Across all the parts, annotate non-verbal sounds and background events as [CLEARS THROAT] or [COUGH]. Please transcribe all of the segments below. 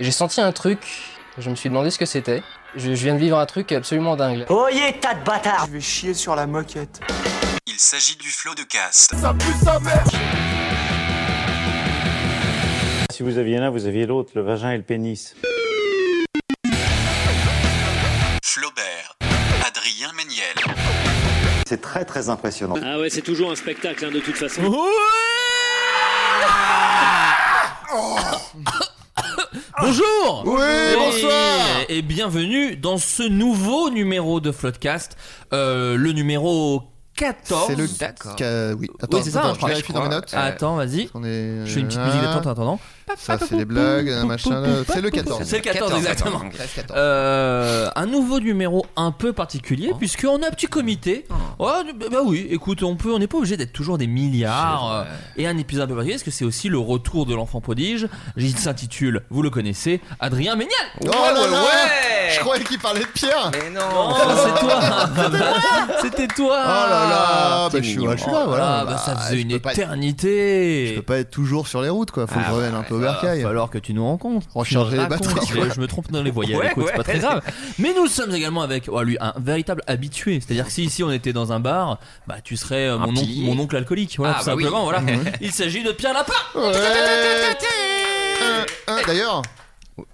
J'ai senti un truc, je me suis demandé ce que c'était. Je, je viens de vivre un truc absolument dingue. Oh, Oyez, tas de bâtards Je vais chier sur la moquette. Il s'agit du flot de cast. Si vous aviez l'un, vous aviez l'autre, le vagin et le pénis. Flaubert. Adrien Méniel. C'est très très impressionnant. Ah ouais, c'est toujours un spectacle hein, de toute façon. Bonjour Ouais, bonsoir Et bienvenue dans ce nouveau numéro de Floodcast, euh, le numéro 14. C'est le. Oh, D'accord. ca- Oui, attends, Oui, c'est ça, hein, attends, je je crois, vérifie je dans mes crois. notes. Attends, vas-y. On est... hein. Je fais une petite musique d'attente hein. en attendant. Ça, c'est des blagues, un machin. là. C'est le 14. C'est le 14, 14, exactement. 13, 14. Euh, un nouveau numéro un peu particulier Oh. puisqu'on a un petit comité. Oh, bah bah oui, écoute, on peut, on n'est pas obligé d'être toujours des milliards. euh, et un épisode un peu particulier parce que c'est aussi le retour de l'enfant prodige. Il s'intitule, vous le connaissez, Adrien Méniel. Oh là là Je croyais qu'il parlait de Pierre Mais Oh, c'est toi. C'était toi. Oh là là Bah, je suis là, je suis là, voilà. Ah, bah, ça je faisait une peux pas être- éternité. Ah, bah, Je peux pas être toujours sur les routes, quoi. Faut que je revienne un peu au bercail. Alors que tu nous rencontres. Tu Recharger nous les ah, batteries, racontes. quoi. Je me trompe dans les voyelles, Ouais, écoute, c'est pas ouais. très grave. Mais nous sommes également avec, oh, lui, un véritable habitué. C'est-à-dire que si ici on était dans un bar, bah tu serais euh, Un mon, oncle- pilier. mon oncle alcoolique. Voilà, Ah, tout bah oui. simplement, voilà. Il s'agit de Pierre Lapin. Mhm. Ouais. Euh, euh, D'ailleurs,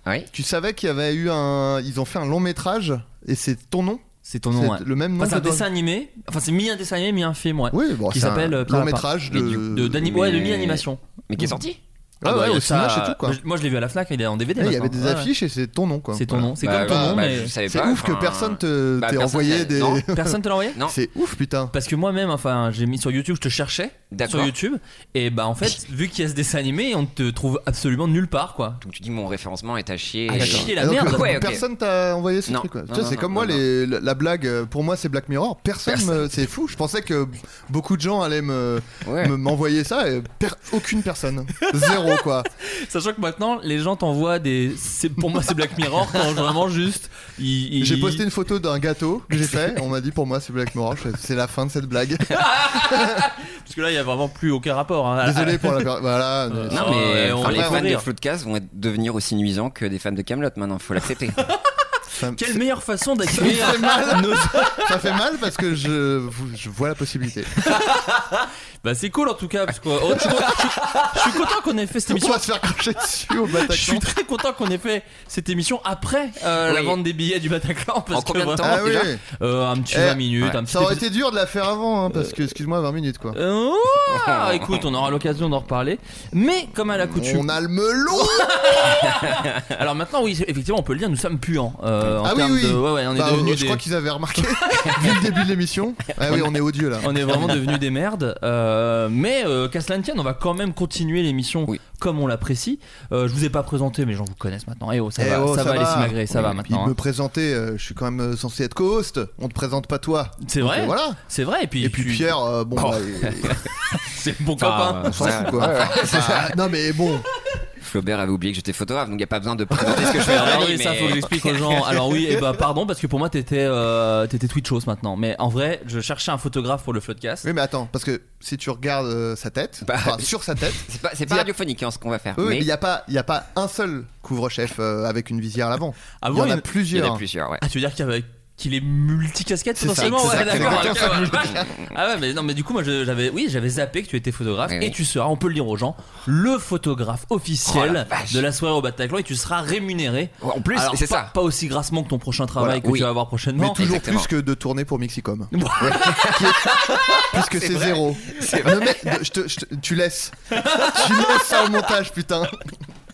Oui. tu savais qu'il y avait eu un. Ils ont fait un long métrage et c'est ton nom C'est ton nom, ouais. C'est le même nom Enfin, c'est un que toi. dessin animé. Enfin, c'est mi un dessin animé, mi un film, ouais. Oui, bon, qui c'est un s'appelle, euh, Pierre long Lapin. métrage Mais de. Ah du- De, d'ani- ouais, de Mais- mi-animation. Ah bah, Mais qui est sorti Ouais, ouais, il y a au ça- cinéma chez tout, quoi. Moi, je l'ai vu à la Fnac, il est en DVD. Ouais, Eh, Il y maintenant. avait des Ouais, ouais. affiches et c'est ton nom, quoi. C'est ton Voilà. nom, c'est Bah, comme ton bah, nom, bah, mais je savais C'est pas, ouf que enfin, personne te- bah, t'ait personne envoyé n'a- des. [LAUGHS] non. personne te l'a envoyé Non. C'est ouf, putain. Parce que moi-même, enfin, j'ai mis sur YouTube, je te cherchais D'accord. Ah. sur YouTube, et bah en fait, vu qu'il y a ce dessin animé, on te trouve absolument nulle part, quoi. Donc tu dis mon référencement est à chier. Ah, Et- chier la Ah, donc, merde. euh, Ouais, ok. Personne t'a envoyé ce Non. truc. quoi. Non, Tu vois, non, c'est non, comme non, moi, non. les- la la blague, euh, pour moi, c'est Black Mirror. Personne, Personne. me- c'est fou. Je pensais que beaucoup de gens allaient me Ouais. me- m'envoyer ça et per- aucune personne. Zéro, [LAUGHS] quoi. Sachant que maintenant, les gens t'envoient des. c'est- Pour moi, c'est Black Mirror, quand vraiment juste. ils- ils- J'ai posté une photo d'un gâteau que j'ai fait. On m'a dit pour moi, c'est Black Mirror. Je fais, C'est la fin de cette blague. [LAUGHS] Parce que là, il y a vraiment plus aucun rapport. hein. Désolé pour la. per- Voilà. euh, Non, Oh, mais ouais, on enfin, va les pas fans de mourir. Floodcast vont être- devenir aussi nuisants que des fans de Camelot maintenant, faut [LAUGHS] l'accepter. ça- Quelle c'est- meilleure façon d'accueillir Ça me fait [LAUGHS] mal. nos Ça fait mal parce que je, je vois [LAUGHS] la possibilité. Bah c'est cool en tout cas parce que oh, je, suis content- je suis content qu'on ait fait cette On émission. va se faire cracher dessus au Je suis Bataclan. très content qu'on ait fait cette émission après euh, la Oui. vente des billets du Bataclan parce En combien que, de temps vraiment, Ah oui. déjà euh, un petit Eh, 20 minutes, ouais. un petit Ça aurait été dur de la faire avant, hein, parce que, excuse-moi, 20 minutes quoi. Euh, ouah, écoute, on aura l'occasion d'en reparler. Mais comme à la coutume. On a le melon Alors maintenant, oui, effectivement, on peut le dire, nous sommes puants. euh, en Ah oui, termes oui. de. Ouais, ouais, on est Bah, devenus Je des. crois qu'ils avaient remarqué [LAUGHS] dès le début [LAUGHS] de l'émission. Ah oui, on est odieux là. On est vraiment devenus des merdes. Euh, mais euh, qu'à cela ne tienne, on va quand même continuer l'émission Oui. comme on l'apprécie. Euh, je vous ai pas présenté, mais les gens vous connaissent maintenant. Eh oh, ça Eh va, oh, ça, ça va, va. les simagrées, ça va Et puis maintenant. me hein. présenter, euh, je suis quand même euh, censé être co-host. On te présente pas toi. C'est Donc, vrai. euh, Voilà. C'est vrai, et puis, Et puis tu- Pierre, euh, bon, Oh. bah, il- c'est mon Enfin, copain. euh, on s'en fout quoi. Enfin, non mais bon, Flaubert avait oublié que j'étais photographe, donc il n'y a pas besoin de présenter ce que je fais dans la Alors vie, oui, ça Ah mais- faut que j'explique aux gens. Alors oui, et bah pardon parce que pour moi t'étais euh, t'étais Twitchos maintenant. Mais en vrai, je cherchais un photographe pour le floodcast. oui mais attends, parce que si tu regardes euh, sa tête, Bah, enfin, sur sa tête, C'est pas, c'est pas Dire- radiophonique hein, ce qu'on va faire. oui, mais mais il n'y a pas, il y a pas un seul couvre-chef euh, avec une visière à l'avant. Ah il bon, y en il y en a a il y en plusieurs. a plusieurs, ouais. Ah tu veux dire qu'il y avait qu'il est multicasquette C'est potentiellement. ça, c'est ouais, ça, d'accord. c'est exactement ok, ouais. Ah ouais, mais non, mais du coup, moi, je- j'avais, oui, j'avais zappé que tu étais photographe Oui, et oui. tu seras, on peut le dire aux gens, le photographe Oh, officiel la vache. de la soirée au Bataclan et tu seras rémunéré. En plus, Alors, c'est pas- ça. Pas aussi grassement que ton prochain travail Voilà, que oui. tu vas avoir prochainement. Mais toujours plus que de tourner pour Mixicom. Ouais. Puisque c'est vrai. zéro. C'est Ne mets- de- je te- je te- tu laisses. tu laisses ça au montage, putain.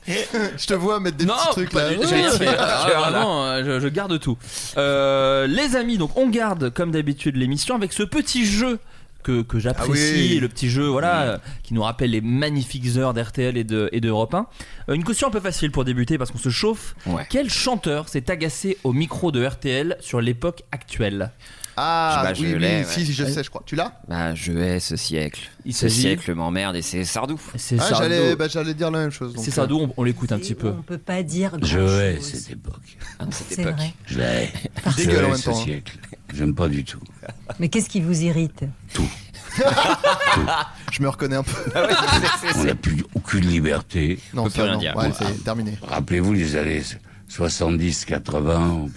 je te vois mettre des Non, petits trucs pas là. du tout. Ouais. J'ai- ah, vraiment, euh, je, je garde tout. Euh, les amis, donc on garde comme d'habitude l'émission avec ce petit jeu que, que j'apprécie, Ah oui. le petit jeu voilà euh, qui nous rappelle les magnifiques heures d'RTL et de et d'Europe 1. Euh, une question un peu facile pour débuter parce qu'on se chauffe. Ouais. Quel chanteur s'est agacé au micro de RTL sur l'époque actuelle Ah, Bah, je oui, oui, l'ai, si, ouais. si, je sais, je crois. Tu l'as Bah, je hais ce siècle. Il ce s'agit- siècle m'emmerde et c'est Sardou. C'est Ah, Sardou. j'allais, bah, j'allais dire la même chose. donc, C'est euh, Sardou, on, on l'écoute un petit peu. peut pas dire Je hais cette époque. Ah, Cette C'est époque. vrai. Je la hais. Il Je dégueule en hais même ce temps, hein. siècle. J'aime pas du tout. Mais qu'est-ce qui vous irrite Je me reconnais un peu. On n'a plus aucune liberté. Non, plus ça, rien non. dire. Ouais, c'est terminé. Rappelez-vous les années 70, 80. On,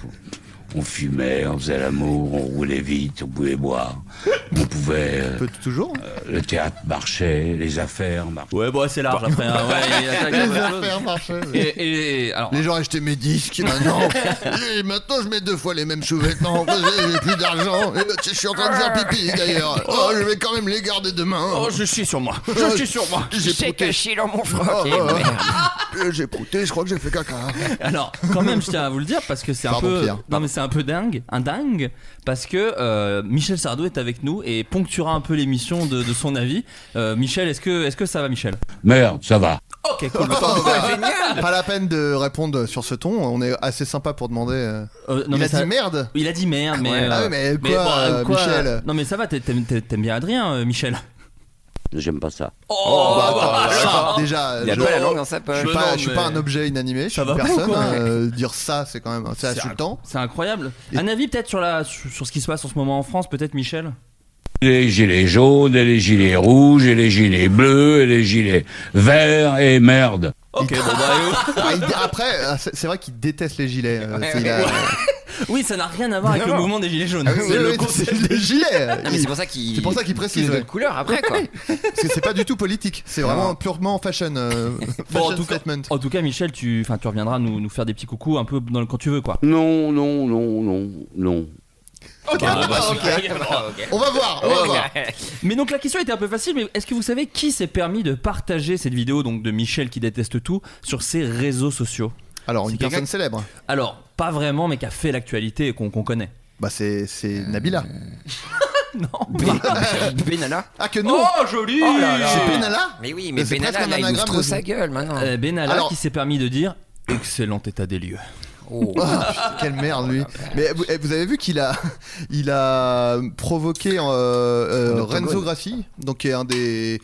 on fumait, on faisait l'amour, on roulait vite, on pouvait boire. On pouvait. euh, Peut toujours. hein. le théâtre marchait, les affaires marchaient. Ouais, bon, c'est large après. hein. Ouais, il attaque Les la chose. affaires marchaient. Et, ouais. et- alors, Les gens achetaient mes disques [LAUGHS] maintenant. et maintenant je mets deux fois les mêmes sous-vêtements. parce que J'ai plus d'argent. Et bah, tu sais, je suis en train de faire pipi [LAUGHS] d'ailleurs. Oh, je vais quand même les garder demain. Oh, je chie sur moi. Oh, Je chie sur moi. j'ai J'ai prouté. caché dans mon Oh, froc. oh, Et oh. merde. Euh, J'ai prouté, je crois que j'ai fait caca. Alors, quand même, je tiens à vous le dire parce que c'est un Pardon, peu. Pierre. Non, mais c'est un peu dingue, un dingue, parce que euh, Michel Sardou est avec nous et ponctuera un peu l'émission de, de son avis. Euh, Michel, est-ce que, est-ce que ça va, Michel Merde, ça va. Ok, [LAUGHS] cool. Oh, bah, Pas la peine de répondre sur ce ton. On est assez sympa pour demander. euh, Euh, non, Il mais a ça- dit merde. Il a dit merde, mais. Ouais. Ah oui, mais quoi, euh, Michel Non, mais ça va, t'aimes- t'aimes t'aimes bien Adrien, euh, Michel J'aime pas ça. Oh, bah, bah, attends, ça d'accord, va. déjà, Il a je- pas la langue dans sa poche. je suis, Mais pas, non, je suis mais- pas un objet inanimé, je suis Ça une va pas ou personne. quoi euh, dire ça, c'est quand même c'est C'est insultant. C'est incroyable. Un avis peut-être sur, la- sur sur ce qui se passe en ce moment en France, peut-être, Michel Les gilets jaunes, et les gilets rouges, et les gilets bleus, et les gilets verts, et merde. Ok, bon, bah, [LAUGHS] Ah, il- Après, ah, c'est c'est vrai qu'il déteste les gilets. euh, Ouais, c'est- il a- euh, oui, ça n'a rien à voir Non, avec le non. mouvement des Gilets jaunes. Ah oui, C'est oui, le [LAUGHS] oui, concept c'est les gilets. Ah, mais c'est pour ça qu'il. C'est pour ça qu'il précise, qu'il est de ouais. couleur après, quoi. [LAUGHS] Parce que c'est pas du tout politique, c'est vraiment purement fashion, euh, Bon, en fashion tout cas- statement. En tout cas, Michel, tu, enfin, tu reviendras nous, nous faire des petits coucous un peu dans le- quand tu veux, quoi. Non, non, non, non, non. Ok, Ah, bah, ok. On va voir, on va voir. Mais donc la question était un peu facile, mais est-ce que vous savez qui s'est permis de partager cette vidéo donc de Michel qui déteste tout sur ses réseaux sociaux Alors, une C'est quelqu'un personne qui- célèbre, Alors, pas vraiment, mais qui a fait l'actualité et qu'on qu'on connaît. Euh, bah c'est c'est Nabila. [LAUGHS] Non. [LAUGHS] Benalla. Ah, que non oh, joli Oh là là. C'est Benalla Mais oui, mais, Mais c'est Benalla, presque un là, il ouvre anagramme trop de- sa gueule maintenant. Euh, Benalla Alors- qui s'est permis de dire excellent état des lieux. Oh. Ah, putain, quelle merde lui. bah, Mais vous, eh, vous avez vu qu'il a, il a provoqué euh, euh, Un octogone. Renzo Grassi, donc qui est un des,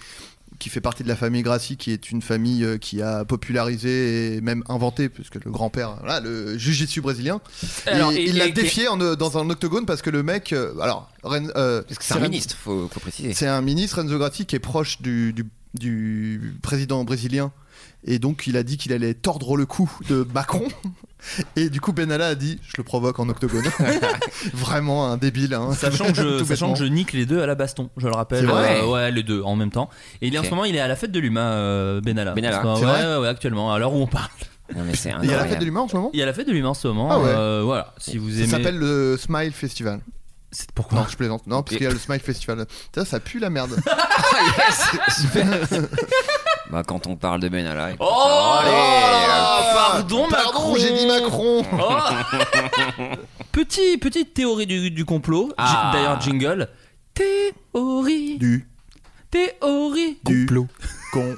qui fait partie de la famille Grassi, qui est une famille euh, qui a popularisé et même inventé, puisque le grand-père, voilà, le jujitsu brésilien, Alors, il et- il l'a et- défié en, euh, dans un octogone parce que le mec, euh, alors, Ren- euh, Parce que c'est un Ren- ministre, faut, faut préciser. c'est un ministre, Renzo Grassi, qui est proche du, du- du président brésilien. Et donc, il a dit qu'il allait tordre le cou de [LAUGHS] Macron. Et du coup, Benalla a dit Je le provoque en octogone. Vraiment un débile. Hein. Sachant [LAUGHS] que, je, Tout sachant que je bêtement. nique les deux à la baston, je le rappelle. C'est vrai Euh, ouais, les deux en même temps. Et il est en Ok. ce moment, il est à la fête de l'humain, euh, Benalla. Benalla. Parce que- C'est ouais, vrai ouais, ouais, actuellement, à l'heure où on parle. Non, mais c'est Il y a la fête incroyable. de l'humain en ce moment Il y a la fête de l'humain en ce moment. Ah ouais. euh, voilà, si vous Ça aimez. s'appelle le Smile Festival. C'est- Non, Pourquoi je plaisante. Non, parce qu'il y a le Smile Festival. Ça, ça pue [LAUGHS] la merde. Ah, [LAUGHS] Bah, quand on parle de Benalla. écoute, Oh allez, là là, Pardon, Pardon, Macron j'ai dit Macron. Oh [LAUGHS] Petit, petite théorie du, du complot. J- Ah. D'ailleurs, jingle. Théorie. Du, Théorie. du, con,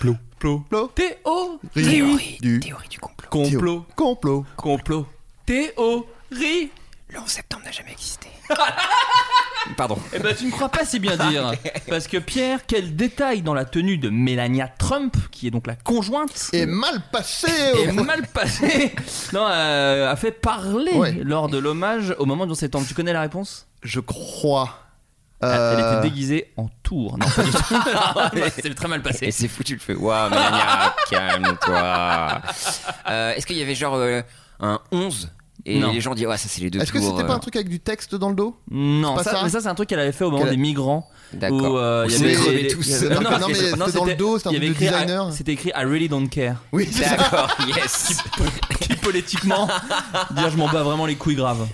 Complot. ri- Théorie. du, Théorie du complot. Complot. complot. Complot. Théorie. Le 11 septembre n'a jamais [LAUGHS] existé. Pardon. Eh ben, tu ne crois pas si bien [LAUGHS] dire. Parce que Pierre, quel détail dans la tenue de Melania Trump, qui est donc la conjointe. Et mal passé. est au- Mmh. mal [LAUGHS] passé Non, euh, a fait parler Ouais. lors de l'hommage au moment du 11 septembre. Tu connais la réponse Je crois. Elle Euh, était déguisée en tour. Non, pas du tout. Ah ouais, C'est très mal passé. Et c'est foutu le feu. Waouh, [LAUGHS] Mélania, calme-toi. Euh, Est-ce qu'il y avait genre euh, un 11 Et Non. les gens disent, ouais, ça c'est les deux Est-ce que tours, c'était pas euh. un truc avec du texte dans le dos Non, C'est pas ça, ça mais ça c'est un truc qu'elle avait fait au moment Qu'elle- des migrants. D'accord. où, euh, il y Vous avait les crevez les- tous. il y avait- Non, parce non, que- mais c'était dans le dos, c'était un il y avait truc de écrit, I- designer. C'était écrit I really don't care. Oui, [LAUGHS] c'est ça. D'accord, yes. Qui politiquement dire je m'en bats vraiment les couilles graves.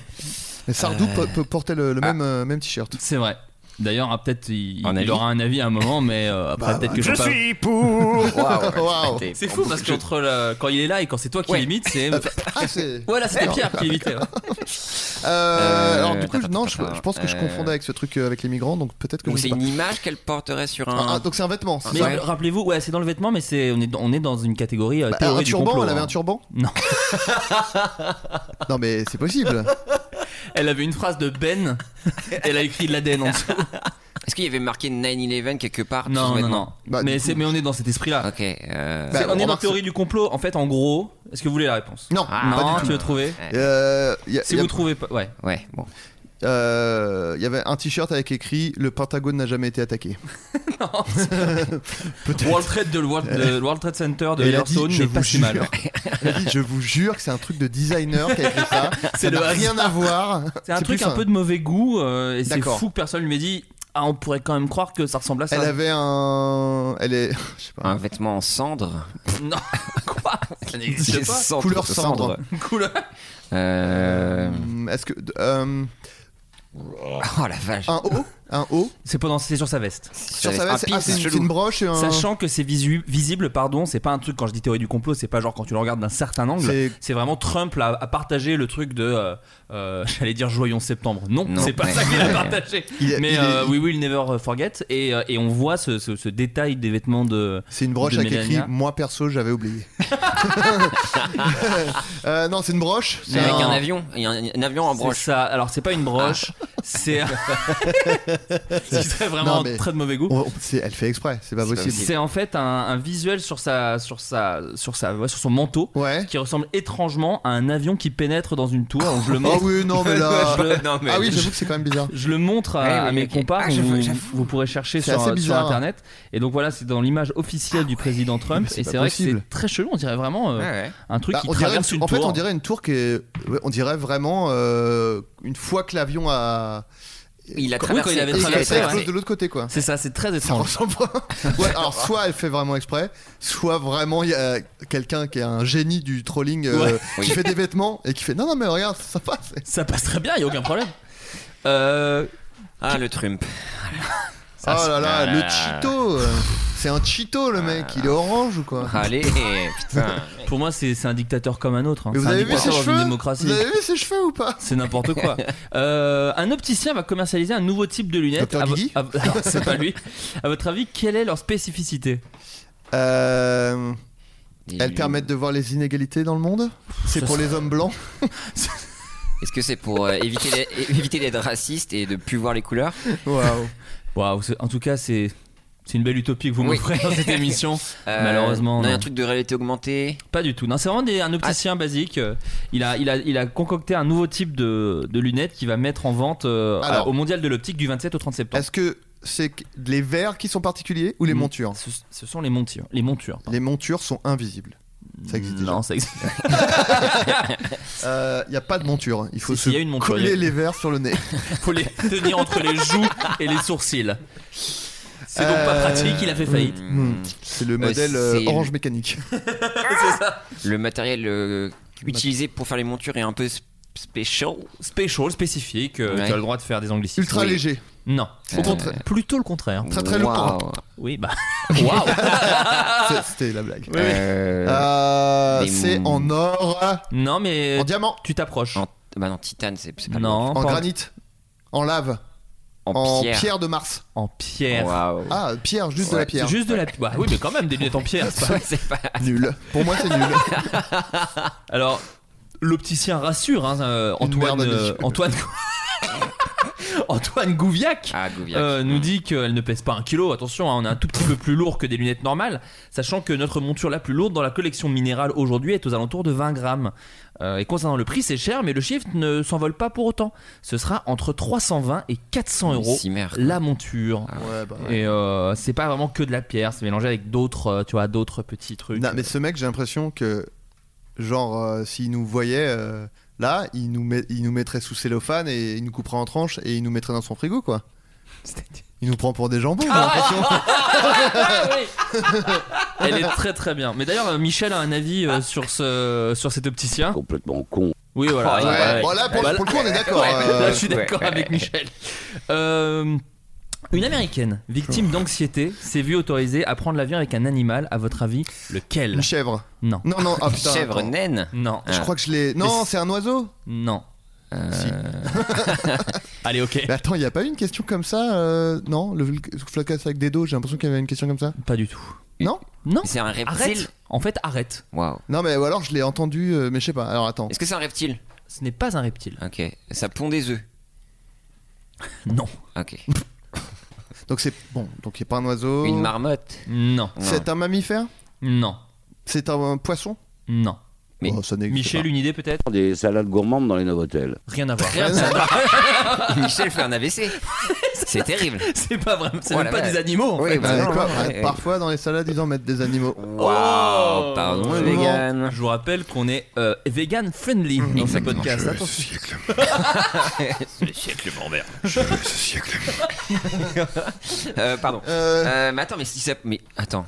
Mais Sardou Euh, po- po- portait le, le même, euh, même t-shirt. C'est vrai. D'ailleurs, ah, peut-être il, Un il avis aura un avis à un moment, mais euh, après Bah, peut-être bah, que sais je pas- suis pour. [LAUGHS] Waouh, Waouh. C'est fou parce qu'entre le- quand il est là et quand c'est toi qui l'imite, c'est. [LAUGHS] [LAUGHS] Ah, c'est. Voilà, c'était D'accord. Pierre qui l'imitait. hein. ouais. Euh, Euh, alors, du coup, je- attends, non, je, attends, je pense que je euh, confondais avec ce truc euh, avec les migrants, donc peut-être que Donc je c'est sais pas. une image qu'elle porterait sur Ah, un. ah, donc c'est un vêtement, c'est Mais ça rappelez-vous, ouais, c'est dans le vêtement, mais c'est on est dans- on est dans une catégorie euh, Bah, théorie Un du turban, complot, elle avait hein. un turban Non. [LAUGHS] non, mais c'est possible. Elle avait une phrase de Ben. [LAUGHS] Elle a écrit de l'ADN en dessous. Est-ce qu'il y avait marqué 9-11 quelque part Non, sur ce non, vêtement non. Bah, mais, c'est- mais on est dans cet esprit-là. Ok. euh, C'est- on est dans la théorie du complot. En fait, en gros, est-ce que vous voulez la réponse Non, Ah, non, pas du tu tout. veux trouver Euh, y a- Si y a- vous trouvez pas, ouais. Ouais, bon. Euh, Il y avait un t-shirt avec écrit Le Pentagone n'a jamais été [LAUGHS] attaqué. World Trade de le World, le World Trade Center de Euh. Et il a dit, Yellowstone je n'est pas vous si mal. jure. [LAUGHS] Elle a dit, je vous jure que c'est un truc de designer qui a écrit ça. [LAUGHS] C'est Ça le n'a rien hasard. à voir. C'est un truc plus un peu de mauvais goût euh, et c'est D'accord. fou que personne lui m'ait dit. Ah, on pourrait quand même croire que ça ressemble à ça. Elle avait un. Elle est. [LAUGHS] Je sais pas. Un vêtement en cendre. Non, quoi Ça J'ai n'existe pas. cendre, Couleur de cendre. Couleur. Euh, Hum, Est-ce que. euh, Oh la vache. Un haut Un haut C'est pas dans- c'est sur sa veste. Sur sa veste, un ah, pin, c'est une, c'est c'est une broche et un. Sachant que c'est visu- visible, pardon, c'est pas un truc quand je dis théorie du complot, c'est pas genre quand tu le regardes d'un certain angle. C'est- C'est vraiment Trump là, a partagé le truc de, euh, euh, [LAUGHS] j'allais dire joyons septembre. Non, Non, c'est pas mais- ça qu'il a partagé. Il est- mais il est- euh, we will never forget et, euh, et on voit ce, ce- ce détail des vêtements de. C'est une broche de avec écrit Melania. Moi perso, [LAUGHS] j'avais oublié. [LAUGHS] Euh, non, c'est une broche. C'est Avec un avion. Il y a un, un avion en C'est broche. ça. Alors c'est pas une broche, c'est ce qui serait vraiment Non, mais- très de mauvais goût. On- on- c'est- Elle fait exprès, c'est pas C'est pas possible. C'est en fait un, un visuel sur sa, sur sa, sur sa, ouais, sur son manteau Ouais. qui ressemble étrangement à un avion qui pénètre dans une tour. Donc, je le Ah montre. oui, non, [LAUGHS] mais Je- là. Non, mais- Ah oui, j'avoue que c'est quand même bizarre. Je le montre à, Eh Ouais, à oui, mes ok. compas, Ah, je vous, vois, j'avoue. vous pourrez chercher C'est sur, assez sur bizarre. Bah, internet. Et donc voilà, c'est dans l'image officielle du président Trump. Ah c'est Et pas c'est vrai que possible. c'est très chelou, on dirait vraiment euh, Ouais, ouais. un truc Bah, qui on dirait traverse une- une, en tour. fait, on dirait une tour qui est. ouais, On dirait vraiment euh, une fois que l'avion a. Il a Oui, traversé. quand il avait Et traversé, ça ouais. explose de l'autre côté, quoi. hein. C'est ça, c'est très Ça étrange. [LAUGHS] ressemble pas. Ouais, alors soit elle fait vraiment exprès, soit vraiment il y a quelqu'un qui est un génie du trolling euh, Ouais. qui fait des vêtements et qui fait non non mais regarde c'est sympa. c'est- Ça passe très bien, il a aucun problème. Euh, Ah, le Trump. oh là là ah là le là. Cheeto, euh, c'est un Cheeto le mec, il est orange ou quoi Ah, Allez, putain. pour moi, c'est c'est un dictateur comme un autre. hein. Mais vous C'est un avez vu ses dictateur dans une cheveux démocratie. Vous avez vu ses cheveux ou pas C'est n'importe [LAUGHS] quoi. Euh, un opticien va commercialiser un nouveau type de lunettes. Dr. À vo- Guigui à vo- [LAUGHS] non, c'est pas lui. À votre avis, quelle est leur spécificité Euh, Il- Elles permettent de voir les inégalités dans le monde. C'est pour les hommes blancs. Est-ce que c'est pour euh, éviter les- é- éviter d'être raciste et de plus voir les couleurs Waouh. Waouh, c'est- en tout cas, c'est c'est une belle utopie que vous Oui. m'offrez dans cette [LAUGHS] émission. Euh, Malheureusement, Non, il y a non. un truc de réalité augmentée. Pas du tout. Non, c'est vraiment des- un opticien basique. Euh, Il a, il, a, il a concocté un nouveau type de, de lunettes qu'il va mettre en vente euh, à- Alors. au mondial de l'optique du 27 au 30 septembre. Est-ce que c'est que les verres qui sont particuliers ou les Mm. montures Ce, ce sont les montures. Les montures. pardon. Les montures sont invisibles. Ça existe déjà. Non, ça [LAUGHS] existe. Il n'y a pas de monture. Il faut Si, se si, y a une monture, y coller a- les verres sur le nez. [LAUGHS] Faut les tenir entre les joues et les sourcils. C'est donc pas Euh, pratique, il a fait faillite. Mm. Hmm. C'est le modèle euh, c'est- orange mécanique. Le matériel euh, utilisé pour faire les montures est un peu sp- special. Spécial, spécifique, euh, Ouais. tu as le droit de faire des anglicismes. Ultra Oui. léger. Non, Euh, Au contraire. plutôt le contraire. Très, très Waouh. Oui, bah. Waouh C'est- C'était la blague. Euh, Euh, Des c'est mou- en or, Non, mais euh, en diamant, tu t'approches. En- Bah non, titane, c'est c'est pas Non, en pas granit, en lave, En, en pierre. pierre de Mars. En pierre. Waouh. Ah, pierre, juste de la Ouais, pierre. Juste de la bah, oui mais quand même des lunettes en pierre. c'est pas- Ouais, c'est pas- [LAUGHS] Nul. Pour moi, c'est nul. Alors l'opticien rassure hein, euh, Une Antoine merde à mes euh, yeux. Antoine [LAUGHS] Antoine Gouviac Ah, Gouviac. euh, nous dit qu'elle ne pèse pas un kilo. Attention, hein, on est un tout petit peu plus lourd que des lunettes normales, sachant que notre monture la plus lourde dans la collection minérale aujourd'hui est aux alentours de 20 grammes. Euh, et concernant le prix, c'est cher, mais le chiffre ne s'envole pas pour autant. Ce sera entre 320 et 400 euros Une cimère, quoi. la monture. Ouais, bah, ouais. Et euh, c'est pas vraiment que de la pierre, c'est mélangé avec d'autres, euh, tu vois, d'autres petits trucs. Non, mais ce mec, j'ai l'impression que, genre, euh, s'il nous voyait, euh, Là, il nous, met, il nous mettrait sous cellophane et il nous couperait en tranches et il nous mettrait dans son frigo, quoi. Il nous prend pour des jambons, j'ai l'impression. Elle est très très bien. Mais d'ailleurs, euh, Michel a un avis euh, sur, ce, sur cet opticien. Complètement con. Oui, voilà. Oh, Ouais, Ouais. bon, là, pour- Bah, pour le coup, on est d'accord, Ouais, euh, là, je suis d'accord ouais. avec Michel. Euh, une américaine victime d'anxiété s'est vue autorisée à prendre l'avion avec un animal, à votre avis, lequel Une chèvre. Non. Non, non, ah, putain, Chèvre attends. naine Non. Je crois que je l'ai. Non, c'est un oiseau Non. Euh. Allez, ok. Mais attends, il n'y a pas eu une question comme ça euh, Non, le flocas avec des dos, j'ai l'impression qu'il y avait une question comme ça Pas du tout. Non Non C'est un reptile Arrête Oh. En fait, arrête. Waouh. Non, mais ou alors je l'ai entendu, euh, mais je sais pas. Alors attends. Est-ce que c'est un reptile Ce n'est pas un reptile. Ok. Ça pond des œufs [LAUGHS] Non. Ok. Donc c'est. Bon, donc il n'y a pas un oiseau. Une [LAUGHS] marmotte Non. C'est un mammifère Non. C'est un, un poisson Oh, Non. Mais Michel, une idée peut-être Des salades gourmandes dans les Novotels. Rien à voir. Rien Michel fait un AVC. C'est [LAUGHS] terrible. C'est pas vrai, c'est Oh même la pas vache. des animaux en Oui, fait. bah, Ah, non, d'accord. non, Ah, ouais. Parfois dans les salades, ils en mettent des animaux. [LAUGHS] Waouh, pardon, Oh. Ouais, je non. vegan. Je vous rappelle qu'on est euh, vegan friendly Mmh, dans ce podcast. Attention. C'est le siècle Bambert. Euh, pardon. Euh, mais attends, mais si ça. Mais attends.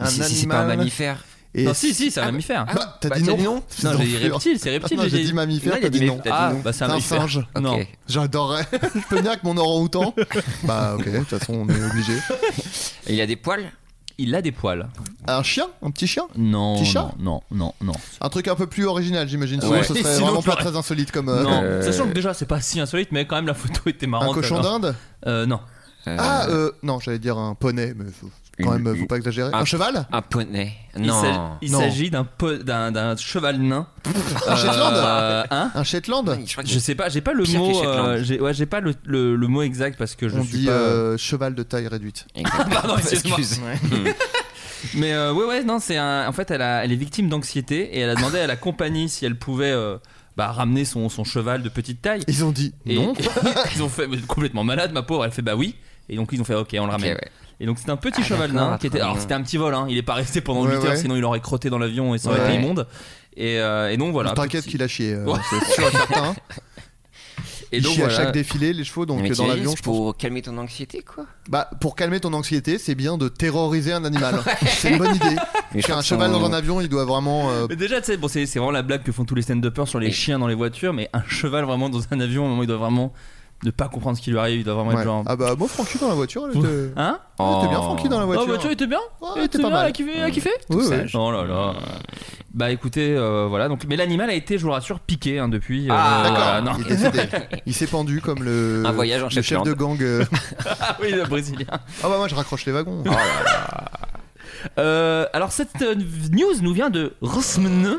Mais Un si, si c'est pas un animal. mammifère. Et non, si, si, c'est un mammifère. Bah, t'as dit non Non, j'ai dit Enflure. reptile, c'est reptile. Ah, [LAUGHS] non, j'ai dit mammifère, Non, il t'as a dit dit mais- non. Ah, bah, c'est un mammifère. singe. Non. Ok. J'adorerais. [LAUGHS] je peux bien avec [LAUGHS] mon orang-outan. bah ok, de toute façon, on est obligé. Et Il a des poils Il a des poils. Un chien Un petit chien Non. Petit chat Non, non, non. Un truc un peu plus original, j'imagine. Sinon, Ouais. [LAUGHS] ce Sinon, serait vraiment tu pas l'aurais. très insolite comme. euh, Non, euh, sachant que déjà c'est pas si insolite, mais quand même la photo était marrante. Un cochon alors. d'Inde Euh, Non. Ah, euh, non, j'allais dire un poney, mais faut- quand Une- même, faut pas exagérer. Un cheval Un poney. Il s'agit- Non. Il Non. s'agit d'un po- d'un d'un cheval nain. Un Shetland Euh, hein Un Shetland Je crois que Je sais pas, j'ai pas le Pire que mot. Shetland. euh, j'ai- ouais, j'ai pas le, le- le mot exact parce que je On suis dit pas. euh, cheval de taille réduite. Pardon, excuse-moi. Excuse. Mmh. [LAUGHS] Mais euh, ouais, ouais, non, c'est un. En fait, elle, a- elle est victime d'anxiété et elle a demandé à la compagnie si elle pouvait euh, bah, ramener son, son cheval de petite taille. Ils ont dit Et, non. et ils ont fait mais complètement malade, ma pauvre. Elle fait bah oui. Et donc ils ont fait ok, on le ramène. ouais. Et donc c'était un petit Ah, cheval d'accord, nain qui était. très Alors bien. c'était un petit vol, hein. Il est pas resté pendant Ouais, 8 heures, ouais. sinon il aurait crotté dans l'avion et ça aurait Ouais. été immonde. Et, euh, et donc voilà. T'inquiète petit- qu'il a chié, euh, Ouais. c'est sûr et certain. [LAUGHS] Et Il donc chie à voilà. chaque défilé, les chevaux, donc Mais euh, dans t'imagines, l'avion, c'est je pense. pour calmer ton anxiété, quoi. Bah, pour calmer ton anxiété, c'est bien de terroriser un animal. [LAUGHS] c'est une bonne [LAUGHS] idée. Mais je Car crois un que cheval son- dans un avion, il doit vraiment. euh, Mais déjà, tu sais, bon, c'est c'est vraiment la blague que font tous les stand-uppers sur les Et- chiens dans les voitures, mais un cheval vraiment dans un avion, au moment où il doit vraiment ne pas comprendre ce qui lui arrive, il doit vraiment ouais. être genre. Ah bah, moi, Francky dans la voiture, elle était, elle Hein était bien, Francky dans la Oh, voiture. voiture, il était bien Ouais, Il il était pas mal. Elle a kiffé, elle a kiffé Oui, oui. Oh là là. Bah écoutez, euh, voilà. Donc, mais l'animal a été, je vous rassure, piqué hein, depuis. euh, Ah, voilà, D'accord, non. il est décédé. Il s'est pendu comme le, Un voyage en le chef Shetland. de gang. euh. [LAUGHS] Ah oui, le brésilien. Oh Ah bah, moi, je raccroche les wagons. Euh, alors cette euh, news nous vient de Rosmne.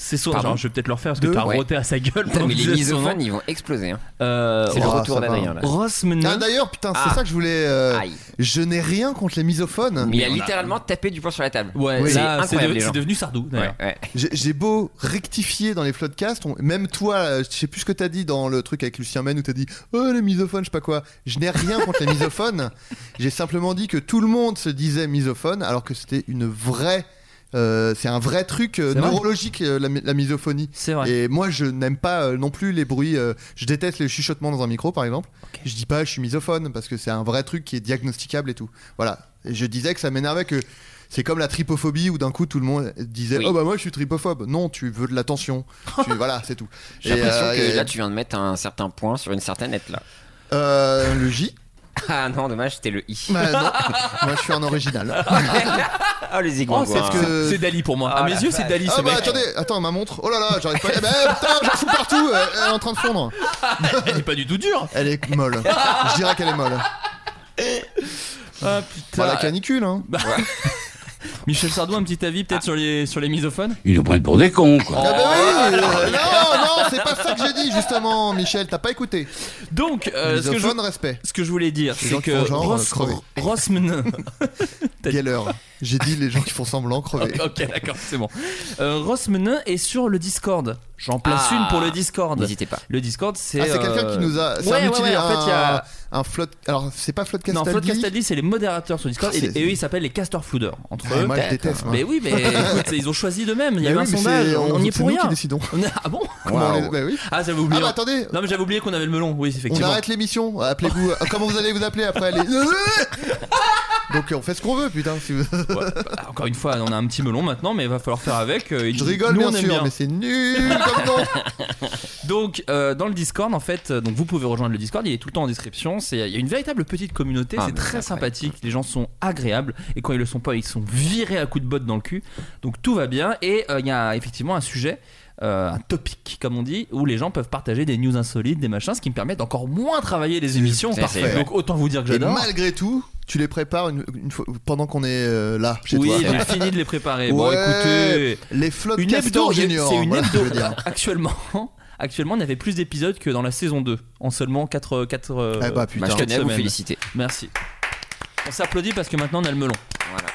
C'est son. Pardon genre, je vais peut-être le refaire parce que De- t'as Ouais. roté à sa gueule. Putain, pendant mais que les je disais son nom. misophones, ils vont exploser. hein. Euh, C'est le oh, retour ça va. d'Adrien, là. Rosmne. Ah, d'ailleurs, putain, c'est Ah. ça que je voulais. euh, Aïe. Je n'ai rien contre les misophones. Mais il a on a- littéralement tapé du poing sur la table. Mmh. Ouais, c'est là, c'est incroyable, devenu- les gens. c'est devenu Sardou. d'ailleurs. Ouais, ouais. J'ai j'ai beau rectifier dans les floodcasts, on- même toi, euh, je sais plus ce que t'as dit dans le truc avec Lucien Mène où t'as dit Oh les misophones, je sais pas quoi. Je n'ai rien contre les misophones. J'ai simplement dit que tout le monde se disait misophone alors que c'était une vraie. euh, c'est un vrai truc euh, C'est vrai. neurologique euh, la, mi- la misophonie. C'est vrai. Et moi je n'aime pas euh, non plus les bruits. euh, je déteste les chuchotements dans un micro par exemple. Ok. Je dis pas je suis misophone parce que c'est un vrai truc qui est diagnosticable et tout. Voilà. Et je disais que ça m'énervait que c'est comme la tripophobie où d'un coup tout le monde disait Oui. oh bah moi je suis tripophobe. Non, tu veux de l'attention. [LAUGHS] Tu- voilà, c'est tout. J'ai l'impression euh, que et- là, tu viens de mettre un certain point sur une certaine lettre, là. euh, [LAUGHS] le J. Ah non, dommage, c'était le i. Bah, non. moi je suis un original. Ah, les Oh, igloos. c'est hein. que- c'est Dali pour moi. À mes yeux, c'est Dali Euh, Ah ce bah mec. attendez, attends ma montre. Oh là là, j'arrive pas. Eh ben, putain, j'en fous partout. Elle, elle est en train de fondre. [LAUGHS] Elle est pas du tout dure. Elle est molle. Je dirais qu'elle est molle. Ah putain. Bah, la canicule hein. Michel Sardou, un petit avis peut-être sur les sur les misophones Ils nous prennent pour des cons, quoi. Ah bah oh, oui, euh, non, non, c'est pas ça que j'ai dit justement, Michel, t'as pas écouté. Donc, euh, ce, que je, Misophone, respect. ce que je voulais dire, Les c'est gens qui euh, que font genre, Ros- euh, crever. Rosmne- t'as dit Geller. quoi J'ai dit les gens qui font semblant crever. Ok, ok, d'accord, c'est bon. Euh, Ross Menin est sur le Discord. J'en place Ah, une pour le Discord. N'hésitez pas. Le Discord, c'est. Ah, c'est euh, quelqu'un qui nous a. C'est ouais, un ouais, mutilé, ouais, en fait, il y a. un, un flotte. Alors, c'est pas flotte Non, Castaldi. Flood Castaldi, c'est les modérateurs sur Discord Ah, et, c'est- et eux ils s'appellent les caster fooders entre Ah, eux. moi, je déteste, moi. Mais oui, [LAUGHS] mais écoute, ils ont choisi de même. Il y avait Bah oui, un mais c'est- sondage, on, on y est c'est pour nous rien. qui décidons. ah bon [LAUGHS] Comment on les- bah oui. Ah, j'avais oublié. Ah, bah, attendez. Non, mais j'avais oublié qu'on avait le melon. Oui, On effectivement. arrête [LAUGHS] l'émission. Appelez-vous. Comment vous allez vous appeler après les... [LAUGHS] Donc on fait ce qu'on veut, putain. si vous- Bah, Encore une fois, on a un petit melon maintenant, mais il va falloir faire avec. euh, Je rigole nous, bien on aime sûr, bien. mais c'est nul comme nom. Donc euh, dans le Discord en fait, euh, donc vous pouvez rejoindre le Discord, il est tout le temps en description. C'est il y a une véritable petite communauté, Ah, c'est mais très sympathique, les gens sont agréables et quand ils le sont pas, ils sont virés à coups de botte dans le cul. Donc tout va bien et euh, il y a effectivement un sujet. euh, un topic comme on dit où les gens peuvent partager des news insolites des machins ce qui me permet d'encore moins travailler les émissions Parfait. donc autant vous dire que Et j'adore malgré tout, tu les prépares une, une fois, pendant qu'on est euh, là chez oui toi. [LAUGHS] j'ai fini de les préparer bon Ouais, écoutez les flottes une hebdo, Castor il y a- Junior. C'est une voilà ce que hebdo. je veux dire. [LAUGHS] Actuellement, actuellement, on avait plus d'épisodes que dans la saison 2, en seulement euh, 4 4 Eh bah, putain. Bah, je tenais à vous féliciter. Merci. On s'applaudit parce que maintenant on a le melon. Voilà.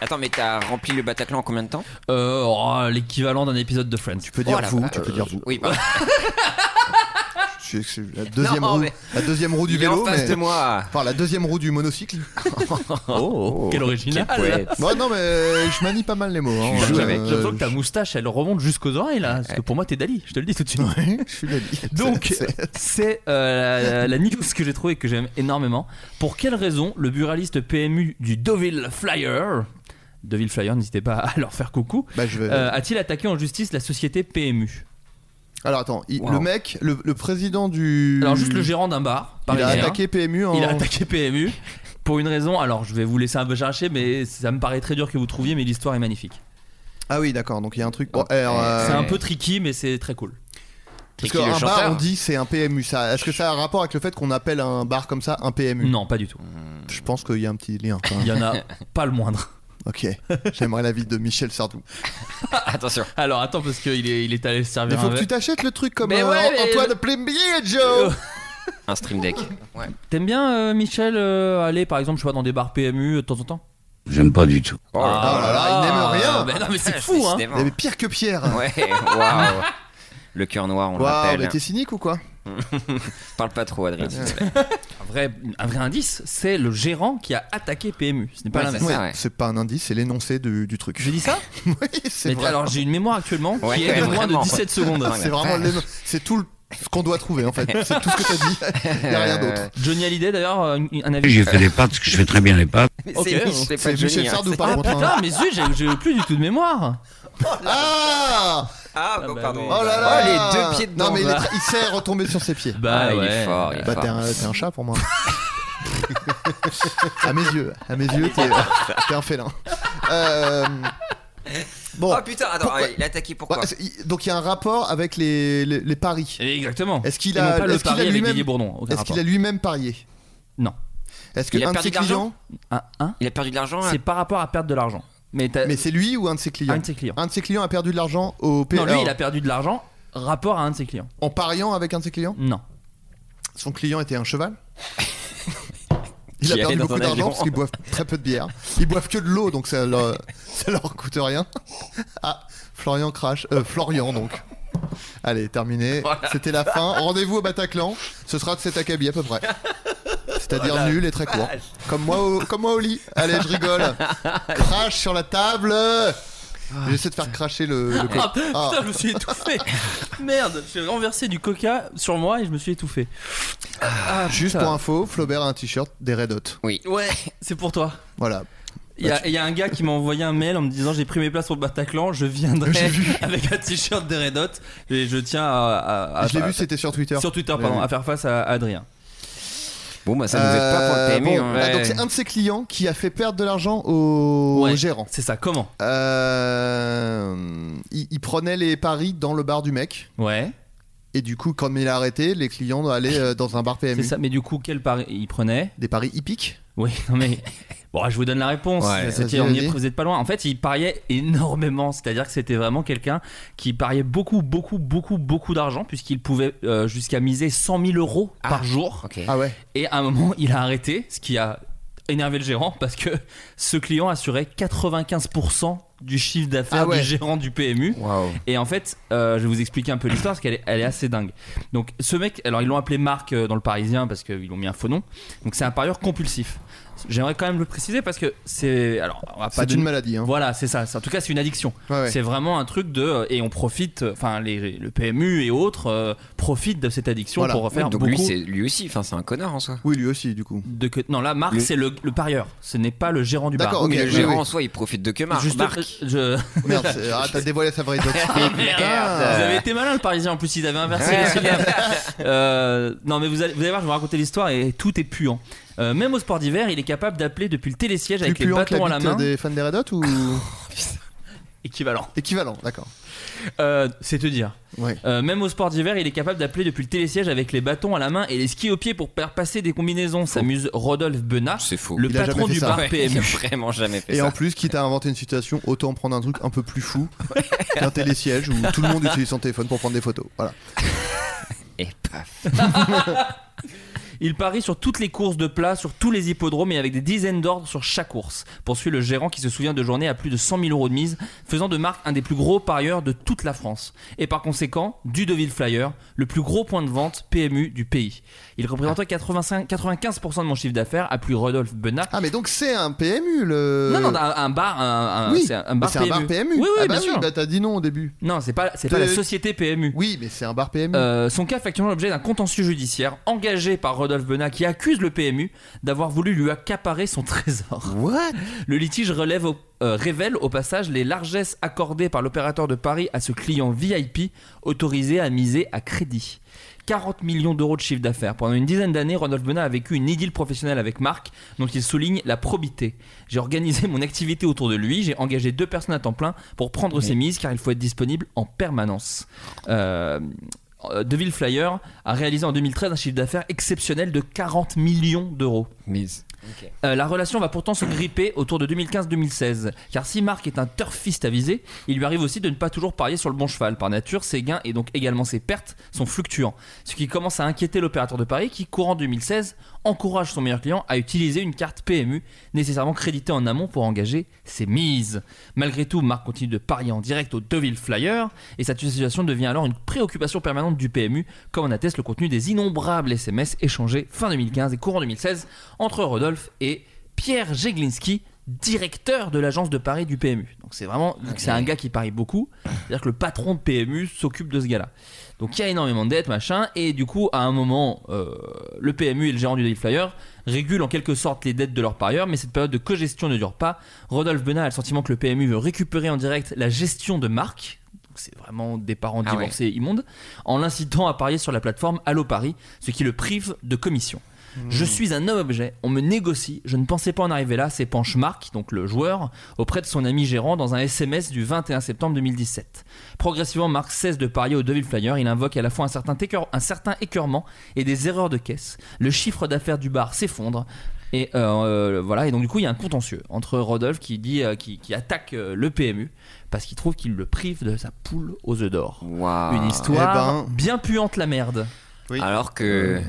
Attends, mais t'as rempli le Bataclan en combien de temps Oh Euh, oh, l'équivalent d'un épisode de Friends. Tu peux dire vous, tu peux dire vous. Oui, bah, Je- je- la deuxième Non, roue, mais- la deuxième roue du Il est en vélo, face mais de moi. par la deuxième roue [LAUGHS] du monocycle. Oh, quel original. Quel poète. Bon, non, mais je manie pas mal les mots. hein. Tu joues Euh, avec. J'ai l'impression que ta moustache elle remonte jusqu'aux oreilles là. Parce que pour moi t'es Dali, je te le dis tout de suite. [LAUGHS] je suis Dali. Donc C'est- c'est- c'est euh, la, la news que j'ai trouvée et que j'aime énormément. Pour quelle raison le buraliste PMU du Deauville Flyer, Deauville Flyer, n'hésitez pas à leur faire coucou, Bah, vais- euh, a-t-il attaqué en justice la société PMU Alors attends, il- Wow. le mec, le, le président du. Alors juste le gérant d'un bar. Il a parisien. attaqué PMU en. Il a attaqué PMU pour une raison. Alors je vais vous laisser un peu chercher, mais ça me paraît très dur que vous trouviez, mais l'histoire est magnifique. Ah oui, d'accord. Donc il y a un truc. Bon, C'est un peu tricky, mais c'est très cool. Parce qu'un bar, on dit c'est un PMU. Ça, est-ce que ça a un rapport avec le fait qu'on appelle un bar comme ça un PMU Non, pas du tout. Je pense qu'il y a un petit lien. quand même. Il y en [LAUGHS] a pas le moindre. Ok. J'aimerais la vie de Michel Sardou. Attention. Alors attends, parce qu'il est, il est allé se Il servir faut un que verre. tu t'achètes le truc comme Mais euh, ouais, mais- Antoine Plumbier, Joe. un stream deck. Ouais. T'aimes bien, euh, Michel, euh, aller par exemple, je vois, dans des bars PMU euh, de temps en temps J'aime pas du tout. Oh là Ah là là, il n'aime rien. mais non, mais c'est Ah, fou, hein décidément. Il y avait pire que Pierre. Ouais, waouh. Le cœur noir, on Waouh, l'appelle. mais t'es cynique ou quoi Parle pas trop, Adrien. s'il te plaît. un vrai, un vrai indice, c'est le gérant qui a attaqué PMU. Ce n'est pas Ouais, la même. c'est ça, ouais. C'est pas un indice, c'est l'énoncé du, du truc. J'ai dit ça [LAUGHS] Oui, c'est Mais vrai. alors j'ai une mémoire actuellement Ouais, qui est de ouais, moins de vraiment. 17 secondes. C'est vraiment l'éno- c'est tout le- ce qu'on doit trouver [LAUGHS] en fait. C'est tout ce que t'as dit. Il y a rien d'autre. Johnny Hallyday d'ailleurs, euh, une- un avis. J'ai fait des pâtes, parce que je fais très bien les pâtes. Mais Ok. c'est- c'est pas C'est Johnny, Michel hein. Sardou C'est- par Ah contre. hein. putain, mais zut, j'ai- j'ai plus du tout de mémoire. Ah Ah, bon, bah pardon. oui. Oh là Oh, là les deux pieds dedans. Non mais il, est là. très- il s'est retombé sur ses pieds. Bah, Ah, il ouais. est fort, il est Bah fort. t'es un, t'es un chat pour moi. [LAUGHS] à mes yeux, à mes yeux, t'es t'es un félin. Euh, bon, Oh putain, attends, Pourquoi- il a attaqué pourquoi ouais, c'est- il- donc il y a un rapport avec les, les, les paris. Et Exactement. Est-ce qu'il Et non a, pas le est-ce qu'il pari a avec lui-même, Didier Bourdon aucun est-ce qu'il rapport. a lui-même parié Non. Est-ce que Il a un de perdu ses de l'argent clients, Un, un Il a perdu de l'argent là C'est par rapport à perdre de l'argent. Mais, t'as- mais c'est lui ou un de ses clients un de ses clients. Un de ses clients a perdu de l'argent au PR Non, lui, il a perdu de l'argent rapport à un de ses clients. en pariant avec un de ses clients. Non. Son client était [LAUGHS] un cheval. Il Qui a allait perdu dans beaucoup un avion. d'argent parce qu'ils boivent très peu de bière. Ils boivent que de l'eau, donc ça leur, [LAUGHS] ça leur coûte rien. [LAUGHS] Ah, Florian crash. Euh, Florian, donc. Allez, terminé. C'était la fin. Rendez-vous au Bataclan. Ce sera de cet acabit à [LAUGHS] peu près. C'est-à-dire nul et très court. Comme moi, au, comme moi au lit. Allez, [LAUGHS] je rigole. Crash sur la table. J'essaie de faire cracher le. le Ah, co- Ah. putain, je me suis [LAUGHS] étouffé. Merde, j'ai renversé du coca sur moi et je me suis étouffé. Ah, Juste putain. pour info, Flaubert a un t-shirt des Red Hot. Oui. Ouais, c'est pour toi. Voilà. Bah, Il y, a- il y a un gars qui m'a envoyé un mail en me disant j'ai pris mes places au Bataclan, je [LAUGHS] viendrai avec un t-shirt des Red Hot et je tiens à, Ah, à- à- Je l'ai à- vu, c'était sur Twitter. Ah, bah, sur Twitter Je l'ai pardon vu. à faire euh, face à Adrien. Bon, bah ça nous aide pas pour le Euh, PMU. bon, hein. ah, donc Ouais. c'est un de ses clients qui a fait perdre de l'argent au Ouais. gérant. C'est ça. Comment Euh, il, il prenait les paris dans le bar du mec. Ouais. Et du coup, quand il a arrêté, les clients allaient euh, dans un bar C'est PMU. ça. Mais du coup quel pari il prenait Des paris hippiques. Oui. Non [LAUGHS] mais bon, je vous donne la réponse. Ouais. C'était Vas-y, on y est- vas-y. vous êtes pas loin. En fait, il pariait énormément. C'est-à-dire que c'était vraiment quelqu'un qui pariait beaucoup, beaucoup, beaucoup, beaucoup d'argent puisqu'il pouvait euh, jusqu'à miser 100 000 euros par jour. Ok. Ah ouais. Et à un moment, il a arrêté, ce qui a énervé le gérant parce que ce client assurait 95% du chiffre d'affaires Ah ouais. du gérant du PMU. Et en fait, euh, je vais vous expliquer un peu l'histoire parce qu'elle est, elle est assez dingue. Donc ce mec, alors ils l'ont appelé Marc euh, dans le Parisien parce qu'ils l'ont mis un faux nom. Donc c'est un parieur compulsif. J'aimerais quand même le préciser parce que c'est alors on va pas C'est une maladie, hein. Voilà, c'est ça. C'est- En tout cas, c'est une addiction. Ouais, ouais. C'est vraiment un truc de et on profite. euh, Enfin, les- le PMU et autres euh, profitent de cette addiction pour refaire Donc beaucoup. lui, c'est lui aussi. Enfin, c'est un connard en soi. Oui, lui aussi, du coup. De que- non, là, Marc, Lui- c'est le, le parieur. Ce n'est pas le gérant du bar. Oui, mais le gérant en soi, il profite de que Marc. Juste- Marc. [LAUGHS] je- Merde, c'est- ah, t'as dévoilé sa vraie identité. [LAUGHS] Ah. Putain. Vous avez été malin le Parisien en plus ils avaient inversé Ouais. les filières. [LAUGHS] Euh, non mais vous allez, vous allez voir, je vais vous raconter l'histoire et tout est puant. Euh, même au sport d'hiver, il est capable d'appeler depuis le télésiège Plus avec les puant que bâtons à la la bite main. des fans des [LAUGHS] Red Hot ou Équivalent. Équivalent, d'accord. Euh, c'est te dire. Euh, même au sport d'hiver, il est capable d'appeler depuis le télésiège avec les bâtons à la main et les skis aux pieds pour faire passer des combinaisons. S'amuse Rodolphe Benat, le Il a patron jamais fait du ça. bar Ouais, PMU. il a vraiment jamais Et en plus, quitte à inventer une situation, autant prendre un truc un peu plus fou qu'un télésiège où tout le monde utilise son téléphone pour prendre des photos. Voilà. [LAUGHS] Et paf. [LAUGHS] Il parie sur toutes les courses de plat, sur tous les hippodromes et avec des dizaines d'ordres sur chaque course. Poursuit le gérant qui se souvient de journées à plus de 100 000 euros de mise, faisant de Marc un des plus gros parieurs de toute la France. Et par conséquent, du Deville Flyer, le plus gros point de vente PMU du pays. Il représentait 85, 95% de mon chiffre d'affaires, a plus Rodolphe Benat. Ah, mais donc c'est un PMU le. Non, non, un, un bar, un, un- oui, c'est un, mais bar c'est PMU. Oui, oui, Ah bah bien sûr. bah t'as dit non au début. Non, c'est pas, c'est pas la société PMU. Oui, mais c'est un bar PMU. Euh, son cas fait actuellement l'objet d'un contentieux judiciaire engagé par Rodolphe Benat qui accuse le PMU d'avoir voulu lui accaparer son trésor. le litige relève au- euh, révèle au passage les largesses accordées par l'opérateur de Paris à ce client VIP autorisé à miser à crédit. 40 millions d'euros de chiffre d'affaires. Pendant une dizaine d'années, Rodolphe Benat a vécu une idylle professionnelle avec Marc, dont il souligne la probité. J'ai organisé mon activité autour de lui, j'ai engagé deux personnes à temps plein pour prendre ses mises, car il faut être disponible en permanence. Euh, euh, Deville Flyer a réalisé en 2013 un chiffre d'affaires exceptionnel de 40 millions d'euros. Euh, la relation va pourtant se gripper autour de 2015-2016, car si Marc est un turfiste avisé, il lui arrive aussi de ne pas toujours parier sur le bon cheval. Par nature, ses gains et donc également ses pertes sont fluctuants, ce qui commence à inquiéter l'opérateur de Paris qui, courant 2016, encourage son meilleur client à utiliser une carte PMU nécessairement créditée en amont pour engager ses mises. Malgré tout, Marc continue de parier en direct au Deville Flyer, et cette situation devient alors une préoccupation permanente du PMU, comme en atteste le contenu des innombrables SMS échangés fin 2015 et courant 2016 entre Rodolphe et Pierre Jeglinski, directeur de l'agence de Paris du PMU. Donc c'est vraiment, vu que c'est un gars qui parie beaucoup, c'est-à-dire que le patron de PMU s'occupe de ce gars-là. Donc il y a énormément de dettes, machin, et du coup, à un moment, euh, le PMU et le gérant du Daily Flyer régulent en quelque sorte les dettes de leurs parieurs, mais cette période de cogestion ne dure pas. Rodolphe Benat a le sentiment que le PMU veut récupérer en direct la gestion de marque. Donc, C'est vraiment des parents Ah ouais. divorcés immondes, en l'incitant à parier sur la plateforme Allo Paris, ce qui le prive de commission. Je Hmm. suis un homme objet, on me négocie, je ne pensais pas en arriver là, s'épanche Marc, donc le joueur, auprès de son ami gérant dans un SMS du 21 septembre 2017. Progressivement, Marc cesse de parier au Devil Flyer, il invoque à la fois un certain, écœur- un certain écœurement et des erreurs de caisse. Le chiffre d'affaires du bar s'effondre. Et euh, euh, voilà, et donc du coup il y a un contentieux entre Rodolphe qui dit euh, qui, qui attaque euh, le PMU parce qu'il trouve qu'il le prive de sa poule aux œufs d'or. Une histoire Eh ben, bien puante la merde. Alors que.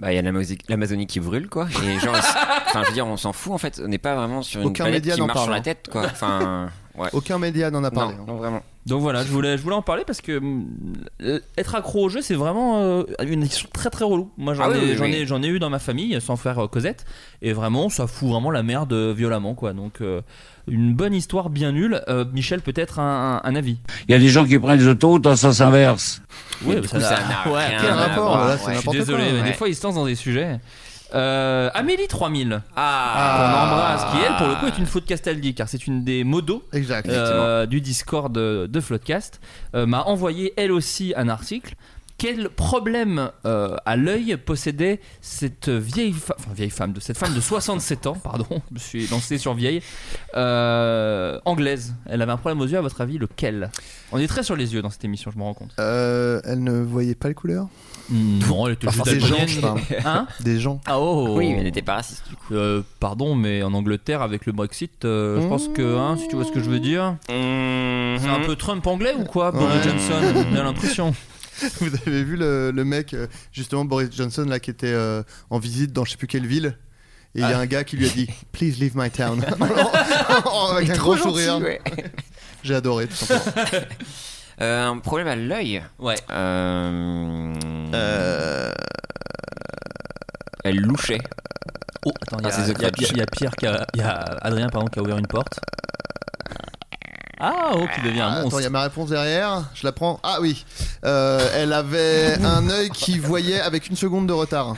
Bah, il y a l'Amazonie- l'Amazonie qui brûle, quoi. Et [LAUGHS] les gens, ils s- enfin, je veux dire, on s'en fout, en fait. On n'est pas vraiment sur une Aucun planète média qui n'en marche sur parle, la hein. tête, quoi. Enfin, ouais. Aucun média n'en a parlé. hein. Non, non, vraiment. Donc voilà, je voulais, je voulais en parler parce que mm, euh, être accro au jeu, c'est vraiment euh, une addiction très très relou. Moi, j'en Ah oui, ai, oui, j'en oui. ai- j'en ai eu dans ma famille sans faire euh, Cosette, et vraiment, ça fout vraiment la merde euh, violemment, quoi. Donc euh, une bonne histoire bien nulle. Euh, Michel, peut-être un, un- un avis. Il y a des gens qui prennent les autoroutes en sens inverse. Oui, Mais bah, du ça coup, [LAUGHS] n'a- ouais, Ah, rien quel à rapport, voir, là, ouais. c'est n'importe quoi. désolé, mais des fois ils se lancent dans des sujets. Euh, Amélie 3000 Ah. Ah. qu'on embrasse, qui elle pour le coup est une faute Castaldi car c'est une des modos euh, du Discord de, de Floodcast, euh, m'a envoyé elle aussi un article. Quel problème euh, à l'œil possédait cette vieille, fa- enfin, vieille femme, de cette femme de 67 ans, pardon, [LAUGHS] je me suis lancé sur vieille, euh, anglaise. Elle avait un problème aux yeux, à votre avis, lequel On est très sur les yeux dans cette émission, je me rends compte. Euh, elle ne voyait pas les couleurs Mm, Non, elle était Enfin, juste des gens, algérienne. je parle. [LAUGHS] Hein Des gens. Ah oh Oui, mais elle n'était pas raciste. Euh, pardon, mais en Angleterre, avec le Brexit, euh, je pense que, hein, si tu vois ce que je veux dire, c'est un peu Trump anglais ou quoi, Boris Ouais. Johnson [LAUGHS] On a l'impression. Vous avez vu le, le mec, euh, justement Boris Johnson, là, qui était euh, en visite dans je sais plus quelle ville Et il Ah. y a un gars qui lui a [LAUGHS] dit Please leave my town. [LAUGHS] Oh, Avec Il est un trop gros gentil, sourire. ouais. J'ai adoré, tout simplement. Euh, un problème à l'œil. Euh, Ouais. Euh. Elle louchait. Oh, attends, il y, Ah, c'est a- The il y a Crutch. [LAUGHS] Pierre- il y a Pierre qui a, il y a Adrien pardon, qui a ouvert une porte. Ah, oh, qui devient un Attends, monstre. il y a ma réponse derrière. Je la prends. Ah oui. Euh, elle [LAUGHS] avait un œil qui voyait avec une seconde de retard.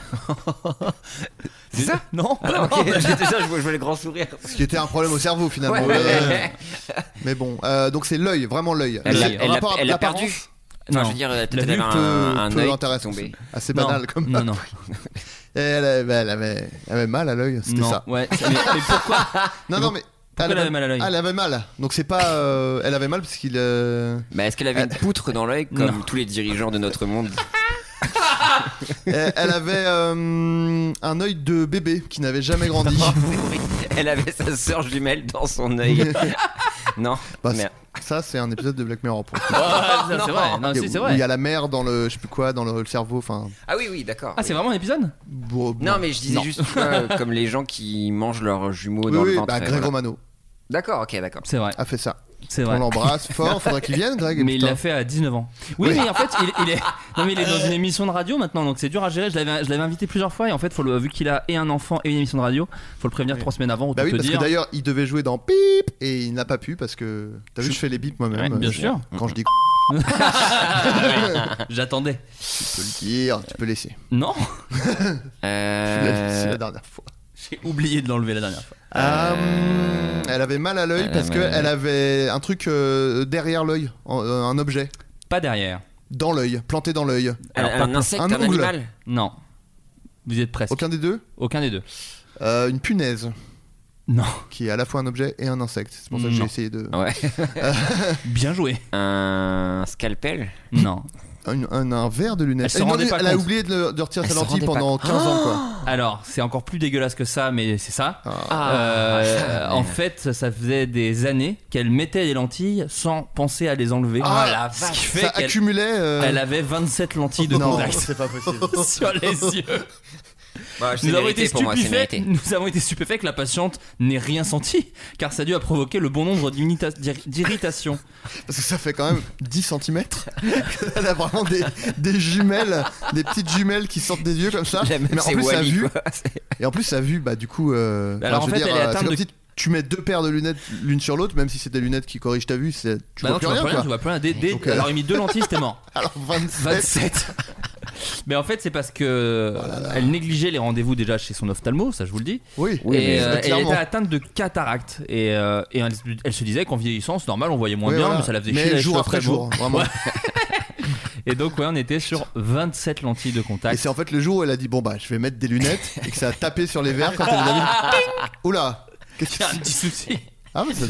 C'est ça Non Ah, ok. Déjà, je vois, je vois le grand sourire. Ce qui était un problème au cerveau finalement. Ouais. Ouais. [LAUGHS] Mais bon, euh, donc c'est l'œil, vraiment l'œil. Elle l'a- Le- elle l'a- rapport à elle l'a l'apparence, perdu. Enfin, je veux dire, peut-être La elle vue avait un- peu- un peu œil intéressant. tombé. Assez Non. banal comme Non, non. [LAUGHS] Et elle, avait, elle avait- elle avait mal à l'œil, c'était Non, ça. ouais, mais- mais pourquoi [LAUGHS] Non, non, mais. Pourquoi elle avait mal à l'œil Ah, Elle avait mal. Donc c'est pas. euh, elle avait mal parce qu'il. [LAUGHS] euh, Mais Bah, est-ce qu'elle avait une Ah. poutre dans l'œil comme tous les dirigeants de notre monde [LAUGHS] elle elle avait euh, un œil de bébé qui n'avait [LAUGHS] jamais grandi. Elle avait sa sœur jumelle dans son [LAUGHS] œil. non. Bah, merde. Ça, c'est un épisode de Black Mirror. Pour le [LAUGHS] coup. Ah, ça, c'est vrai. Non, Et si, c'est où- vrai. où Il y a la mère dans le, je sais plus quoi, dans le, le cerveau. Enfin. Ah oui, oui, d'accord. Ah, c'est vraiment un épisode bon, Non, mais je disais Non. juste tu vois, [LAUGHS] euh, comme les gens qui mangent leurs jumeaux Oui, dans le oui, ventre. bah, euh, Greg voilà. Romano D'accord, ok, d'accord. C'est vrai. a fait ça. C'est vrai. On l'embrasse [LAUGHS] fort. Faudrait qu'il vienne, Greg. Mais il putain. l'a fait à 19 ans. Oui, Oui. mais en fait, il, il [LAUGHS] est, non, mais il est dans une émission de radio maintenant, donc c'est dur à gérer. Je l'avais, je l'avais invité plusieurs fois, et en fait, faut le, vu qu'il a et un enfant et une émission de radio, faut le prévenir trois semaines avant. autant Bah oui, te parce dire. que d'ailleurs, il devait jouer dans Pip et il n'a pas pu parce que. T'as vu, je fais les bips moi-même. Ouais, bien euh, sûr. Ah, [LAUGHS] Quand je dis. [LAUGHS] J'attendais. Tu peux le dire, tu peux laisser. [LAUGHS] Non Euh, Tu l'as dit, c'est la dernière fois. J'ai oublié de l'enlever la dernière fois. Hum, Elle avait mal à l'œil euh, elle parce a mal à qu'elle l'œil. avait un truc euh, derrière l'œil, en- euh, un objet. Pas derrière. Dans l'œil, planté dans l'œil. Alors, Un- pas- un insecte, un ongle. animal Non. Vous y êtes presque. Aucun des deux Aucun des deux. Euh, Une punaise. Non. Qui est à la fois un objet et un insecte. C'est pour ça que j'ai Non. essayé de. Ouais. Bien joué. hein Un scalpel Non. Un, un- un verre de lunettes. Elle se Eh, non, rendait pas a compte. oublié de, le- de retirer Elle sa se rendait lentille pas pendant compte. 15 ans, quoi. Alors, c'est encore plus dégueulasse que ça, mais c'est ça. Ah. Euh, Ah. en fait, ça faisait des années qu'elle mettait des lentilles sans penser à les enlever. Ah, Ce qui ça fait qu'elle accumulait. euh, elle avait 27 lentilles de non, contact c'est pas possible. [LAUGHS] sur [LAUGHS] les yeux. Bah, c'est Nous avons, mérité été pour moi, c'est stupéfaits, mérité. nous avons été stupéfaits que la patiente n'ait rien senti, car ça a dû a provoqué le bon nombre d'imita- d'ir- d'irritations. Parce que ça fait quand même 10 cm. Elle a vraiment des, des jumelles, des petites jumelles qui sortent des yeux comme ça. La meuf, Mais en c'est plus, sa Wally, vue. quoi. [LAUGHS] C'est- Et en plus, sa vue, bah du coup. euh, Alors, enfin, en je veux fait, dire, elle est euh, c'est atteinte comme de- si tu mets deux paires de lunettes l'une sur l'autre, même si c'est des lunettes qui corrigent ta vue, c'est- tu, Bah non, vois plus rien, quoi. tu vois plus rien. Dès- dès- Donc, euh, Alors, il a mis deux lentilles, c'était mort. [LAUGHS] Alors 27. 27. Mais en fait, c'est parce que euh, elle négligeait les rendez-vous déjà chez son ophtalmo, ça je vous le dis. Oui, et mais euh, elle clairement. était atteinte de cataracte. Et, euh, et elle, elle se disait qu'en vieillissant, c'est normal, on voyait moins Ouais, bien, voilà. mais ça la faisait Mais chier. jour d'être après très beau. jour, vraiment. Ouais. [LAUGHS] et donc, ouais, on était sur 27 lentilles de Et contact. c'est en fait le jour où elle a dit Bon bah je vais mettre des lunettes et que ça a tapé sur les verres quand elle [LAUGHS] les a mis. Ting Oula Qu'est-ce que Un petit souci. Ah, mais ça-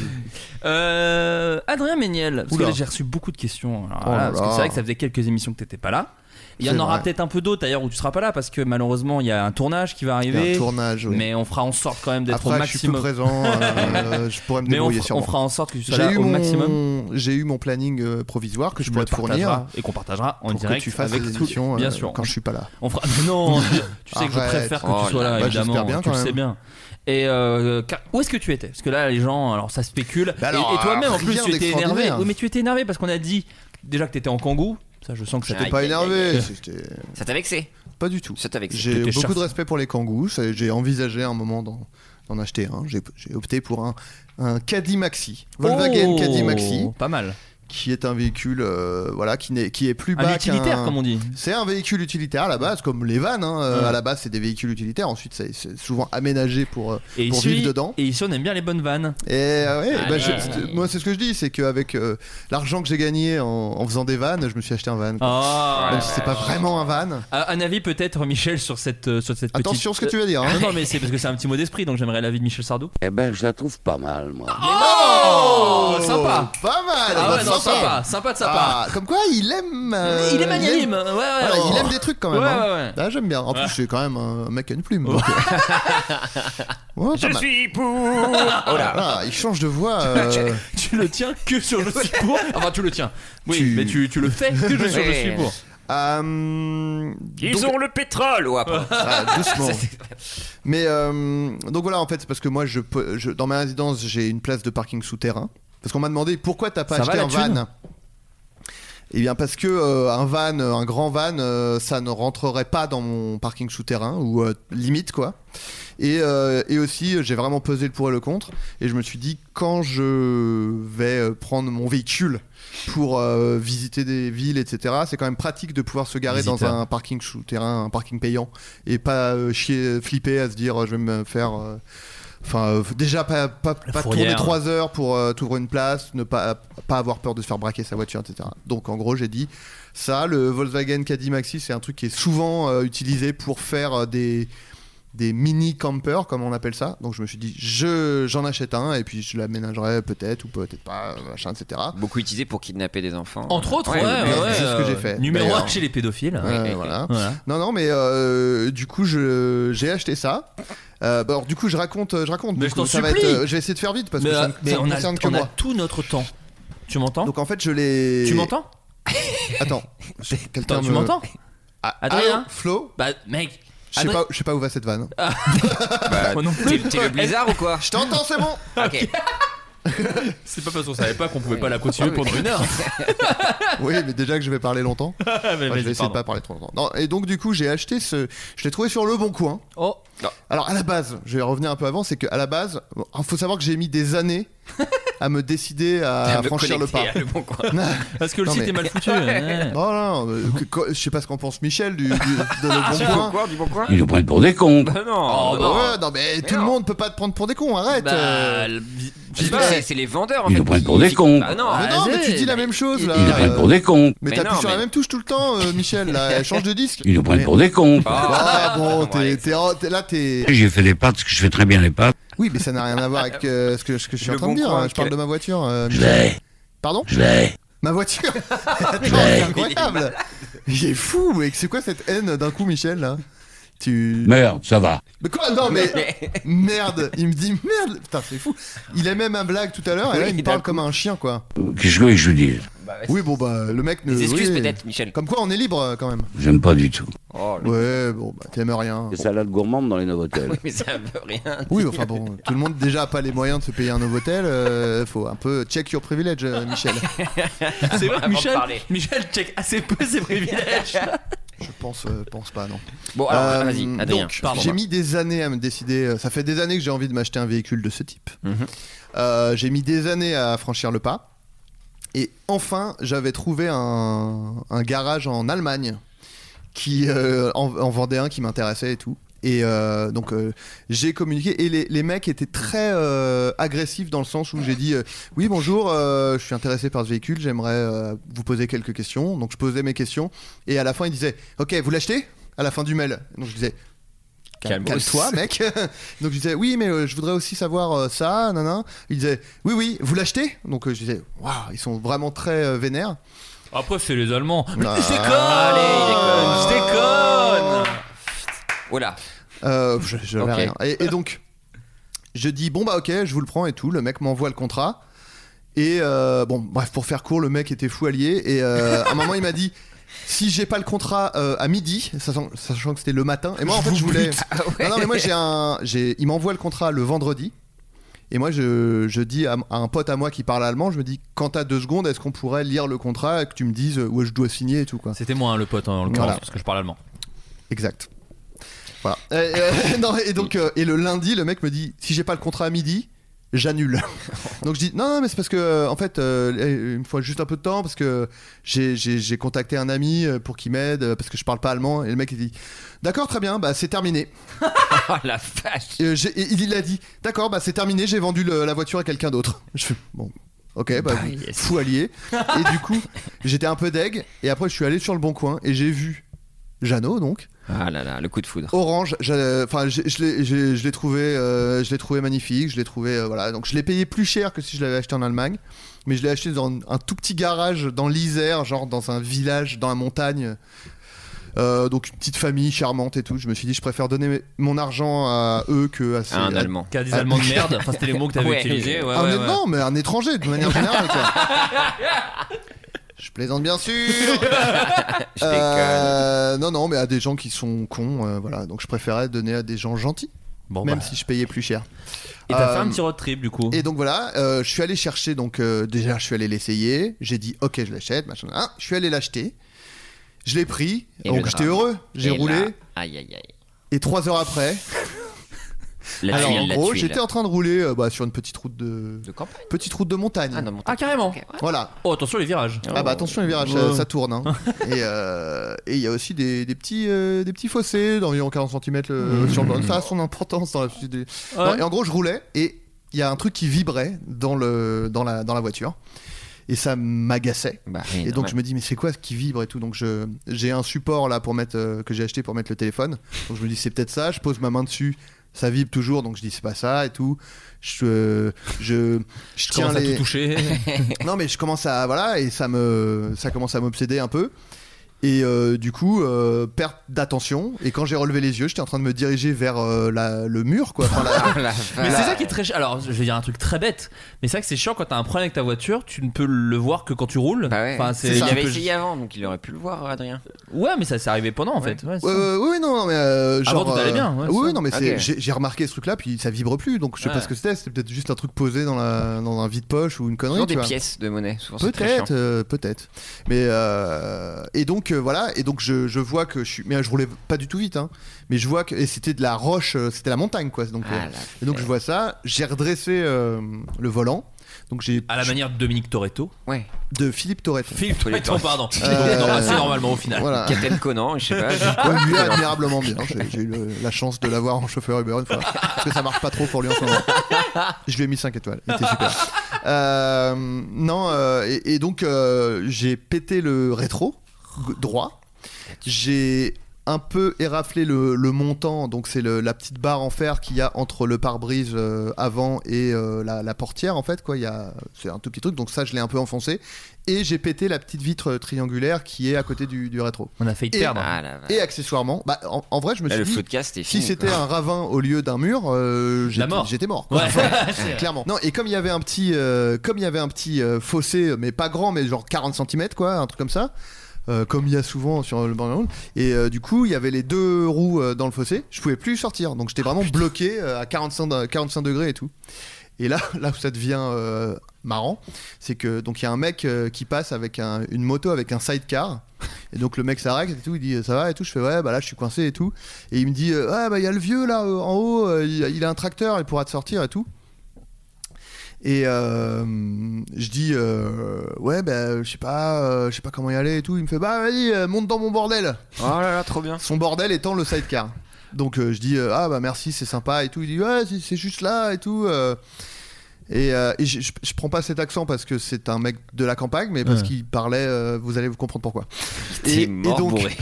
Euh, Adrien Méniel, parce que Oula. là, j'ai reçu beaucoup de questions. hein. Alors, Oh voilà, là parce que là. c'est vrai que ça faisait quelques émissions que t'étais pas là. Il y C'est en aura vrai. peut-être un peu d'autres d'ailleurs où tu seras pas là parce que malheureusement il y a un tournage qui va Il y a arriver. un tournage, oui. Mais on fera en sorte quand même d'être au Après, je suis peu maximum. présent, euh, je pourrais me Mais on, débrouiller f- sûrement. on fera en sorte que tu sois J'ai là eu, au mon... maximum. j'ai eu mon planning euh, provisoire que je Tu pourrais le te fournir partageras et qu'on partagera en pour direct que tu fasses avec les tout- émissions euh, bien sûr. quand je suis pas là. On fera. [LAUGHS] Mais non, tu sais que je Arrête. préfère que Oh tu sois là là, là, évidemment. j'espère bien, tu le quand sais même. bien. Et euh, car- où est-ce que tu étais Parce que là, les gens, alors ça spécule. Bah alors, et et toi-même, en plus, rien tu étais énervé. d'extraordinaire. Oui, mais tu étais énervé parce qu'on a dit déjà que t'étais en kangou. Ça, je sens que ça J'étais t'est- pas aïe, aïe, énervé, aïe. c'était- Ça t'a vexé pas du tout. Ça t'a vexé J'ai T'étais beaucoup cher. de respect pour les kangourous, ça- j'ai envisagé un moment d'en, d'en acheter un. J'ai, j'ai opté pour un, un Caddy Maxi, Volkswagen Oh, Caddy Maxi, Pas mal. qui est un véhicule euh, voilà, qui, n'est, qui est plus Un bas utilitaire, qu'un- comme on dit. C'est un véhicule utilitaire à la base, comme les vannes. hein, euh, Ouais. À la base, c'est des véhicules utilitaires. Ensuite, c'est, c'est souvent aménagé pour, euh, Et pour ici, vivre dedans. et ici, on aime bien les bonnes vannes. Et euh, ouais, Allez. bah, je- c'est- moi c'est ce que je dis, c'est qu'avec euh, l'argent que j'ai gagné en, en faisant des vannes, je me suis acheté un van. quoi. Ah, Même si c'est pas vraiment un van. Euh, Un avis peut-être Michel sur cette euh, sur cette petite. Attention ce que tu vas dire, hein. Non, non, mais c'est parce que c'est un petit mot d'esprit donc j'aimerais l'avis de Michel Sardou. Eh ben, je la trouve pas mal, moi. Ah, Oh, sympa. Pas Ah mal. bah, ouais non sympa sympa de sa part. Ah, comme quoi il aime. euh, il est magnanime. il aime- Ouais, ouais, Voilà, non. il aime des trucs quand même. Ouais, hein. ouais, ouais. Ah, j'aime bien. En plus, c'est quand même un mec à une plume. [LAUGHS] donc, euh, ouais, pas mal. suis pour. Voilà, il change de voix. euh, [LAUGHS] Tu le tiens que sur je suis pour. Enfin tu le tiens. Oui Tu- mais tu, tu le fais que je- sur je suis Ouais. pour. euh, donc, bah, le pétrole, ou après. [LAUGHS] ah, doucement. Mais euh, donc voilà, en fait, c'est parce que moi, je, peux- je- dans ma résidence, j'ai une place de parking souterrain. Parce qu'on m'a demandé pourquoi t'as pas Ça acheté va, un la thune van. Eh bien parce que euh, un van, euh, un grand van, euh, ça ne rentrerait pas dans mon parking souterrain ou euh, limite quoi. Et, euh, et aussi euh, j'ai vraiment pesé le pour et le contre et je me suis dit quand je vais euh, prendre mon véhicule pour euh, visiter des villes etc c'est quand même pratique de pouvoir se garer Visiteur. dans un parking souterrain, un parking payant et pas euh, chier flipper à se dire euh, je vais me faire euh, Enfin, euh, déjà pas, pas, pas tourner fourrière. trois trois heures pour euh, t'ouvrir une place, ne pas, pas avoir peur de se faire braquer sa voiture, etc. Donc en gros, j'ai dit ça, le Volkswagen Caddy Maxi, c'est un truc qui est souvent euh, utilisé pour faire euh, des des mini campers comme on appelle ça donc je me suis dit je j'en achète un et puis je l'aménagerai peut-être ou peut-être pas euh, machin etc Beaucoup utilisé pour kidnapper des enfants. Entre autres, ouais, ouais, c'est ce que j'ai fait Numéro D'ailleurs. 1 chez les pédophiles. Ouais, Euh, voilà. Non, non, mais euh, du coup, je- j'ai acheté ça. Euh, bah, alors, du coup, je raconte, euh, je raconte. Mais Du je coup, t'en ça va supplie. être, euh, je vais essayer de faire vite parce Mais, que ça, euh, ne- mais ça ne on a- concerne que on a moi. tout notre temps. Tu m'entends Donc en fait, je l'ai. Tu m'entends [LAUGHS] Attends. je- quel Attends, terme- tu m'entends Ah, Adrien allô, Flo Bah, mec. Ah. Je sais pas, je sais pas où va cette vanne. Moi non plus. Bah, t'es- t'es le blizzard ou quoi Je t'entends, c'est bon. Ok. C'est pas parce qu'on savait pas qu'on pouvait pas la Ah, continuer pendant une heure. oui, mais déjà que je vais parler longtemps. Mais Enfin, je vais vas-y, essayer pardon. de pas parler trop longtemps. Non, et donc, du coup, j'ai acheté ce. Je l'ai trouvé sur Le Bon Coin. Oh. Alors, à la base, je vais revenir un peu avant, c'est qu'à la base, bon, faut savoir que j'ai mis des années à me décider à, À me franchir le pas. connecter à Le Bon Coin. [LAUGHS] Non. Parce que le Non, site mais- est mal foutu. ouais. Non, non, euh, que- que- je sais pas ce qu'en pense Michel du, du- de Le Bon Coin. du bon coin Ils nous prennent pour des cons. Bah non. Oh, bah ouais, non, mais, tout le monde peut pas te prendre pour des cons, arrête. euh. Bah, le- je sais pas, c'est- c'est les vendeurs en Ils fait. nous prennent qui- pour des qui- cons. Bah non, Mais non, mais tu vas-y. dis la même chose là. Ils nous prennent pour des cons. Mais, Mais t'appuies non, sur la mais- même touche tout le temps, euh, Michel. Là, change de disque. Ils nous prennent Mais- pour des cons. Ah bon, t'es- t'es- oh, t'es- là t'es. J'ai fait les pâtes parce que je fais très bien les pâtes. Oui, mais ça n'a rien à voir avec euh, ce, que, ce que je suis Le en train de bon dire. coin, hein. Je parle quel- de ma voiture. euh, Je Michel. vais. Pardon Je vais. Ma [LAUGHS] voiture Attends, Je C'est vais. incroyable Il est fou, mec. C'est quoi cette haine d'un coup, Michel là tu... Merde, ça va. Mais quoi Non, [LAUGHS] mais. merde Il me dit merde Putain, c'est fou Il a même un blague tout à l'heure et là, Oui, il me d'un parle comme un chien, quoi. Qu'est-ce que je vous dis Oui, bon, bah, le mec ne. Des excuses, oui. peut-être, Michel. Oh, Comme quoi, on est libre euh, quand même. J'aime pas du tout. ouais, bon, bah, t'aimes rien. Des salades gourmandes dans les Novotel. Mais ça veut rien. Oui, enfin bon, tout le monde déjà a pas les moyens de se payer un Novotel. euh, faut un peu check your privilege, euh, Michel. C'est vrai que Avant de Michel, parler. Michel check assez peu ses privilèges. Je pense, euh, pense pas, non. Bon, alors, vas-y, Adrien, Euh, donc, pardon. j'ai mis des années à me décider. euh, Ça fait des années que j'ai envie de m'acheter un véhicule de ce type. Mhm. Euh, j'ai mis des années à franchir le pas. Et enfin, j'avais trouvé un, un garage en Allemagne qui euh, en, en vendait un qui m'intéressait et tout. Et euh, donc euh, j'ai communiqué et les, les mecs étaient très euh, agressifs dans le sens où j'ai dit euh, oui bonjour euh, je suis intéressé par ce véhicule j'aimerais euh, vous poser quelques questions donc je posais mes questions et à la fin ils disaient ok vous l'achetez à la fin du mail donc je disais Calme- Calmos. Calme-toi, mec. [LAUGHS] Donc je disais, oui, mais euh, je voudrais aussi savoir euh, ça, nanan. Il disait, oui, oui, vous l'achetez Donc euh, je disais, waouh, ils sont vraiment très euh, vénères. Après, c'est les Allemands. Mais Ah. je déconne Allez, il déconne. Je déconne Ah. Voilà. Euh, je je Ok. rien. Et, et donc, je dis, bon, bah, ok, je vous le prends et tout. Le mec m'envoie le contrat. Et euh, bon, bref, pour faire court, le mec était fou allié. Et euh, à un moment, il m'a dit. Si j'ai pas le contrat euh, à midi, sachant, sachant que c'était le matin, et moi en fait je voulais. Non, non, mais moi j'ai un. j'ai- Il m'envoie le contrat le vendredi, et moi je, je dis à, à un pote à moi qui parle allemand, je me dis quand t'as deux secondes, est-ce qu'on pourrait lire le contrat et que tu me dises où je dois signer et tout quoi. C'était moi hein, le pote en l'occurrence Voilà. parce que je parle allemand. Exact. Voilà. Euh, euh, [LAUGHS] non, et donc euh, et le lundi, le mec me dit si j'ai pas le contrat à midi, j'annule. [LAUGHS] donc je dis non, non mais c'est parce que euh, en fait euh, euh, il me faut juste un peu de temps parce que j'ai- j'ai j'ai contacté un ami euh, pour qu'il m'aide euh, parce que je parle pas allemand et le mec il dit d'accord très bien bah c'est terminé. [LAUGHS] Oh la vache. Euh, j'ai- et il il a dit d'accord bah c'est terminé j'ai vendu le- la voiture à quelqu'un d'autre. [LAUGHS] Je fais bon. Ok, bah, fou allié. Et du coup, j'étais un peu deg. Et après, je suis allé sur le bon coin et j'ai vu Jeannot, donc, Ah là là, le coup de foudre. Orange, je- enfin, je, je l'ai- je- je l'ai trouvé, euh, je l'ai trouvé magnifique, je l'ai trouvé, euh, voilà. Donc, je l'ai payé plus cher que si je l'avais acheté en Allemagne, mais je l'ai acheté dans un tout petit garage dans l'Isère, genre dans un village dans la montagne. Euh, donc une petite famille charmante et tout. Je me suis dit, je préfère donner mes- mon argent à eux que à ces- À un Allemand. Qu'à des Allemands de merde. Enfin, c'était les mots que t'avais Ouais. utilisés. Ouais, Ah, ouais, mais ouais. Non, mais un étranger de manière générale. quoi. Je plaisante [LAUGHS] bien sûr. Euh, non, non, mais à des gens qui sont cons, euh, voilà. Donc je préférais donner à des gens gentils. même bah. si je payais plus cher. Et t'as fait Euh, un petit road trip du coup. et donc voilà, euh, je suis allé chercher, donc euh, déjà je suis allé l'essayer, j'ai dit ok je l'achète, machin, ah, je suis allé l'acheter, je l'ai pris, Et le donc j'étais drame. heureux, j'ai Et roulé, là, aïe aïe aïe. et trois heures après, La alors tuile, en la gros tuile. j'étais en train de rouler euh, bah, sur une petite route de... Petite route de montagne. Ah, Ah carrément. Voilà. Oh attention les virages. Ah bah attention les virages, ça, ça [LAUGHS] tourne. hein. et euh, et il y a aussi des, des petits, euh, des petits fossés d'environ 40 cm sur le blanc. Ça a son importance dans la suite des- Mmh. Ouais. Non, Et en gros, je roulais et il y a un truc qui vibrait dans, le, dans, la, dans la voiture. Et ça m'agaçait. oui, et donc normal. je me dis mais c'est quoi ce qui vibre et tout donc je j'ai un support là pour mettre euh, que j'ai acheté pour mettre le téléphone donc je me dis c'est peut-être ça je pose ma main dessus ça vibre toujours donc je dis c'est pas ça et tout je euh, je je Tu tiens commences à les- tout toucher. non mais je commence à voilà et ça me ça commence à m'obséder un peu. Et euh, du coup, euh, perte d'attention. Et quand j'ai relevé les yeux, j'étais en train de me diriger vers euh, la- le mur, [LAUGHS] quoi. Enfin, Ah, la- Mais c'est ça qui est très chiant. Alors, je vais dire un truc très bête, mais c'est vrai que c'est chiant quand t'as un problème avec ta voiture, tu ne peux le voir que quand tu roules. Bah Enfin, c'est- il tu avait peux- essayé avant, Oh, donc il aurait pu le voir, Adrien. Ouais, mais ça s'est arrivé pendant en fait. Ouais, c'est Ouais, ça. ouais, ouais, non, non, mais euh, Avant, genre. Ah, tout allait euh, bien, ouais, oui, ça. non, mais c'est- Ok. j'ai j'ai remarqué ce truc-là, puis ça vibre plus. Donc je sais Ouais. pas ce que c'était. C'était peut-être juste un truc posé dans, la, dans un vide poche ou une connerie. Toujours tu des vois. pièces de monnaie, souvent, Oh, c'est très Peut-être, chiant. euh, peut-être. Mais euh, et donc euh, voilà, et donc je, je vois que je suis, mais je roulais pas du tout vite, hein. Mais je vois que et c'était de la roche, euh, c'était la montagne quoi. Donc euh, et donc je vois ça, j'ai redressé euh, le volant. Donc j'ai À la manière de Dominique Toretto. Ouais. de Philippe Toretto. Philippe Toretto, pardon. Euh, Non, assez normalement au final. Voilà. Captain Conan, je sais [LAUGHS] pas. Ouais, lui admirablement bien. J'ai- J'ai eu le- la chance de l'avoir en chauffeur Uber une fois. Parce que ça marche pas trop pour lui en ce moment. Je lui ai mis 5 étoiles. Il était super. Euh, non, euh, et, et donc euh, j'ai pété le rétro g- droit. J'ai un peu éraflé le, le montant, donc c'est le- la petite barre en fer qu'il y a entre le pare-brise euh, avant et euh, la, la portière en fait quoi. Il y a- c'est un tout petit truc, donc ça je l'ai un peu enfoncé et j'ai pété la petite vitre triangulaire qui est à côté du, du rétro. On a failli Et- perdre. et accessoirement, bah, en, en vrai, je me Là, suis le dit, podcast est si fini, c'était quoi. un ravin au lieu d'un mur, euh, j'étais mort. j'étais mort. quoi. [LAUGHS] Ouais. [LAUGHS] Enfin, C'est vrai. clairement. Non, et comme il y avait un petit, euh, comme il y avait un petit euh, fossé, mais pas grand, mais genre 40 cm quoi, un truc comme ça. euh, comme il y a souvent sur le bord de la route. Et euh, du coup, il y avait les deux roues euh, dans le fossé. Je pouvais plus sortir. Donc Ah, j'étais vraiment bloqué euh, à 45, de- 45 degrés et tout. Et là, [LAUGHS] là où ça devient euh, marrant, c'est que donc il y a un mec euh, qui passe avec un- une moto avec un sidecar. Et donc le mec s'arrête et tout, il dit ça va et tout. Je fais ouais, bah là je suis coincé et tout. Et il me dit euh, ah bah il y a le vieux là euh, en haut, euh, il, il a un tracteur, il pourra te sortir et tout. Et euh, je dis euh, ouais bah je sais pas, euh, je sais pas comment y aller et tout. Il me fait bah vas-y euh, monte dans mon bordel. Oh là là, [LAUGHS] trop bien. Son bordel étant le sidecar. Donc euh, je dis euh, ah bah merci c'est sympa et tout. Il dit ouais c'est- c'est juste là et tout. euh. et, euh, et je, je- je prends pas cet accent parce que c'est un mec de la campagne, mais parce Ouais. qu'il parlait, euh, vous allez vous comprendre pourquoi. T'es mort bourré.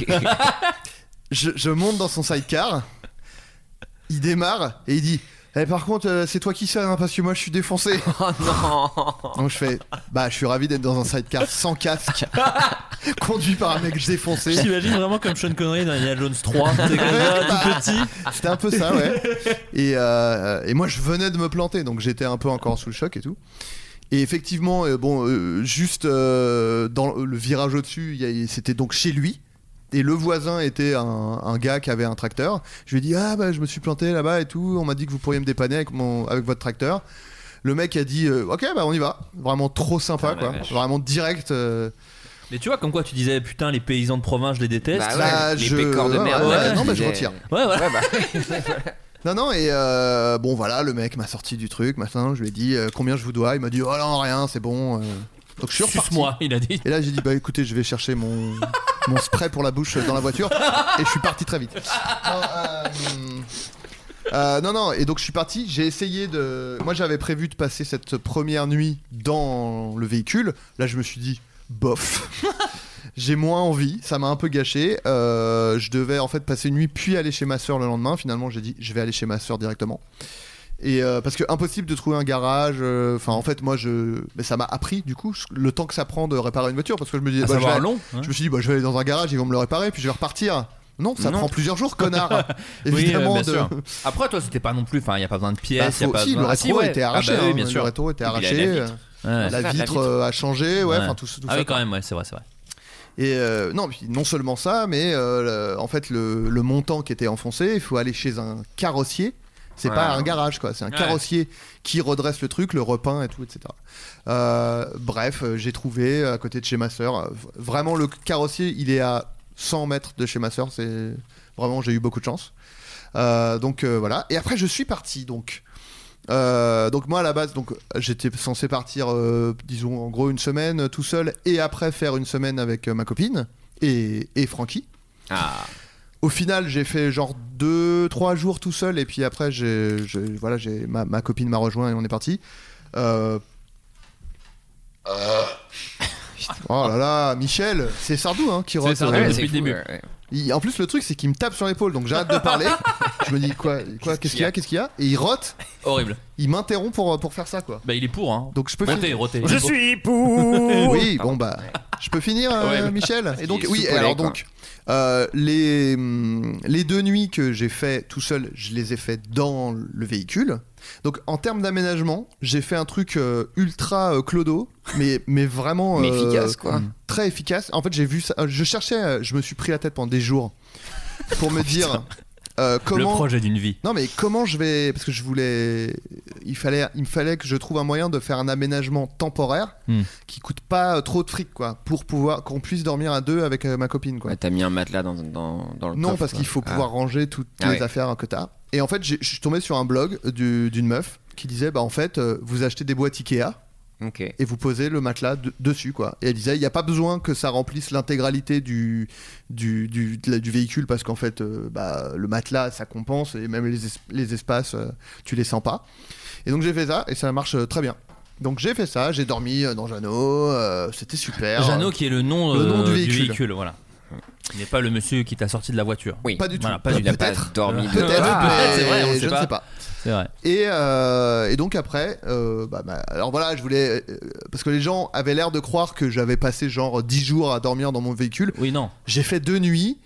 je, je monte dans son sidecar, il démarre et il dit Eh, Par contre, euh, c'est toi qui sonne hein, parce que moi je [LAUGHS] suis défoncé. Oh Donc je fais Bah, je suis ravi d'être dans un sidecar [LAUGHS] sans casque, conduit par un mec défoncé. Je t'imagine vraiment comme Sean Connery dans Indiana Jones 3. T'es comme ça, tout petit. [LAUGHS] C'était un peu ça, ouais. Et, euh, et moi, je venais de me planter, donc j'étais un peu encore sous le choc et tout. Et effectivement, euh, bon, euh, juste euh, dans le virage au-dessus, il y a- c'était donc chez lui. Et le voisin était un, un gars qui avait un tracteur. Je lui ai dit Ah, bah, je me suis planté là-bas et tout. On m'a dit que vous pourriez me dépanner avec, mon, avec votre tracteur. Le mec a dit euh, Ok, bah, on y va. Vraiment trop sympa, Putain, Ah, la quoi. vache. Vraiment direct. euh, Mais tu vois, comme quoi tu disais, putain, les paysans de province, je les déteste. Bah ouais, Bah, les je- pécores de ouais, merde, ouais, bah là, non, tu bah, je disais. retire. Ouais, voilà. [LAUGHS] Non, non, et euh, bon, voilà, le mec m'a sorti du truc, machin, je lui ai dit euh, combien je vous dois, il m'a dit, oh non, rien, c'est bon. euh. Donc je suis reparti. Suce-moi, [LAUGHS] il a dit. Et là, j'ai dit, bah écoutez, je vais chercher mon, mon spray pour la bouche dans [LAUGHS] la voiture, et je suis parti très vite. Non, euh, euh, non, non, et donc je suis parti, j'ai essayé de. Moi, j'avais prévu de passer cette première nuit dans le véhicule, là, je me suis dit, bof. [LAUGHS] J'ai moins envie, ça m'a un peu gâché. Euh, je devais en fait passer une nuit puis aller chez ma soeur le lendemain. Finalement, j'ai dit je vais aller chez ma soeur directement. Et euh, parce que impossible de trouver un garage. euh, Enfin, en fait, moi, je, mais ça m'a appris du coup ce- le temps que ça prend de réparer une voiture parce que je me disais, À bah, je, savoir vais- long, hein. je me suis dit, bah, je vais aller dans un garage, ils vont me le réparer, puis je vais repartir. Non, ça Non. prend plusieurs jours, connard. [LAUGHS] Oui, euh, [LAUGHS] Évidemment, bien de- sûr. Après, toi, c'était pas non plus. Enfin, il n'y a pas besoin de bah, pièces. y a faut- pas si, le besoin- Ah, rétro si, ouais. a été Ah, bah arraché. oui, hein, bien sûr. Le rétro a été Et puis, il a arraché. la euh, vitre. Ouais. La La vitre vitre. euh, a changé, ouais, Ouais. enfin tout, tout Ah ça. oui, quoi. quand même, ouais, c'est vrai, c'est vrai. Et euh, non, puis non seulement ça, mais euh, le- en fait, le, le montant qui était enfoncé, il faut aller chez un carrossier. C'est Ouais, pas ouais. un garage, quoi. C'est un Ouais. carrossier qui redresse le truc, le repeint et tout, etc. Euh, bref, euh, j'ai trouvé à côté de chez ma sœur. euh, v- Vraiment, le carrossier, il est à 100 mètres de chez ma sœur. C'est vraiment, j'ai eu beaucoup de chance. Euh, donc euh, voilà. Et après, je suis parti. Donc. Euh, donc moi à la base donc j'étais censé partir euh, disons en gros une semaine euh, tout seul et après faire une semaine avec euh, ma copine et, et Francky. Ah. Au final, j'ai fait genre 2-3 jours tout seul, et puis après, j'ai, j'ai- voilà, j'ai, ma, ma copine m'a rejoint et on est parti. Euh, Oh là là, Michel, c'est Sardou hein, qui Ah. C'est rote, Sardou euh, depuis le début. Ouais, ouais. Il- en plus, le truc, c'est qu'il me tape sur l'épaule, donc j'arrête de parler. [LAUGHS] je me dis quoi, quoi [LAUGHS] qu'est-ce qu'il y a, qu'est-ce qu'il y a Et il rote. Horrible. Il m'interrompt pour, pour faire ça, quoi. Bah, il est pour, hein. Donc je peux Roté, finir. roté. Il Je est pour. [LAUGHS] suis pour. Oui, Pardon. bon bah, je peux finir, euh, Ouais. bah, Michel. Et donc Il est oui, sous-collé, alors quoi. donc euh, les hum, les deux nuits que j'ai fait tout seul, je les ai fait dans le véhicule. Donc en termes d'aménagement, j'ai fait un truc euh, ultra euh, clodo, mais mais [LAUGHS] vraiment Mais euh, efficace, quoi. Très efficace. En fait, j'ai vu ça. euh, Je cherchais, euh, je me suis pris la tête pendant des jours pour Oh, me dire. euh, comment... projet d'une vie. Non mais comment je vais parce que je voulais il fallait il me fallait que je trouve un moyen de faire un aménagement temporaire Hmm. qui coûte pas euh, trop de fric quoi pour pouvoir qu'on puisse dormir à deux avec euh, ma copine quoi. Ouais, T'as mis un matelas dans, dans, dans le Non, coffre, parce quoi. qu'il faut Ah. pouvoir ranger toutes Ah les ouais. affaires que t'as. Et en fait, j'ai- je suis tombé sur un blog du- d'une meuf qui disait bah en fait, euh, vous achetez des boîtes Ikea. Ok. Et vous posez le matelas de- dessus, quoi. Et elle disait, il n'y a pas besoin que ça remplisse l'intégralité du, du, du, de la- du véhicule parce qu'en fait, euh, bah, le matelas, ça compense et même les, es- les espaces, euh, tu les sens pas. Et donc j'ai fait ça et ça marche euh, très bien. Donc j'ai fait ça, j'ai dormi euh, dans Jeannot, euh, c'était super. Jeannot qui est le nom, Le euh, nom du du, véhicule. véhicule. voilà. Il n'est pas le monsieur qui t'a sorti de la voiture. Oui. Pas du tout. Voilà, Il du a tout. pas dormi de- Bah, Peut-être, Ah, mais c'est vrai, on je ne sais pas. C'est vrai. Et, euh, et donc après, euh, bah, bah, alors voilà, je voulais. euh, parce que les gens avaient l'air de croire que j'avais passé genre 10 jours à dormir dans mon véhicule. Oui, non. J'ai fait deux nuits.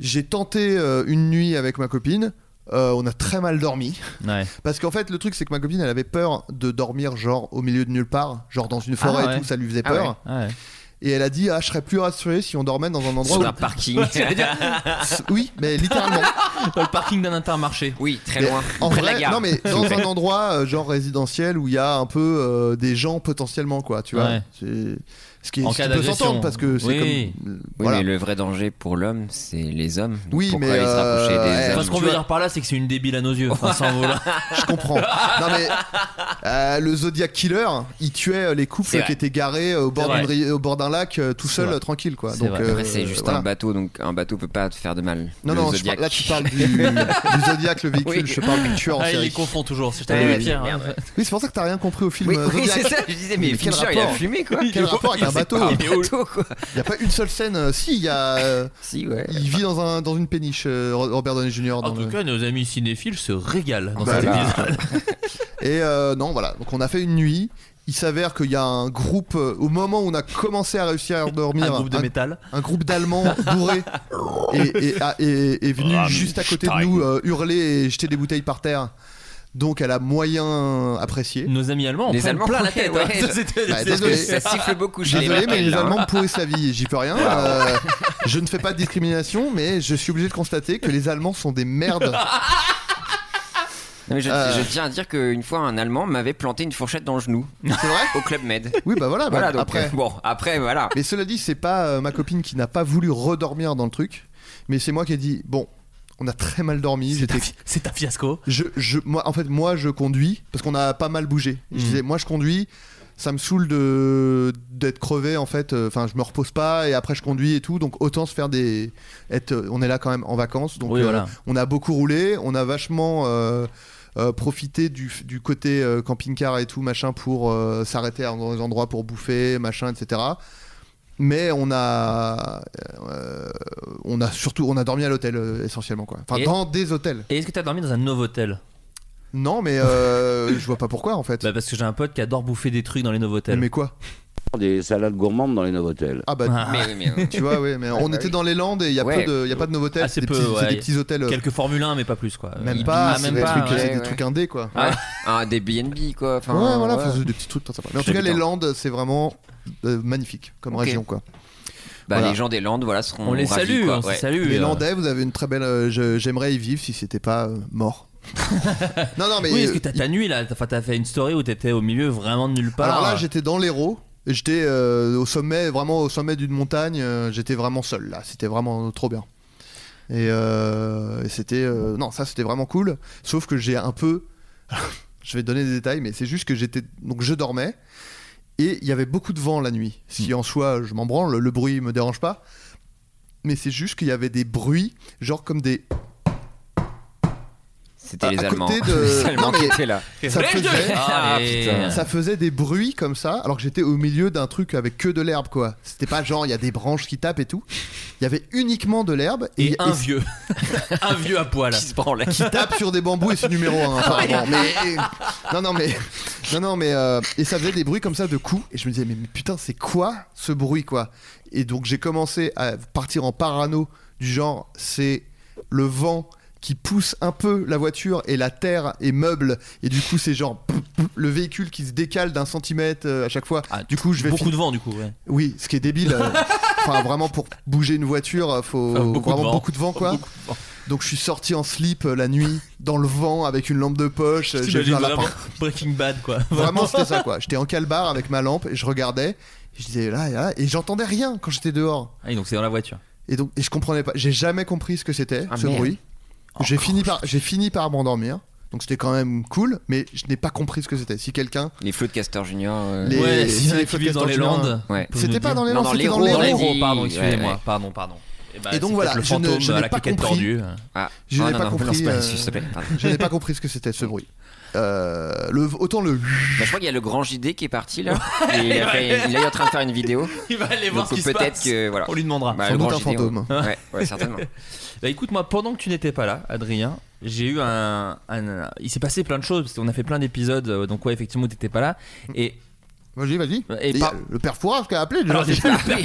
J'ai tenté euh, une nuit avec ma copine. Euh, on a très mal dormi. Ouais. [LAUGHS] Parce qu'en fait, le truc, c'est que ma copine, elle avait peur de dormir genre au milieu de nulle part, genre dans une forêt Ah ouais. et tout, ça lui faisait Ah peur. ouais. Ah ouais. Et elle a dit, ah, je serais plus rassuré si on dormait dans un endroit Sur où- un [LAUGHS] parking. [LAUGHS] C'est-à-dire- oui, mais littéralement. Dans le parking d'un intermarché. Oui, très Mais loin. En Près de la vrai, gare. non mais S'il dans vous plaît. un endroit euh, genre résidentiel où il y a un peu euh, des gens potentiellement quoi, tu vois. Ouais. C'est- Ce qui, est- ce qui peut s'entendre parce que c'est comme. euh, Oui, voilà. mais le vrai danger pour l'homme, c'est les hommes. Donc Oui, pourquoi mais, aller se rapprocher euh, des eh, hommes Enfin, ce qu'on veut dire par là, c'est que c'est une débile à nos yeux. Enfin, sans vouloir. [LAUGHS] Je comprends. Non mais euh, le Zodiac Killer, il tuait euh, les C'est couples vrai. qui étaient garés euh, au bord, C'est vrai. d'une ri- au bord d'un lac euh, tout seul vrai. euh, tranquille quoi. C'est Donc vrai. euh, Après, c'est juste voilà. un bateau, donc un bateau peut pas te faire de mal. Non, Le non, je Zodiac. parle- là, tu parles du- du Zodiac, le véhicule, je parle du tueur en Ah, il série. les confond toujours. C'est je Ouais, t'avais oui, dit, Pierre. merde, Oui, c'est pour ça que t'as rien compris au film. Oui, euh, oui, Zodiac. c'est ça, je disais, mais quel Fincher, il a rapport fumé, quoi. Quel rapport avec un C'est bateau pas un bateau, Il hein. n'y a pas une seule scène. euh, si, il y a. euh, Il vit dans, un, dans une péniche, euh, Robert Downey Jr. dans En tout le- cas, nos amis cinéphiles se régalent dans Bah cet là. épisode. Et euh, non, voilà. Donc on a fait une nuit. Il s'avère qu'il y a un groupe, euh, au moment où on a commencé [LAUGHS] à réussir à dormir, Un groupe de métal. un groupe d'Allemands [LAUGHS] bourrés et, et- a- et- est Ah, venu juste à côté de nous euh, hurler et jeter des bouteilles par terre. Donc elle a moyen apprécié. Nos amis allemands en prennent plein la tête. hein. [LAUGHS] Ça, c'était- Bah, c'était- désolé. ça siffle beaucoup chez les Désolé, mais Merkel, les là, hein. Allemands me pourrissent la vie. J'y peux rien. Euh, je ne fais pas de discrimination, mais je suis obligé de constater que les Allemands sont des merdes. Non, mais je, Euh. je tiens à dire qu'une fois, un Allemand m'avait planté une fourchette dans le genou. C'est vrai Au Club Med. Oui, bah voilà. bah, Voilà, donc, après. euh, bon, après, voilà. Mais cela dit, c'est pas euh, ma copine qui n'a pas voulu redormir dans le truc, mais c'est moi qui ai dit bon, on a très mal dormi. J'étais. C'est un fiasco. Je, je, moi, en fait, moi, je conduis parce qu'on a pas mal bougé. Mhm. Je disais, moi, je conduis. Ça me saoule de d'être crevé en fait. euh, Enfin, je me repose pas et après je conduis et tout. Donc autant se faire des. Être, euh, on est là quand même en vacances. Donc Oui, euh, voilà. on a beaucoup roulé. On a vachement. euh, euh, profité du, du côté euh, camping-car et tout machin pour euh, s'arrêter à- dans des endroits pour bouffer machin etc mais on a euh, on a surtout on a dormi à l'hôtel euh, essentiellement quoi enfin Et- dans des hôtels Et est-ce que t'as dormi dans un Novotel non, mais euh, je vois pas pourquoi en fait. Bah parce que j'ai un pote qui adore bouffer des trucs dans les Novotels. Mais quoi Des salades gourmandes dans les Novotel. Ah bah tu vois ouais mais on était dans les Landes et il y a bah Ouais. peu de il y a pas de Novotel, Assez c'est des peu, petits c'est ouais. des petits hôtels euh, Quelques Formule 1 mais pas plus quoi. même Il- pas, Ah, c'est même des pas, trucs, ouais, c'est des ouais. trucs indés quoi. Ouais. Ah, des BNB, quoi. Enfin, ouais, voilà, faut se- des petits trucs pas sympas. Mais en tout cas, les Landes, c'est vraiment euh, magnifique comme Ok. région, quoi. Bah, Voilà. les gens des Landes, voilà, hein, seront. ravis, quoi. Ouais. euh, [LAUGHS] Les Landais, vous avez une très belle. euh, je- J'aimerais y vivre si c'était pas euh, mort. non, non, mais. Oui, est-ce que t'as ta nuit là Enfin, t'as fait une story où t'étais au milieu vraiment de nulle part. Alors là, j'étais dans l'Hérault. et J'étais euh, au sommet, vraiment au sommet d'une montagne. euh, J'étais vraiment seul là. C'était vraiment trop bien. Et, euh, et c'était euh, non, ça c'était vraiment cool. Sauf que j'ai un peu, [LAUGHS] je vais te donner des détails, mais c'est juste que j'étais donc je dormais et il y avait beaucoup de vent la nuit. Ce Hmm. qui en soi, je m'en branle, le bruit me dérange pas. Mais c'est juste qu'il y avait des bruits, genre comme des C'était à- les à Allemands. côté de- [LAUGHS] Les Allemands Non, qui mais étaient là. Ça faisait... Ah, putain. ça faisait des bruits comme ça, alors que j'étais au milieu d'un truc avec que de l'herbe, quoi. C'était pas genre il y a des branches qui tapent et tout. Il y avait uniquement de l'herbe Et un vieux. un vieux à poil. Qui se branlait. qui tape sur des bambous et c'est numéro 1 apparemment. Mais eh, non non mais non non mais euh, et ça faisait des bruits comme ça de coups et je me disais mais, mais putain c'est quoi ce bruit quoi Et donc j'ai commencé à partir en parano du genre c'est le vent qui pousse un peu la voiture et la terre et meubles et du coup c'est genre pouf, pouf, le véhicule qui se décale d'un centimètre euh, à chaque fois. du coup je vais Beaucoup fin- de vent du coup, ouais. Oui, ce qui est débile. euh, Enfin, vraiment, pour bouger une voiture, euh, faut Faut beaucoup de vraiment vent. beaucoup de vent, quoi. Donc, je suis sorti en slip euh, la nuit, dans le vent, avec une lampe de poche. euh, J'ai vu T'imagines un vraiment lapin. Breaking Bad quoi. Vraiment, c'était ça, quoi. J'étais en calbar avec ma lampe et je regardais. Je disais là, et là, et j'entendais rien quand j'étais dehors. Ah, et donc c'est dans la voiture. Et donc, et je comprenais pas. J'ai jamais compris ce que c'était, Ah, ce merde. bruit. J'ai fini par, j'ai fini par m'endormir. Donc, c'était quand même cool, mais je n'ai pas compris ce que c'était. Si quelqu'un Les flots de Castor Junior. euh, Les- Ouais, s'il y en a les qui flots de vivent dans Castor les Junior, Landes, Ouais. peuvent C'était nous pas dire. dans les Non, Landes, c'était dans l'Hérault, l'Hérault. on l'a dit. pardon, Ouais, excusez-moi, ouais. pardon, pardon. Eh ben, et donc c'est voilà, peut-être le je ne- fantôme je à n'ai la pas caquette compris. tordue. Ah. Je Ah, n'ai non, pas non, compris. lance pas euh, là-dessus, s'il te plaît, pardon. [LAUGHS] je n'ai pas compris ce que c'était ce bruit. Euh, le, autant le. Bah, je crois qu'il y a le grand JD qui est parti [LAUGHS] là. Ouais, Et il, a ouais. fait- il est en train de faire une vidéo. [LAUGHS] Il va aller voir Donc, ce qui se peut-être passe. que voilà. On lui demandera. Bah, Sans le doute grand un JD, fantôme. on- Ouais, ouais, [LAUGHS] certainement. Bah écoute, moi, pendant que tu n'étais pas là, Adrien, j'ai eu un, un- Il s'est passé plein de choses, parce qu'on a fait plein d'épisodes, euh, donc ouais, effectivement, tu n'étais pas là. Et. [LAUGHS] Vas-y, vas-y. Et par- Le père Fourage qui a appelé déjà. Alors, j'ai- Ah,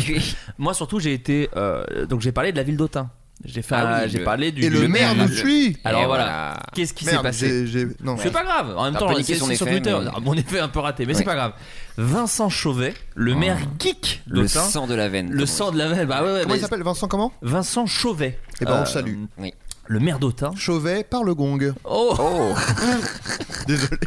Moi, surtout, j'ai été. euh, donc, j'ai parlé de la ville d'Autun. J'ai fait Ah un- oui, j'ai le- parlé du. Et le du- maire nous suit. Eh, Alors Et voilà. voilà. Qu'est-ce qui Merde, s'est passé j'ai- j'ai- non. C'est pas grave. En même T'as temps, pas niqué c'est son c'est sur effet, Twitter. mais- Ah, Mon effet est un peu raté, mais c'est Ouais. pas grave. Vincent Chauvet, le Ah. maire geek d'Autun. Le sang de la veine. Le sang de la veine. Bah ouais, ouais, Comment mais- il s'appelle Vincent comment Vincent Chauvet. Eh ben, on Euh, le salue. Le maire d'Autun. Chauvet par le gong. Oh, [LAUGHS] Désolé.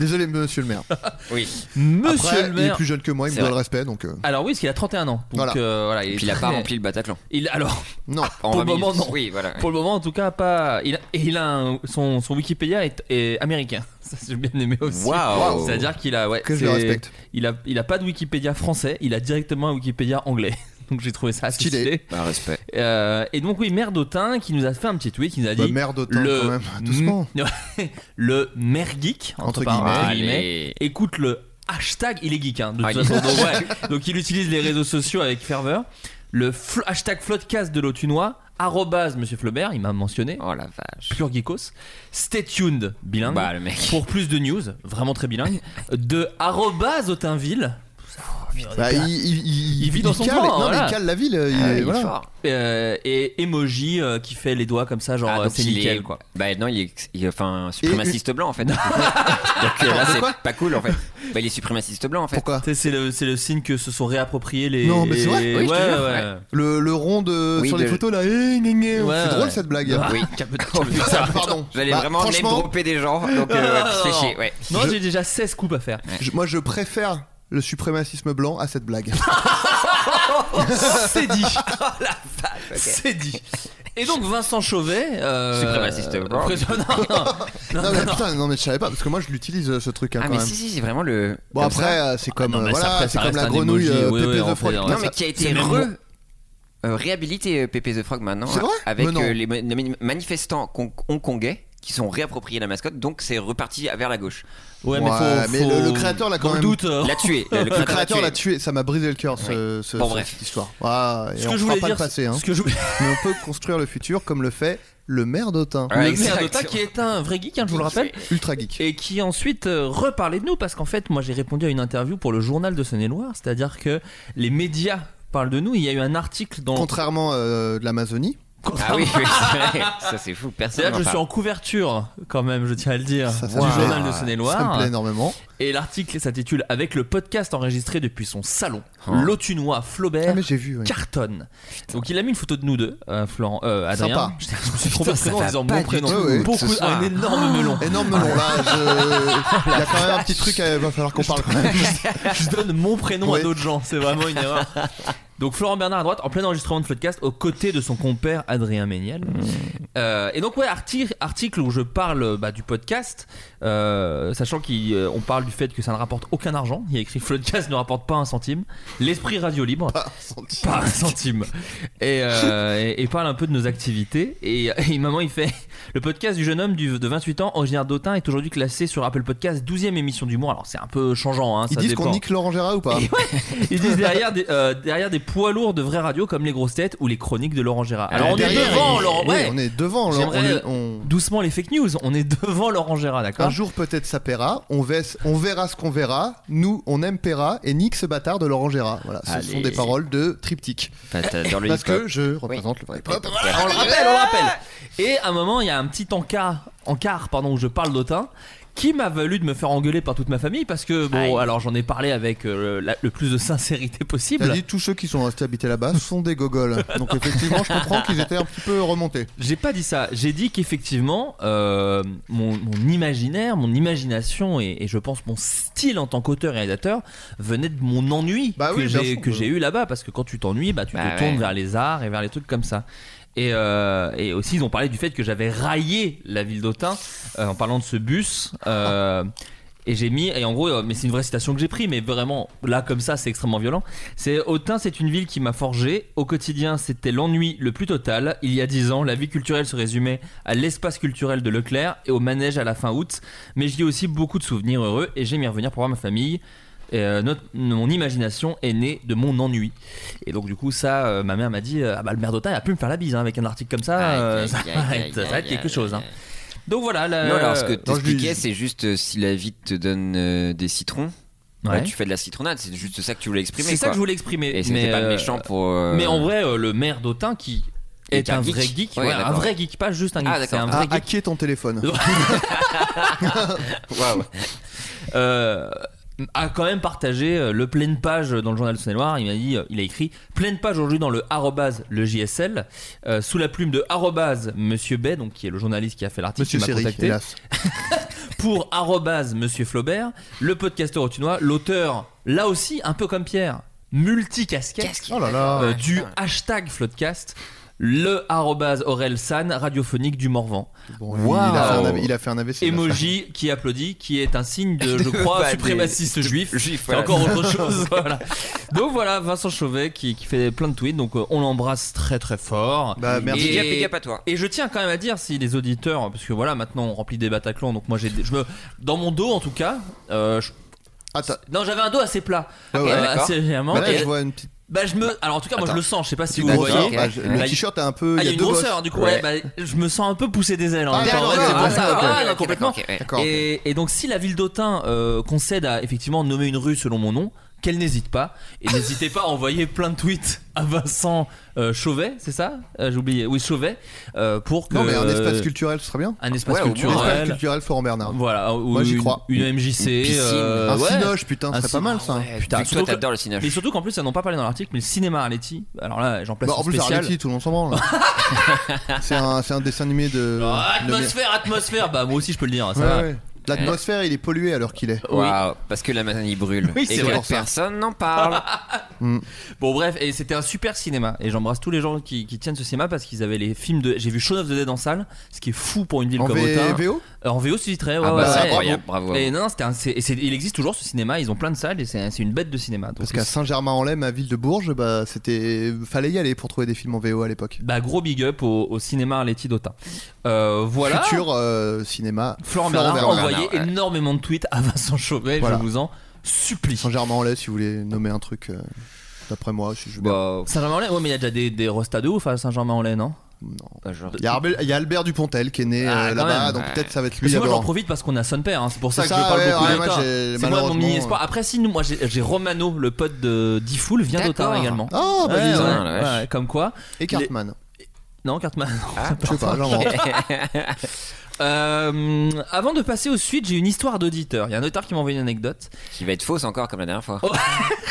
Désolé, monsieur le [LAUGHS] maire. Oui. Monsieur Après, le Il est maire. plus jeune que moi, il me C'est doit le vrai. respect donc. euh, Alors oui, parce qu'il a 31 ans. Donc Voilà. euh, voilà, il, est Puis il a pas très- rempli le Bataclan. Il alors Non. pour le moment non. Oui, voilà. Pour le moment en tout cas pas. Il a, et il a un- son, son Wikipédia est, est américain. Ça j'ai bien aimé aussi. Waouh. C'est à dire qu'il a ouais. Que je le c'est- respecte. Il a il a pas de Wikipédia français. Il a directement un Wikipédia anglais. Donc j'ai trouvé ça assez Stylé. stylé. Bah, respect. Euh, et donc oui, Mère d'Autun qui nous a fait un petit tweet, qui nous a dit Bah, Mère d'Autun, quand même, [LAUGHS] doucement. le maire geek entre, Entre par- entre guillemets. guillemets, écoute le hashtag il est geek hein, de Ah, toute il est façon. Bah, donc, ouais. Donc, il utilise les réseaux sociaux avec ferveur. Le fl- hashtag floodcast de l'Autunois arrobase Monsieur Flaubert, il m'a mentionné. Oh la vache. Pure geekos. Stay tuned, bilingue. Bah, le mec. Pour plus de news, vraiment très bilingue, de arrobase Autunville. bah, il, il- il- Il vit dans son cale, coin, Non, mais voilà. il cale la ville. Il, Ah, il est voilà. fort. Euh, et emoji euh, qui fait les doigts comme ça, genre Ah, euh, donc c'est il nickel est- quoi. Bah non, il est, il est- enfin suprémaciste blanc [LAUGHS] en fait. donc euh, là Attends, c'est quoi pas cool en fait. Bah il est suprémaciste blanc en fait. Pourquoi Tu sais, C'est le, c'est le signe que se sont réappropriés les. Non, mais c'est vrai. les- Oui, je te ouais, jure, ouais. le, le rond de, Oui, sur les de- photos là. eh, gna, gna. Ouais, c'est drôle ouais. cette blague. Ah, Oui. calme- Oh, calme- putain, calme- [LAUGHS] Pardon. J'allais Bah, vraiment name franchement, dropper des gens donc euh, Ah, [LAUGHS] ouais, tu te fais non. chier. Ouais. Non, Je- j'ai déjà 16 coupes à faire. je- moi je préfère le suprémacisme blanc à [LAUGHS] cette blague. C'est dit. C'est dit. Et donc Vincent Chauvet. Euh, Suprémaciste blanc. après- [LAUGHS] non, non, non, non, mais non, non. putain, non mais je savais pas parce que moi je l'utilise euh, ce truc hein, Ah quand mais même. si si c'est vraiment le. Bon comme après ça. euh, c'est comme Ah, non, euh, mais ça, voilà, après, c'est ça comme reste la un grenouille emoji, euh, oui, oui, Pépé on the Frog. fait- Ça, Non mais qui a été c'est même re moi. euh, réhabilité euh, Pépé the Frog maintenant C'est vrai avec Mais non. euh, les ma- les manifestants hong- hongkongais qui sont réappropriés la mascotte donc c'est reparti vers la gauche. Ouais, mais faut. mais faut- le- le créateur, là, quand dans le même. doute. euh, L'a tué. [LAUGHS] Le Le créateur l'a créateur tué. l'a tué, ça m'a brisé le cœur ce, ce- Bon, ce- bref. cette histoire. Ah, et Ce on que je fera voulais pas dire. le passé, hein. Ce que je voulais. [LAUGHS] mais on peut construire le futur comme le fait le maire d'Autun. Ouais, le maire exact. d'Ota qui est un vrai geek, hein, je vous le rappelle. Ultra geek. Et qui ensuite euh, reparlait de nous parce qu'en fait, moi j'ai répondu à une interview pour le journal de Saône-et-Loire, c'est-à-dire que les médias parlent de nous. Il y a eu un article dans. Contrairement euh, de l'Amazonie, Ah oui, oui, c'est vrai. Ça, c'est fou. Personne C'est-à-dire n'en que je suis parle. en couverture, quand même, je tiens à le dire, ça du me plaît. journal de Saône-et-Loire. Ça me plaît énormément. Et l'article s'intitule Avec le podcast enregistré depuis son salon, Oh. Ah, l'autunois Flaubert vu, oui. cartonne. Donc il a mis une photo de nous deux, euh, Florent, euh, Adrien. [LAUGHS] Sympa. Je, je me suis trompé de Putain, prénom ça en va disant pas mon du prénom. tout, oui, Beaucoup, ce soir. un énorme melon. Énorme melon, là, [LAUGHS] je- il y a quand même un petit truc, il va falloir qu'on parle quand même. je donne [LAUGHS] mon prénom à Oui. d'autres gens, c'est vraiment une erreur. Donc Florent Bernard à droite, en plein enregistrement de podcast, aux côtés de son compère Adrien Méniel. Euh, et donc ouais, arti- article où je parle bah, du podcast, euh, sachant qu'on parle du fait que ça ne rapporte aucun argent. Il y a écrit podcast ne rapporte pas un centime. L'esprit radio libre, pas un centime. Et, euh, et- et parle un peu de nos activités. Et, et maman, il fait le podcast du jeune homme du- de 28 ans, originaire d'Autun, est aujourd'hui classé sur Apple Podcast 12e émission d'humour. Alors c'est un peu changeant. Hein, Ils ça disent qu'on dépend. nique Laurent Gérard ou pas [LAUGHS] Ils disent derrière des, euh, derrière des poids lourds de vraies radios comme les grosses têtes ou les chroniques de Laurent Gérard. Alors on est Euh, Derrière, devant il- Laurent. oui, ouais. on est devant, Laurent, on J'aimerais, est- on- Doucement les fake news. On est devant Laurent Gérard, d'accord Un jour peut-être ça paiera, on, vais- on verra ce qu'on verra, nous on aime paiera et nique ce bâtard de Laurent Gérard. Voilà, ce sont Allez. des paroles de triptyque. Enfin, t'as- dans le Parce hip-hop. que je représente le vrai hip-hop. On le rappelle, on le rappelle. Et à un moment, il y a un petit encart, encart pardon, où je parle d'Autun qui m'a valu de me faire engueuler par toute ma famille parce que bon alors j'en ai parlé avec euh, la- le plus de sincérité possible. T'as dit tous ceux qui sont restés habiter là-bas sont des gogoles. Donc effectivement, je comprends qu'ils étaient un petit peu remontés. J'ai pas dit ça. J'ai dit qu'effectivement, euh, mon, mon imaginaire, mon imagination et, et je pense mon style en tant qu'auteur et réalisateur venait de mon ennui que Bah oui, bien j'ai sûr. que j'ai eu là-bas. Parce que quand tu t'ennuies, bah, tu Bah te tournes ouais. vers les arts et vers les trucs comme ça. Et, euh, et aussi, ils ont parlé du fait que j'avais raillé la ville d'Autun euh, en parlant de ce bus. euh, Et j'ai mis, et en gros, euh, mais c'est une vraie citation que j'ai pris, mais vraiment, là, comme ça, c'est extrêmement violent. C'est Autun, c'est une ville qui m'a forgé. Au quotidien, c'était l'ennui le plus total. Il y a dix ans, la vie culturelle se résumait à l'espace culturel de Leclerc et au manège à la fin août. Mais j'y ai aussi beaucoup de souvenirs heureux et j'aime y revenir pour voir ma famille. Et, euh, notre- mon imagination est née de mon ennui. Et donc, du coup, ça, euh, ma mère m'a dit euh, Ah bah, le maire d'Autun, il a plus me faire la bise hein, avec un article comme ça. euh, ça va être- ça va être quelque chose. hein. Donc voilà. la- Non, alors ce que Non, je lui- t'expliquais, c'est juste euh, si la vie te donne euh, des citrons. bah, Ouais. tu fais de la citronnade, c'est juste ça que tu voulais exprimer. C'est ça quoi. que je voulais exprimer. Et mais c'était pas euh, méchant pour. euh, Mais en vrai, euh, le maire d'Autun qui Et est qui est un, un vrai geek. geek, Ouais, ouais, un d'accord. vrai geek, pas juste un geek, Ah, c'est un d'accord. vrai À geek. qui est ton téléphone Waouh. Euh, a quand même partagé euh, le pleine page dans le journal de Saône-et-Loire. Il m'a dit, euh, il a écrit pleine page aujourd'hui dans le arrobase le JSL euh, sous la plume de arrobase Monsieur Bay, donc qui est le journaliste qui a fait l'article, qui Monsieur m'a Seri, contacté hélas. pour arrobase Monsieur Flaubert, le podcasteur autunois, l'auteur là aussi un peu comme Pierre, multicasquette Oh là là. euh, du hashtag Floodcast. Le arrobase Aurel San radiophonique du Morvan. Bon, lui, il a fait un av- il a fait un AVC, il a Emoji qui applaudit, qui est un signe de, je crois, Bah, suprémaciste des- juif. juif, C'est voilà. encore autre chose. voilà. Donc voilà, Vincent Chauvet qui, qui fait plein de tweets. Donc euh, on l'embrasse très très fort. Bah, merci. Big up, big up à toi. Et je tiens quand même à dire si les auditeurs, parce que voilà, maintenant on remplit des Bataclans, donc moi j'ai, je me, dans mon dos en tout cas, euh, je- non j'avais un dos assez plat, Ah ouais. Euh, D'accord. assez légèrement. Bah là, Et- je vois une petite- Bah, je me, alors en tout cas moi je Attends. le sens, je sais pas si Petite vous le grosseur. voyez. Bah, je- le Bah, t-shirt a un peu- Ah, il y a une deux grosseur bosses. du coup. ouais, Ouais. bah, je me sens un peu pousser des ailes. en Ah, même temps. d'accord, Ouais, d'accord, c'est pour d'accord, ça. d'accord, Ah, ok, non, ok, complètement. d'accord, Eh, ok, d'accord. Et, et donc si la ville d'Autun euh, concède à effectivement nommer une rue selon mon nom, qu'elle n'hésite pas. Et n'hésitez pas à envoyer plein de tweets à Vincent euh, Chauvet, c'est ça Euh, J'ai oublié. Oui, Chauvet. euh, pour que, Non, mais un espace euh, culturel, ce serait bien. Un espace Ouais, au moins. culturel. Un espace culturel, Florent Bernard. Voilà. ou Moi, j'y une- crois. Une MJC. Une piscine. euh, Un ouais. cinoche, putain, ce Un serait pas cin- mal, ça. Ouais, Putain, vu que toi, surtout que- t'adores le cinoche. Mais surtout qu'en plus, ça n'en pas parlé dans l'article, mais le cinéma Arletty. Alors là, j'en place Bah, en une plus, spéciale. Arletty, tout le monde s'en [LAUGHS] branle. c'est un, c'est un dessin animé de. Atmosphère, atmosphère. Bah moi aussi, je peux le dire. Oh, de- Ça Ouais, va. ouais. L'atmosphère, il est pollué alors qu'il est. Waouh, parce que l'Amazonie brûle. Oui, et c'est que vrai. personne n'en parle. Bon bref, et c'était un super cinéma et j'embrasse tous les gens qui, qui tiennent ce cinéma parce qu'ils avaient les films de j'ai vu Shaun of the Dead en salle, ce qui est fou pour une ville En comme V- Autun. VO Euh, En VO sous-titré, ouais, Ah bah, ouais, c'est ouais. incroyable, bravo. Et non, c'était un- c'est- et c'est- il existe toujours ce cinéma, ils ont plein de salles et c'est c'est une bête de cinéma. Donc, Parce qu'à Saint-Germain-en-Laye, ma ville de Bourges, bah, c'était fallait y aller pour trouver des films en VO à l'époque. bah gros big up au, au cinéma Arletty d'Autun. Euh, voilà. Futur euh, cinéma. Florent Bernard, envoyez énormément de tweets à Vincent Chauvet, Voilà. je vous en supplie. Saint-Germain-en-Laye, si vous voulez nommer un truc euh, d'après moi, si je veux. Bah, Saint-Germain-en-Laye, ouais, mais il y a déjà des, des rostas de ouf à Saint-Germain-en-Laye, non Il y, a Albert, il y a Albert Dupontel qui est né Ah, euh, quand là-bas, même. donc Ouais. peut-être ça va être lui Parce que moi j'en d'abord. profite parce qu'on a son père, hein. c'est pour ça que C'est je ça, parle ouais, beaucoup ouais, d'Autun. moi, j'ai- C'est moi mon mini malheureusement, euh, espoir. Après, si nous, moi j'ai j'ai Romano, le pote de Difool, vient d'Autun D'accord. également. Ah, bah, Ouais, dis donc. ouais, Ah, la ouais, comme quoi. Et Cartman. Les- Non, Cartman. Ah, je sais pas, j'invente. [LAUGHS] Euh, avant de passer aux suites, j'ai une histoire d'auditeur. Il y a un auditeur qui m'a envoyé une anecdote. Qui va être fausse encore comme la dernière fois.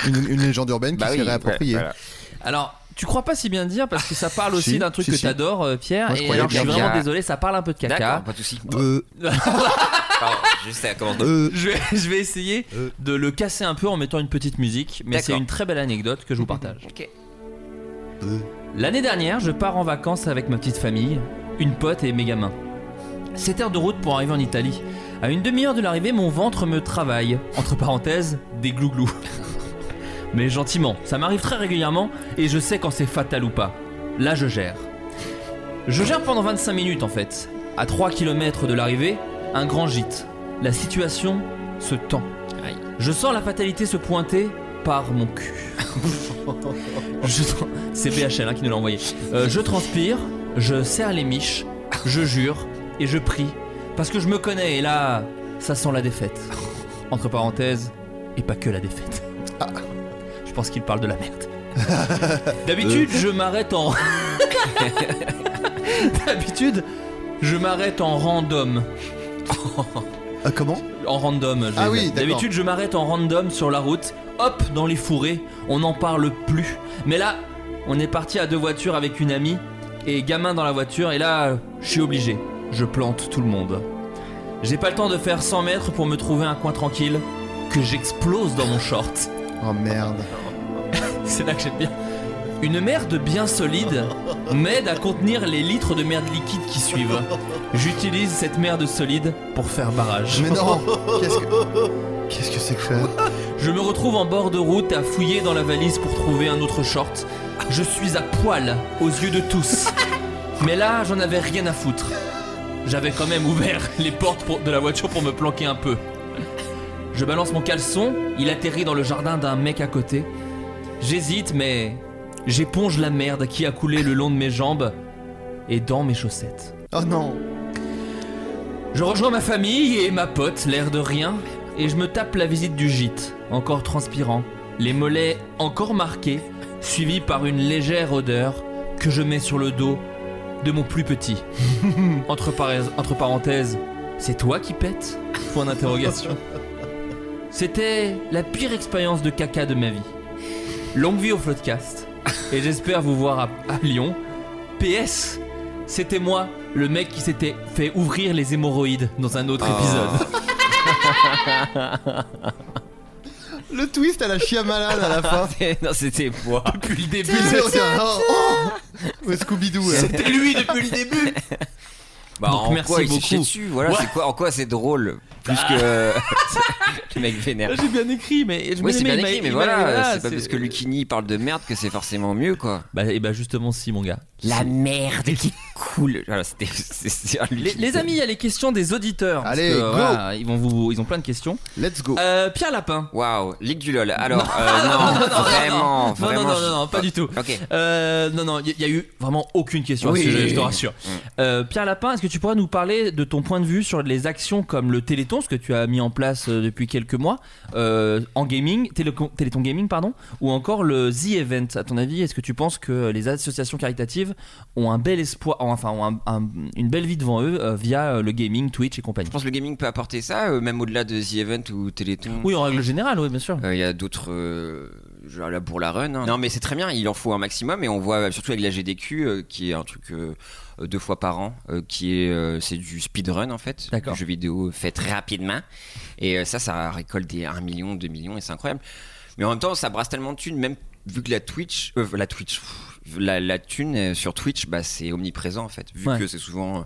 une, une légende urbaine qui Bah s'est oui, réappropriée. ouais, voilà. Alors, tu crois pas si bien dire parce que ça parle aussi Si, d'un truc si, que si. t'adores, euh, Pierre. Moi, je et croyais alors, je suis bien. vraiment Caca. désolé, ça parle un peu de caca. D'accord, pas de soucis. Euh, [LAUGHS] Pardon, juste à commencer. Euh, [LAUGHS] je, vais, je vais essayer Euh. de le casser un peu en mettant une petite musique, mais c'est D'accord. une très belle anecdote Mm-hmm. que je vous partage. L'année dernière, je pars en vacances avec ma petite famille, une pote et mes gamins. 7 heures de route pour arriver en Italie. À une demi-heure de l'arrivée, mon ventre me travaille. Entre parenthèses, des glouglous. [LAUGHS] Mais gentiment, ça m'arrive très régulièrement et je sais quand c'est fatal ou pas. Là, je gère. Je gère pendant 25 minutes en fait. À 3 km de l'arrivée, un grand gîte. La situation se tend. Je sens la fatalité se pointer par mon [LAUGHS] cul. Je tra- C'est BHL hein, qui nous l'a envoyé. Euh, je transpire, je serre les miches, je jure et je prie. Parce que je me connais et là, ça sent la défaite. Entre parenthèses, et pas que la défaite. Je pense qu'il parle de la merde. D'habitude, Euh, je m'arrête en. D'habitude, je m'arrête en random. Ah, comment En random. je Ah veux oui, dire. d'accord. D'habitude, je m'arrête en random sur la route. Hop, dans les fourrés, on n'en parle plus. Mais là, on est parti à deux voitures avec une amie et gamin dans la voiture. Et là, je suis obligé. Je plante tout le monde. J'ai pas le temps de faire 100 mètres pour me trouver un coin tranquille que j'explose dans mon short. [LAUGHS] Oh merde. C'est là que j'aime bien. Une merde bien solide m'aide à contenir les litres de merde liquide qui suivent. J'utilise cette merde solide pour faire barrage. Mais non Qu'est-ce que qu'est-ce que c'est que ça Je me retrouve en bord de route à fouiller dans la valise pour trouver un autre short. Je suis à poil aux yeux de tous. Mais là, j'en avais rien à foutre. J'avais quand même ouvert [LAUGHS] les portes pour- de la voiture pour me planquer un peu. Je balance mon caleçon, il atterrit dans le jardin d'un mec à côté. J'hésite, mais j'éponge la merde qui a coulé le long de mes jambes et dans mes chaussettes. Oh non Je rejoins ma famille et ma pote, l'air de rien, et je me tape la visite du gîte, encore transpirant, les mollets encore marqués, suivi par une légère odeur que je mets sur le dos de mon plus petit. Entre, paré- entre parenthèses, c'est toi qui pètes Point d'interrogation. C'était la pire expérience de caca de ma vie. Longue vie au Floodcast, et j'espère vous voir à, à Lyon. PS, c'était moi, le mec qui s'était fait ouvrir les hémorroïdes dans un autre épisode. Le twist à la Shyamalan à la fin. [LAUGHS] non, c'était moi. Depuis le début, Puis on tient, oh, oh Ouais, Scooby-Doo. hein. c'était lui depuis le début. Bah, Donc, en merci quoi il s'est beaucoup. chié dessus Voilà, Ouais. c'est quoi En quoi c'est drôle Plus [LAUGHS] que le mec vénère. [LAUGHS] J'ai bien écrit, mais je me Oui, c'est dis, bien il m'a- écrit, mais il m'a- voilà, c'est pas parce que Lucini parle de merde que c'est forcément mieux, quoi. Bah, et bah justement, si, mon gars. La merde qui coule. Voilà, c'était. c'est- c'est un Les, Lucchini. les amis, il y a les questions des auditeurs. parce Allez, que, go. voilà, ils vont vous, ils ont plein de questions. Let's go. Euh, Pierre Lapin. Waouh, Ligue du LOL. Alors, [LAUGHS] euh, [LAUGHS] non, vraiment, non, non, vraiment. non, non, non, pas du tout. Ok. Euh, non, non, il y, a eu vraiment aucune question à ce Oui. Mm. sujet, je te rassure. Euh, Pierre Lapin, est-ce que tu pourrais nous parler de ton point de vue sur les actions comme le Téléthon, ce que tu as mis en place euh, depuis quelques mois, euh, en gaming, Télécom- Téléthon Gaming, pardon, ou encore le The Event À ton avis, est-ce que tu penses que les associations caritatives ont un bel espoir, oh, enfin, ont un- un- une belle vie devant eux euh, via euh, le gaming, Twitch et compagnie Je pense que le gaming peut apporter ça, euh, même au-delà de The Event ou Téléthon. Oui, en règle générale, oui, bien sûr. Euh, Il y a d'autres. euh, genre là pour la run. hein. Non, mais c'est très bien, il en faut un maximum. Et on voit euh, surtout avec la GDQ, euh, qui est un truc euh, euh, deux fois par an, euh, qui est euh, c'est du speedrun en fait. D'accord. Du jeu vidéo fait très rapidement. Et euh, ça, ça récolte des 1 million, 2 millions, et c'est incroyable. Mais en même temps, ça brasse tellement de thunes, même vu que la Twitch. euh, la Twitch. pff, La, la thune euh, sur Twitch, bah, c'est omniprésent en fait. Vu Ouais. que c'est souvent. euh,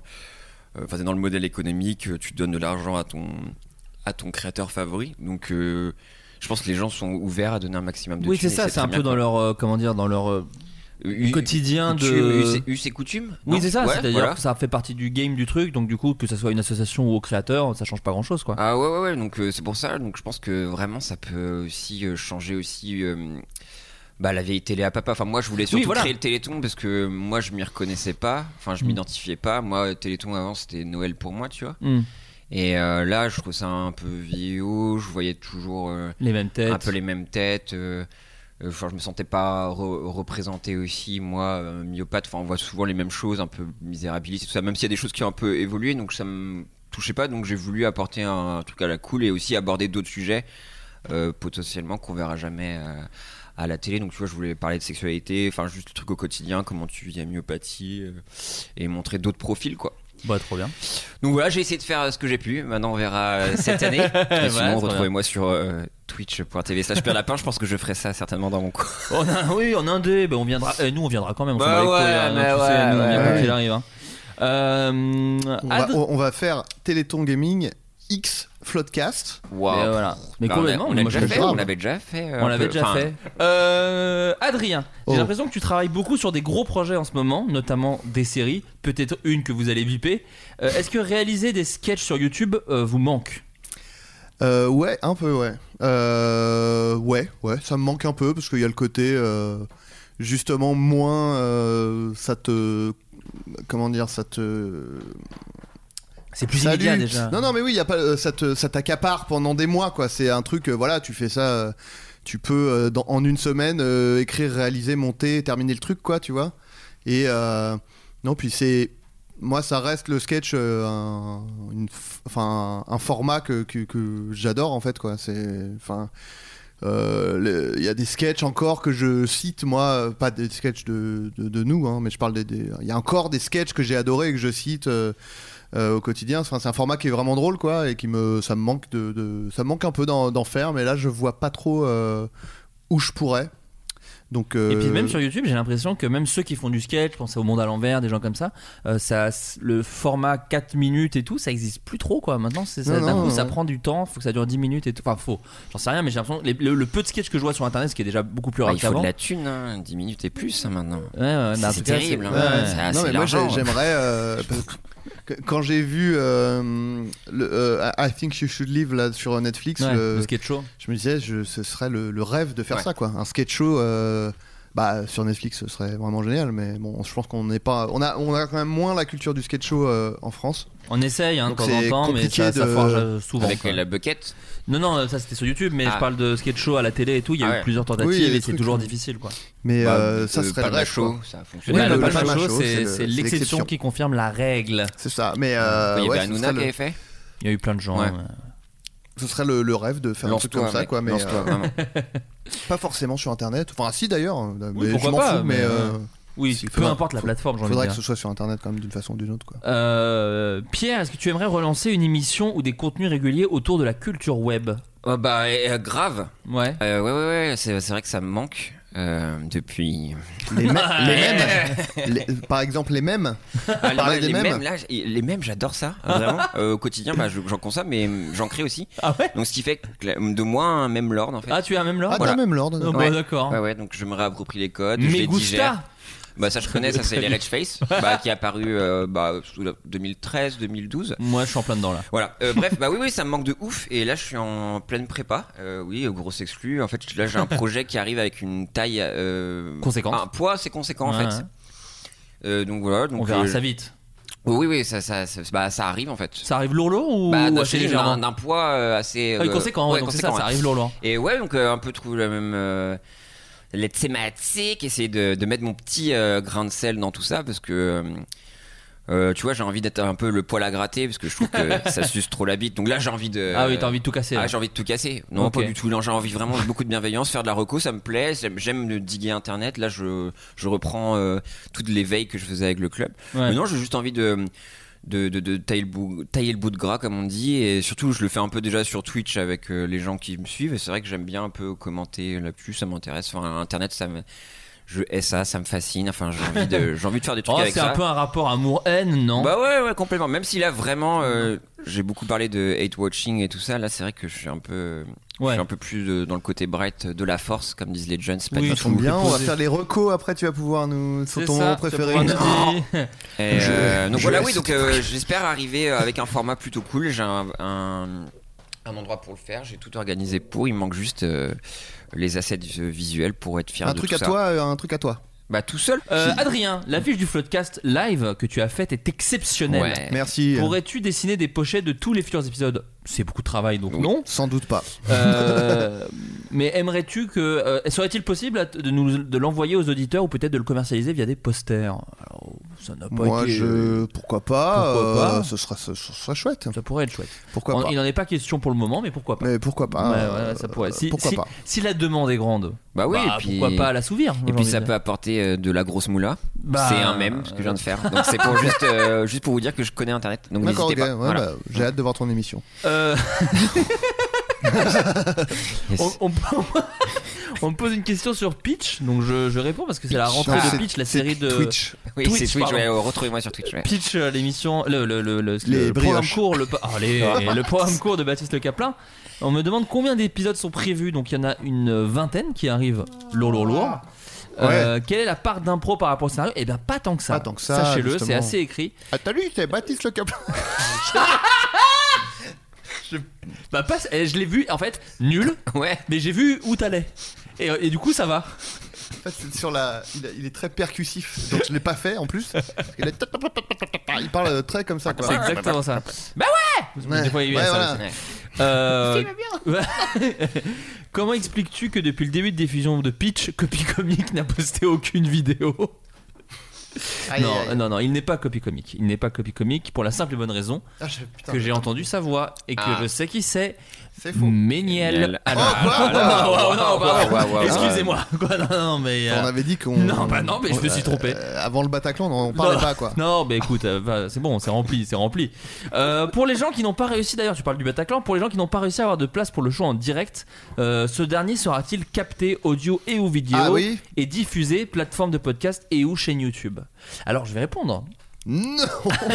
Enfin, c'est dans le modèle économique, euh, tu donnes de l'argent à ton, à ton créateur favori. Donc, euh, je pense que les gens sont ouverts à donner un maximum de Oui, thunes c'est et ça, c'est très un bien, peu dans quoi. leur, euh, comment dire, dans leur euh, U- quotidien coutume, de. us- us et coutumes Oui, non c'est ça, Ouais, c'est-à-dire voilà. que ça fait partie du game du truc, donc du coup, que ça soit une association ou au créateur, ça change pas grand-chose, quoi. Ah ouais, ouais, ouais, donc euh, c'est pour ça, donc je pense que vraiment ça peut aussi euh, changer aussi euh, bah, la vieille télé à papa. Enfin moi je voulais surtout voilà. créer le Téléthon parce que moi je m'y reconnaissais pas, enfin je Mm. m'identifiais pas. Moi Téléthon avant c'était Noël pour moi, tu vois. Mm. Et euh, là je trouve ça un peu vieillot, je voyais toujours euh, Les mêmes têtes. un peu les mêmes têtes. euh, Euh, Enfin, je me sentais pas re- représenté aussi, moi, euh, myopathe. Enfin, on voit souvent les mêmes choses, un peu misérabiliste, et tout ça. Même s'il y a des choses qui ont un peu évolué, donc ça me touchait pas. Donc j'ai voulu apporter un, truc à la cool et aussi aborder d'autres sujets euh, potentiellement qu'on verra jamais euh, à la télé. Donc tu vois, je voulais parler de sexualité, enfin juste le truc au quotidien, comment tu vis la myopathie euh, et montrer d'autres profils, quoi. Bah, trop bien. Donc voilà, j'ai essayé de faire euh, ce que j'ai pu. Maintenant, on verra euh, cette [LAUGHS] année. Voilà, Et sinon, trop retrouvez-moi sur euh, twitch.tv slash Pierre Lapin. Je pense que je ferai ça certainement dans mon cours. Oh, On a- oui, en Indé, bah, on viendra. euh, nous, on viendra quand même. on s'en Bah bat les couilles, ouais, hein, mais tu sais, ouais, nous, on vient ouais, quand ouais. il arrive. hein. Euh, On, Ad- va, on- on va faire Téléthon Gaming X Floodcast. Waouh. Mais voilà. Mais Bah, on a- complètement, on moi, l'a je déjà le fait, fais. on l'avait déjà fait. euh, on un l'avait peu. déjà Enfin, fait. Euh, Adrien, Oh. j'ai l'impression que tu travailles beaucoup sur des gros projets en ce moment, notamment des séries, peut-être une que vous allez viper. Euh, Est-ce que réaliser des sketchs sur YouTube euh, vous manque Euh, ouais, un peu, ouais. Euh, ouais, ouais, ça me manque un peu parce qu'il y a le côté euh, justement moins euh, ça te comment dire ça te c'est plus Salut. immédiat, déjà. Non non mais oui, il y a pas euh, ça te ça t'accapare pendant des mois quoi, c'est un truc euh, voilà, tu fais ça euh, tu peux euh, dans- en une semaine euh, écrire, réaliser, monter, terminer le truc quoi, tu vois. Et euh, non puis c'est moi, ça reste le sketch, euh, un, une f- enfin, un format que, que- que j'adore en fait. quoi. C'est, enfin, euh, le- il y a des sketchs encore que je cite moi, euh, pas des sketchs de, de- de nous, hein, mais je parle des. des- Il y a encore des sketchs que j'ai adorés et que je cite euh, euh, au quotidien. Enfin, c'est un format qui est vraiment drôle, quoi, et qui me, ça me manque de, de- ça me manque un peu d'en d'en faire, mais là, je vois pas trop euh, où je pourrais. Donc, Et puis euh, même sur YouTube, j'ai l'impression que même ceux qui font du sketch, je pense au monde à l'envers, des gens comme ça, euh, ça le format 4 minutes et tout, ça existe plus trop quoi. Maintenant, c'est ça, Non, d'un non, coup, ça ouais. prend du temps, faut que ça dure 10 minutes et tout. Enfin, faux. J'en sais rien, mais j'ai l'impression les- le, le peu de sketch que je vois sur internet, ce qui est déjà beaucoup plus bah, Ah, rare il faut qu'avant. de la thune, hein, 10 minutes et plus hein, maintenant. Ouais, ouais, C'est- bah, en c'est tout cas, terrible. c'est- hein, ouais. c'est- Ah, non, c'est mais moi j'ai- l'argent, hein. j'aimerais. euh, [LAUGHS] que- quand j'ai vu euh, le, euh, I Think You Should Live là, sur Netflix, Ouais, le sketch show. je me disais, je- ce serait le, le rêve de faire Ouais. ça, quoi. Un sketch show. euh, bah, sur Netflix, ce serait vraiment génial, mais bon, je pense qu'on n'est pas. On a, on a quand même moins la culture du sketch show euh, en France. On essaye hein, de Donc temps c'est en temps, mais compliqué ça, ça de- forge euh, souvent. Avec quoi. euh, la bucket. Non, non, ça c'était sur YouTube, mais Ah. je parle de sketch show à la télé et tout. Il y a Ah eu ouais. plusieurs tentatives Oui, il y a des et c'est trucs, toujours hein. difficile quoi. Mais Bah, euh, ça le serait Palma le rêve. Show, quoi. Oh, ça a Ouais, fonctionné. Oui, le Palma Palma Show, Show, c'est c'est l'exception qui confirme la règle. C'est ça, mais. Il euh, y avait ouais, ce Hanouna serait qui le- avait fait. Il y a eu plein de gens. euh, Ouais. ouais. ce serait le, le rêve de faire un truc Lance-toi, comme ça mec, quoi mais lance-toi, euh, vraiment. pas forcément sur internet enfin si d'ailleurs euh, mais Oui, je pourquoi m'en pas, fous mais, mais, euh, euh, oui, s'il peu importe la faut- plateforme, j'ai envie de faudrait dire. que ce soit sur internet quand même d'une façon ou [LAUGHS] d'une autre quoi Euh, Pierre, est-ce que tu aimerais relancer une émission ou des contenus réguliers autour de la culture web Oh, bah, et, euh, grave. Ouais. Euh, ouais, ouais, ouais. C'est c'est vrai que ça me manque euh, depuis. les, mè- les mêmes les- par exemple les mêmes Ah, les, Parler les des mêmes, mêmes. là, j- les mêmes, j'adore [LAUGHS] ça, vraiment. Euh, au quotidien, bah, je- j'en consomme, mais mm, j'en crée aussi. donc, ce qui fait que la- de moi un même lord, en fait. Ah, tu as un même ah l'ordre t'as le même l'ordre Oh, bah, Ouais. d'accord. Ouais, ouais, donc je me réapproprie les codes, Mais je les Gusta digère. Bah, ça, je connais, ça, c'est les Red Face, bah, qui est apparu euh, bah, sous la- 2013, 2012. Moi, je suis en plein dedans là. Voilà. Euh, bref, bah oui, oui, ça me manque de ouf. Et là, je suis en pleine prépa. Euh, oui, grosse exclu. En fait, là, j'ai [LAUGHS] un projet qui arrive avec une taille. euh, Conséquente. Un poids, c'est conséquent, Ouais, en fait. ouais. Euh, donc voilà. Donc, On verra euh, ça vite. Oui, oui, ça, ça, ça, bah, ça arrive, en fait. Ça arrive lourd lourd ou Bah, d'un- assez hein. d'un légèrement d'un poids euh, assez. Ah oui, euh, conséquent, ouais, donc c'est ça, conséquent, ça ouais. arrive lourd lourd. Et ouais, donc euh, un peu trouver la même. euh, les thématiques, essayer de, de mettre mon petit euh, grain de sel dans tout ça parce que. euh, euh, tu vois, j'ai envie d'être un peu le poil à gratter parce que je trouve [LAUGHS] que ça suce trop la bite. Donc là, j'ai envie de. Ah oui, t'as envie de tout casser, là. Euh, Ah, j'ai envie de tout casser. Non, Ok. pas du tout. Non, j'ai envie vraiment de beaucoup de bienveillance, faire de la reco, ça me plaît. J'aime- J'aime le diguer internet. Là, je, je reprends euh, toutes les veilles que je faisais avec le club. Ouais. Mais non, j'ai juste envie de. De, de- de tailler, le bout, tailler le bout de gras comme on dit et surtout je le fais un peu déjà sur Twitch avec euh, les gens qui me suivent et c'est vrai que j'aime bien un peu commenter l'actu ça m'intéresse enfin internet ça me je hais ça ça me fascine enfin j'ai envie de [LAUGHS] j'ai envie de faire des trucs Oh, avec c'est ça un peu un rapport amour-haine, non bah ouais, ouais, complètement. Même si là, vraiment, euh, j'ai beaucoup parlé de hate watching et tout ça. Là, c'est vrai que je suis un peu, je Ouais. suis un peu plus euh, dans le côté bright de la force, comme disent les jeunes. C'est pas Oui, du ça tout- tombe bien on va Déposer. faire les recos après tu vas pouvoir nous sur C'est ton ça, moment t'as préféré pas [LAUGHS] envie de dire. Et, euh, Je- donc je voilà, laisse oui, donc cette euh, j'espère arriver euh, avec un format plutôt cool. J'ai un, un- un endroit pour le faire, j'ai tout organisé pour. Il me manque juste euh, les assets euh, visuels pour être fier un de truc tout à ça. toi euh, un truc à toi Bah tout seul. Euh, Adrien, l'affiche du Floodcast live que tu as faite est exceptionnelle. Ouais. merci Pourrais-tu dessiner des pochettes de tous les futurs épisodes c'est beaucoup de travail, donc non. Sans doute pas. Euh, [LAUGHS] mais aimerais-tu que. euh, Serait-il possible à t- de, nous, de l'envoyer aux auditeurs ou peut-être de le commercialiser via des posters Alors, ça n'a pas Moi, été. je. Pourquoi pas, Pourquoi euh, pas Ce, sera, ce- ce sera chouette. Ça pourrait être chouette. Pourquoi On- pas Il n'en est pas question pour le moment, mais pourquoi pas Mais pourquoi pas Ouais, euh, ouais, ça pourrait. Si, Pourquoi si- pas Ah si la demande est grande, Bah oui, et puis- pourquoi pas l'assouvir j'ai Et puis envie ça de peut apporter euh, de la grosse moula. Bah, c'est un même ce que je viens de faire. Donc c'est [LAUGHS] pour euh, juste, euh, juste pour vous dire que je connais Internet. Donc D'accord, n'hésitez ok, pas. ouais, Voilà. bah, j'ai hâte de voir ton émission. [LAUGHS] Euh, on, on- on me pose une question sur Pitch, donc je, je réponds parce que c'est la Pitch. rentrée Ah, de c'est- Pitch, la c'est série de Twitch. Oui, c'est Twitch, pardon. ouais, euh, retrouvez-moi sur Twitch, ouais. Pitch, euh, l'émission, le, le, le, le- Les le programme brioches. court, le, pa- ah, [LAUGHS] les- Ah. le programme court de Baptiste Le Caplin. On me demande combien d'épisodes sont prévus, donc il y en a une vingtaine qui arrivent lourd, lourd, Ah. lourd. Euh, quelle est la part d'impro par rapport au scénario Eh bien, pas tant que ça. tant que ça, Sachez-le, c'est justement. assez écrit. Ah, t'as lu, c'est Baptiste Le Cap. Bah pas, eh, je l'ai vu en fait nul. [LAUGHS] Ouais. Mais j'ai vu où t'allais. Et, euh, et du coup ça va. En fait, c'est sur la... il, a- il est très percussif, donc je l'ai pas fait en plus. Il, est- il parle euh, très comme ça. quoi. C'est exactement ça. Bah ouais. Ouais, Des fois, il y a ouais, ça voilà. aussi. Ouais. Euh, Il [LAUGHS] Comment expliques-tu que depuis le début de diffusion de Pitch, Copy Comic n'a posté aucune vidéo Aïe, non, aïe, aïe. non, non, il n'est pas copy comic. Il n'est pas copy comic pour la simple et bonne raison Ah, je- putain, que j'ai putain. entendu sa voix et que Ah. je sais qui c'est. C'est faux. Méniel. Méniel. Ah non, Oh, ah, quoi Wow, non, non, non, wow, pardon. wow, wow, wow. Excusez-moi. [LAUGHS] Quoi, non, non, mais. euh, On avait dit [LAUGHS] qu'on. Non, bah non, mais je me suis Euh, trompé. euh, avant le Bataclan, on, on parlait Non. pas quoi. Non, mais écoute, euh, va, c'est bon, c'est rempli, c'est rempli. Euh, pour les gens qui n'ont pas réussi, d'ailleurs, tu parles du Bataclan, pour les gens qui n'ont pas réussi à avoir de place pour le show en direct, euh, ce dernier sera-t-il capté audio et ou vidéo Ah oui et diffusé plateforme de podcast et ou chaîne YouTube Alors, je vais répondre. [LAUGHS] Non,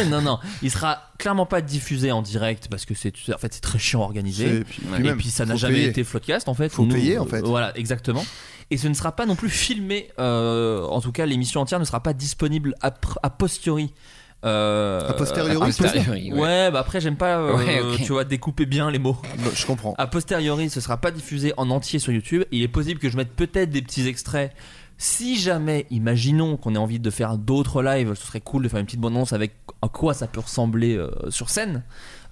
non, non, il sera clairement pas diffusé en direct parce que c'est en fait c'est très chiant à organiser. C'est- Et et puis, puis- puis même, ça n'a faut jamais payer. été Floodcast en fait. Faut payer, en euh, fait. Voilà, exactement. Et ce ne sera pas non plus filmé. euh, en tout cas, l'émission entière ne sera pas disponible a, pr- a posteriori. Euh, A posteriori, a posteriori, ouais. ouais. bah après j'aime pas euh, Ouais, ok. tu vois découper bien les mots. Bah, je comprends. A posteriori, ce sera pas diffusé en entier sur YouTube. Il est possible que je mette peut-être des petits extraits. Si jamais, imaginons qu'on ait envie de faire d'autres lives, ce serait cool de faire une petite bande-annonce avec à quoi ça peut ressembler euh, sur scène.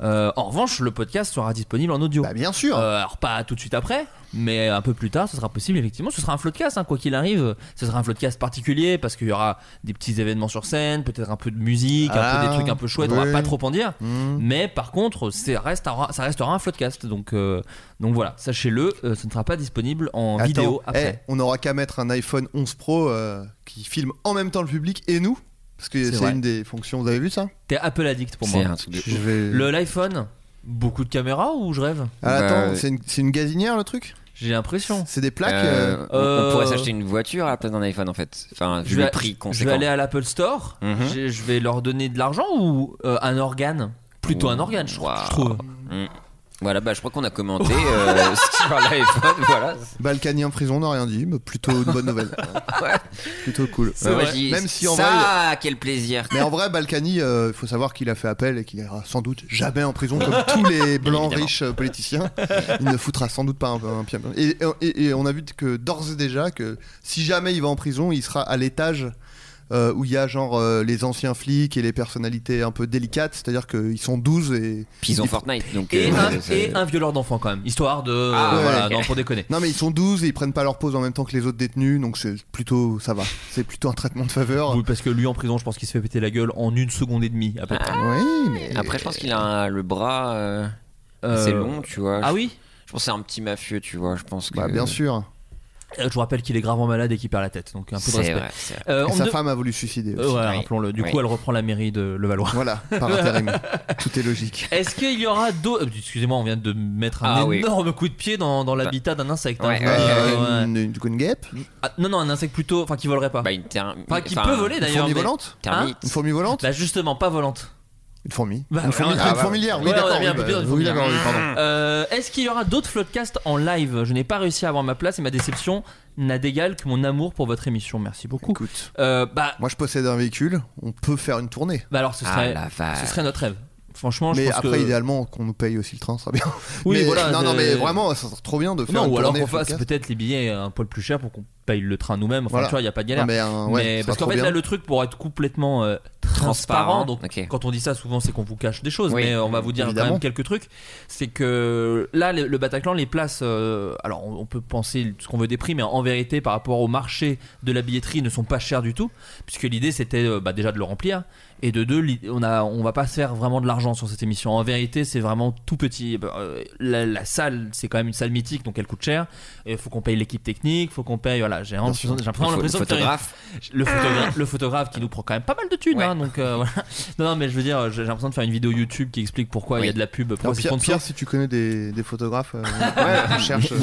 Euh, en revanche, le podcast sera disponible en audio. Bah, bien sûr. Euh, alors pas tout de suite après, mais un peu plus tard, ce sera possible effectivement. Ce sera un floodcast, hein, quoi qu'il arrive. Ce sera un floodcast particulier parce qu'il y aura des petits événements sur scène, peut-être un peu de musique, un peu Ah, des trucs un peu chouettes. On va oui. pas trop en dire. Mm. Mais par contre, c'est- restera- ça restera un floodcast. Donc, euh, donc voilà, sachez-le, euh, ce ne sera pas disponible en Attends, vidéo eh, après. on aura qu'à mettre un iPhone 11 Pro euh, qui filme en même temps le public et nous. Parce que C'est c'est vrai. une des fonctions. Vous avez vu ça T'es Apple addict pour C'est moi. un truc de Je vais- Le l'iPhone, beaucoup de caméras ou je rêve Ah, Attends, Bah, c'est une, c'est une gazinière le truc J'ai l'impression. C'est des plaques Euh, euh, on- On pourrait s'acheter une voiture à la place d'un iPhone en fait. Enfin, vu vais, le prix je conséquent. vais aller à l'Apple Store, Mhm. je, je vais leur donner de l'argent ou euh, un organe Plutôt un organe, je, Waouh. [LAUGHS] je trouve. Mm. Voilà, bah je crois qu'on a [LAUGHS] commenté euh, sur l'iPhone, [LAUGHS] voilà. Balkany en prison, on n'a rien dit, mais plutôt une [LAUGHS] bonne nouvelle. Plutôt cool. Ouais, moi, je dis, Même si en ça, vrai. quel plaisir. Mais en vrai, Balkany, euh, il faut savoir qu'il a fait appel et qu'il ira sans doute jamais en prison comme tous les blancs évidemment. riches euh, politiciens. Il ne foutra sans doute pas un, un pied. Et, et- et on a vu que d'ores et déjà que si jamais il va en prison, il sera à l'étage. euh, où il y a genre euh, les anciens flics et les personnalités un peu délicates, c'est-à-dire qu'ils sont 12 et. Puis ils ont Fortnite, donc. Et, euh, un, c'est- et un violeur d'enfant quand même, histoire de... euh, Ah, voilà, ouais. non, pour déconner. Non mais ils sont 12 et ils prennent pas leur pause en même temps que les autres détenus, donc c'est plutôt. ça va. C'est plutôt un traitement de faveur. Oui, parce que lui en prison, je pense qu'il se fait péter la gueule en une seconde et demie à Ah, peu près. Oui, mais. Après, je pense qu'il a un- le bras euh, assez Euh, long, tu vois. Ah oui Je pense que c'est un petit mafieux, tu vois. Je pense que. Bah, bien sûr. Euh, Je vous rappelle qu'il est gravement malade et qu'il perd la tête, donc un peu de C'est respect. vrai, c'est vrai. Euh, Et on sa me de- femme a voulu se suicider. Euh, aussi. voilà, rappelons-le. Du Oui. coup, elle reprend la mairie de [LAUGHS] Levallois. Voilà, par intérim. Tout est logique. Est-ce qu'il y aura d'autres. euh, Excusez-moi, on vient de mettre un Ah oui. énorme coup de pied dans, dans l'habitat d'un insecte. hein. Ouais, Euh, ouais, ouais. Une, une- du coup, une guêpe Ah, non, non, un insecte plutôt. Enfin, qui volerait pas. Bah, une ter- Enfin, qui enfin, peut voler une d'ailleurs. fourmi mais- volante Termite. Une fourmi Hein volante Bah, justement, pas volante. Une fourmi Bah, Une fourmi- ouais, ah, ouais, une fourmilière, oui, ouais, on a d'accord. mis un oui, peu bah, dans une oui, fourmilière. d'accord, oui, pardon. Euh, Est-ce qu'il y aura d'autres floodcasts en live Je n'ai pas réussi à avoir ma place et ma déception n'a d'égal que mon amour pour votre émission. Merci beaucoup. Écoute, Euh, bah, moi je possède un véhicule, on peut faire une tournée. bah alors ce Ah, serait, la vache. ce serait notre rêve. Franchement, je Mais pense après, que... idéalement, qu'on nous paye aussi le train, ça sera bien. Oui, mais, voilà, Non, non, mais- mais vraiment, ça serait trop bien de faire Non, une ou alors tournée qu'on fasse podcast. peut-être les billets un poil plus cher pour qu'on paye le train nous-mêmes. Enfin, Voilà. tu vois, il n'y a pas de galère. Non, mais, euh, ouais, parce ça sera qu'en trop fait, bien. là, le truc pour être complètement euh, transparent. Transparent, Donc, ok. quand on dit ça, souvent, c'est qu'on vous cache des choses. Oui, mais euh, on va vous dire quand évidemment. même quelques trucs. C'est que là, le, le Bataclan les place. euh, alors, on, on peut penser ce qu'on veut des prix, mais en vérité, par rapport au marché de la billetterie, ne sont pas chers du tout. Puisque l'idée, c'était euh, bah, déjà de le remplir. Et de deux, l'i- on a, on va pas se faire vraiment de l'argent sur cette émission. En vérité, c'est vraiment tout petit. Bah, euh, La, la salle, c'est quand même une salle mythique, donc elle coûte cher. Il faut qu'on paye l'équipe technique, faut qu'on paye. Voilà, j'ai vraiment sûr. j'ai vraiment Le pho- l'impression le de faire une- photographe. le Ah. photographe, le photographe qui nous prend quand même pas mal de thunes. hein, donc euh, voilà. Non, non, mais je veux dire, j'ai j'ai l'impression de faire une vidéo YouTube qui explique pourquoi il y a de la pub. Pourquoi Alors, c'est Pierre, sponsor. Pierre, si tu connais des, des [LAUGHS] photographes, euh, on [LAUGHS] cherche. Non,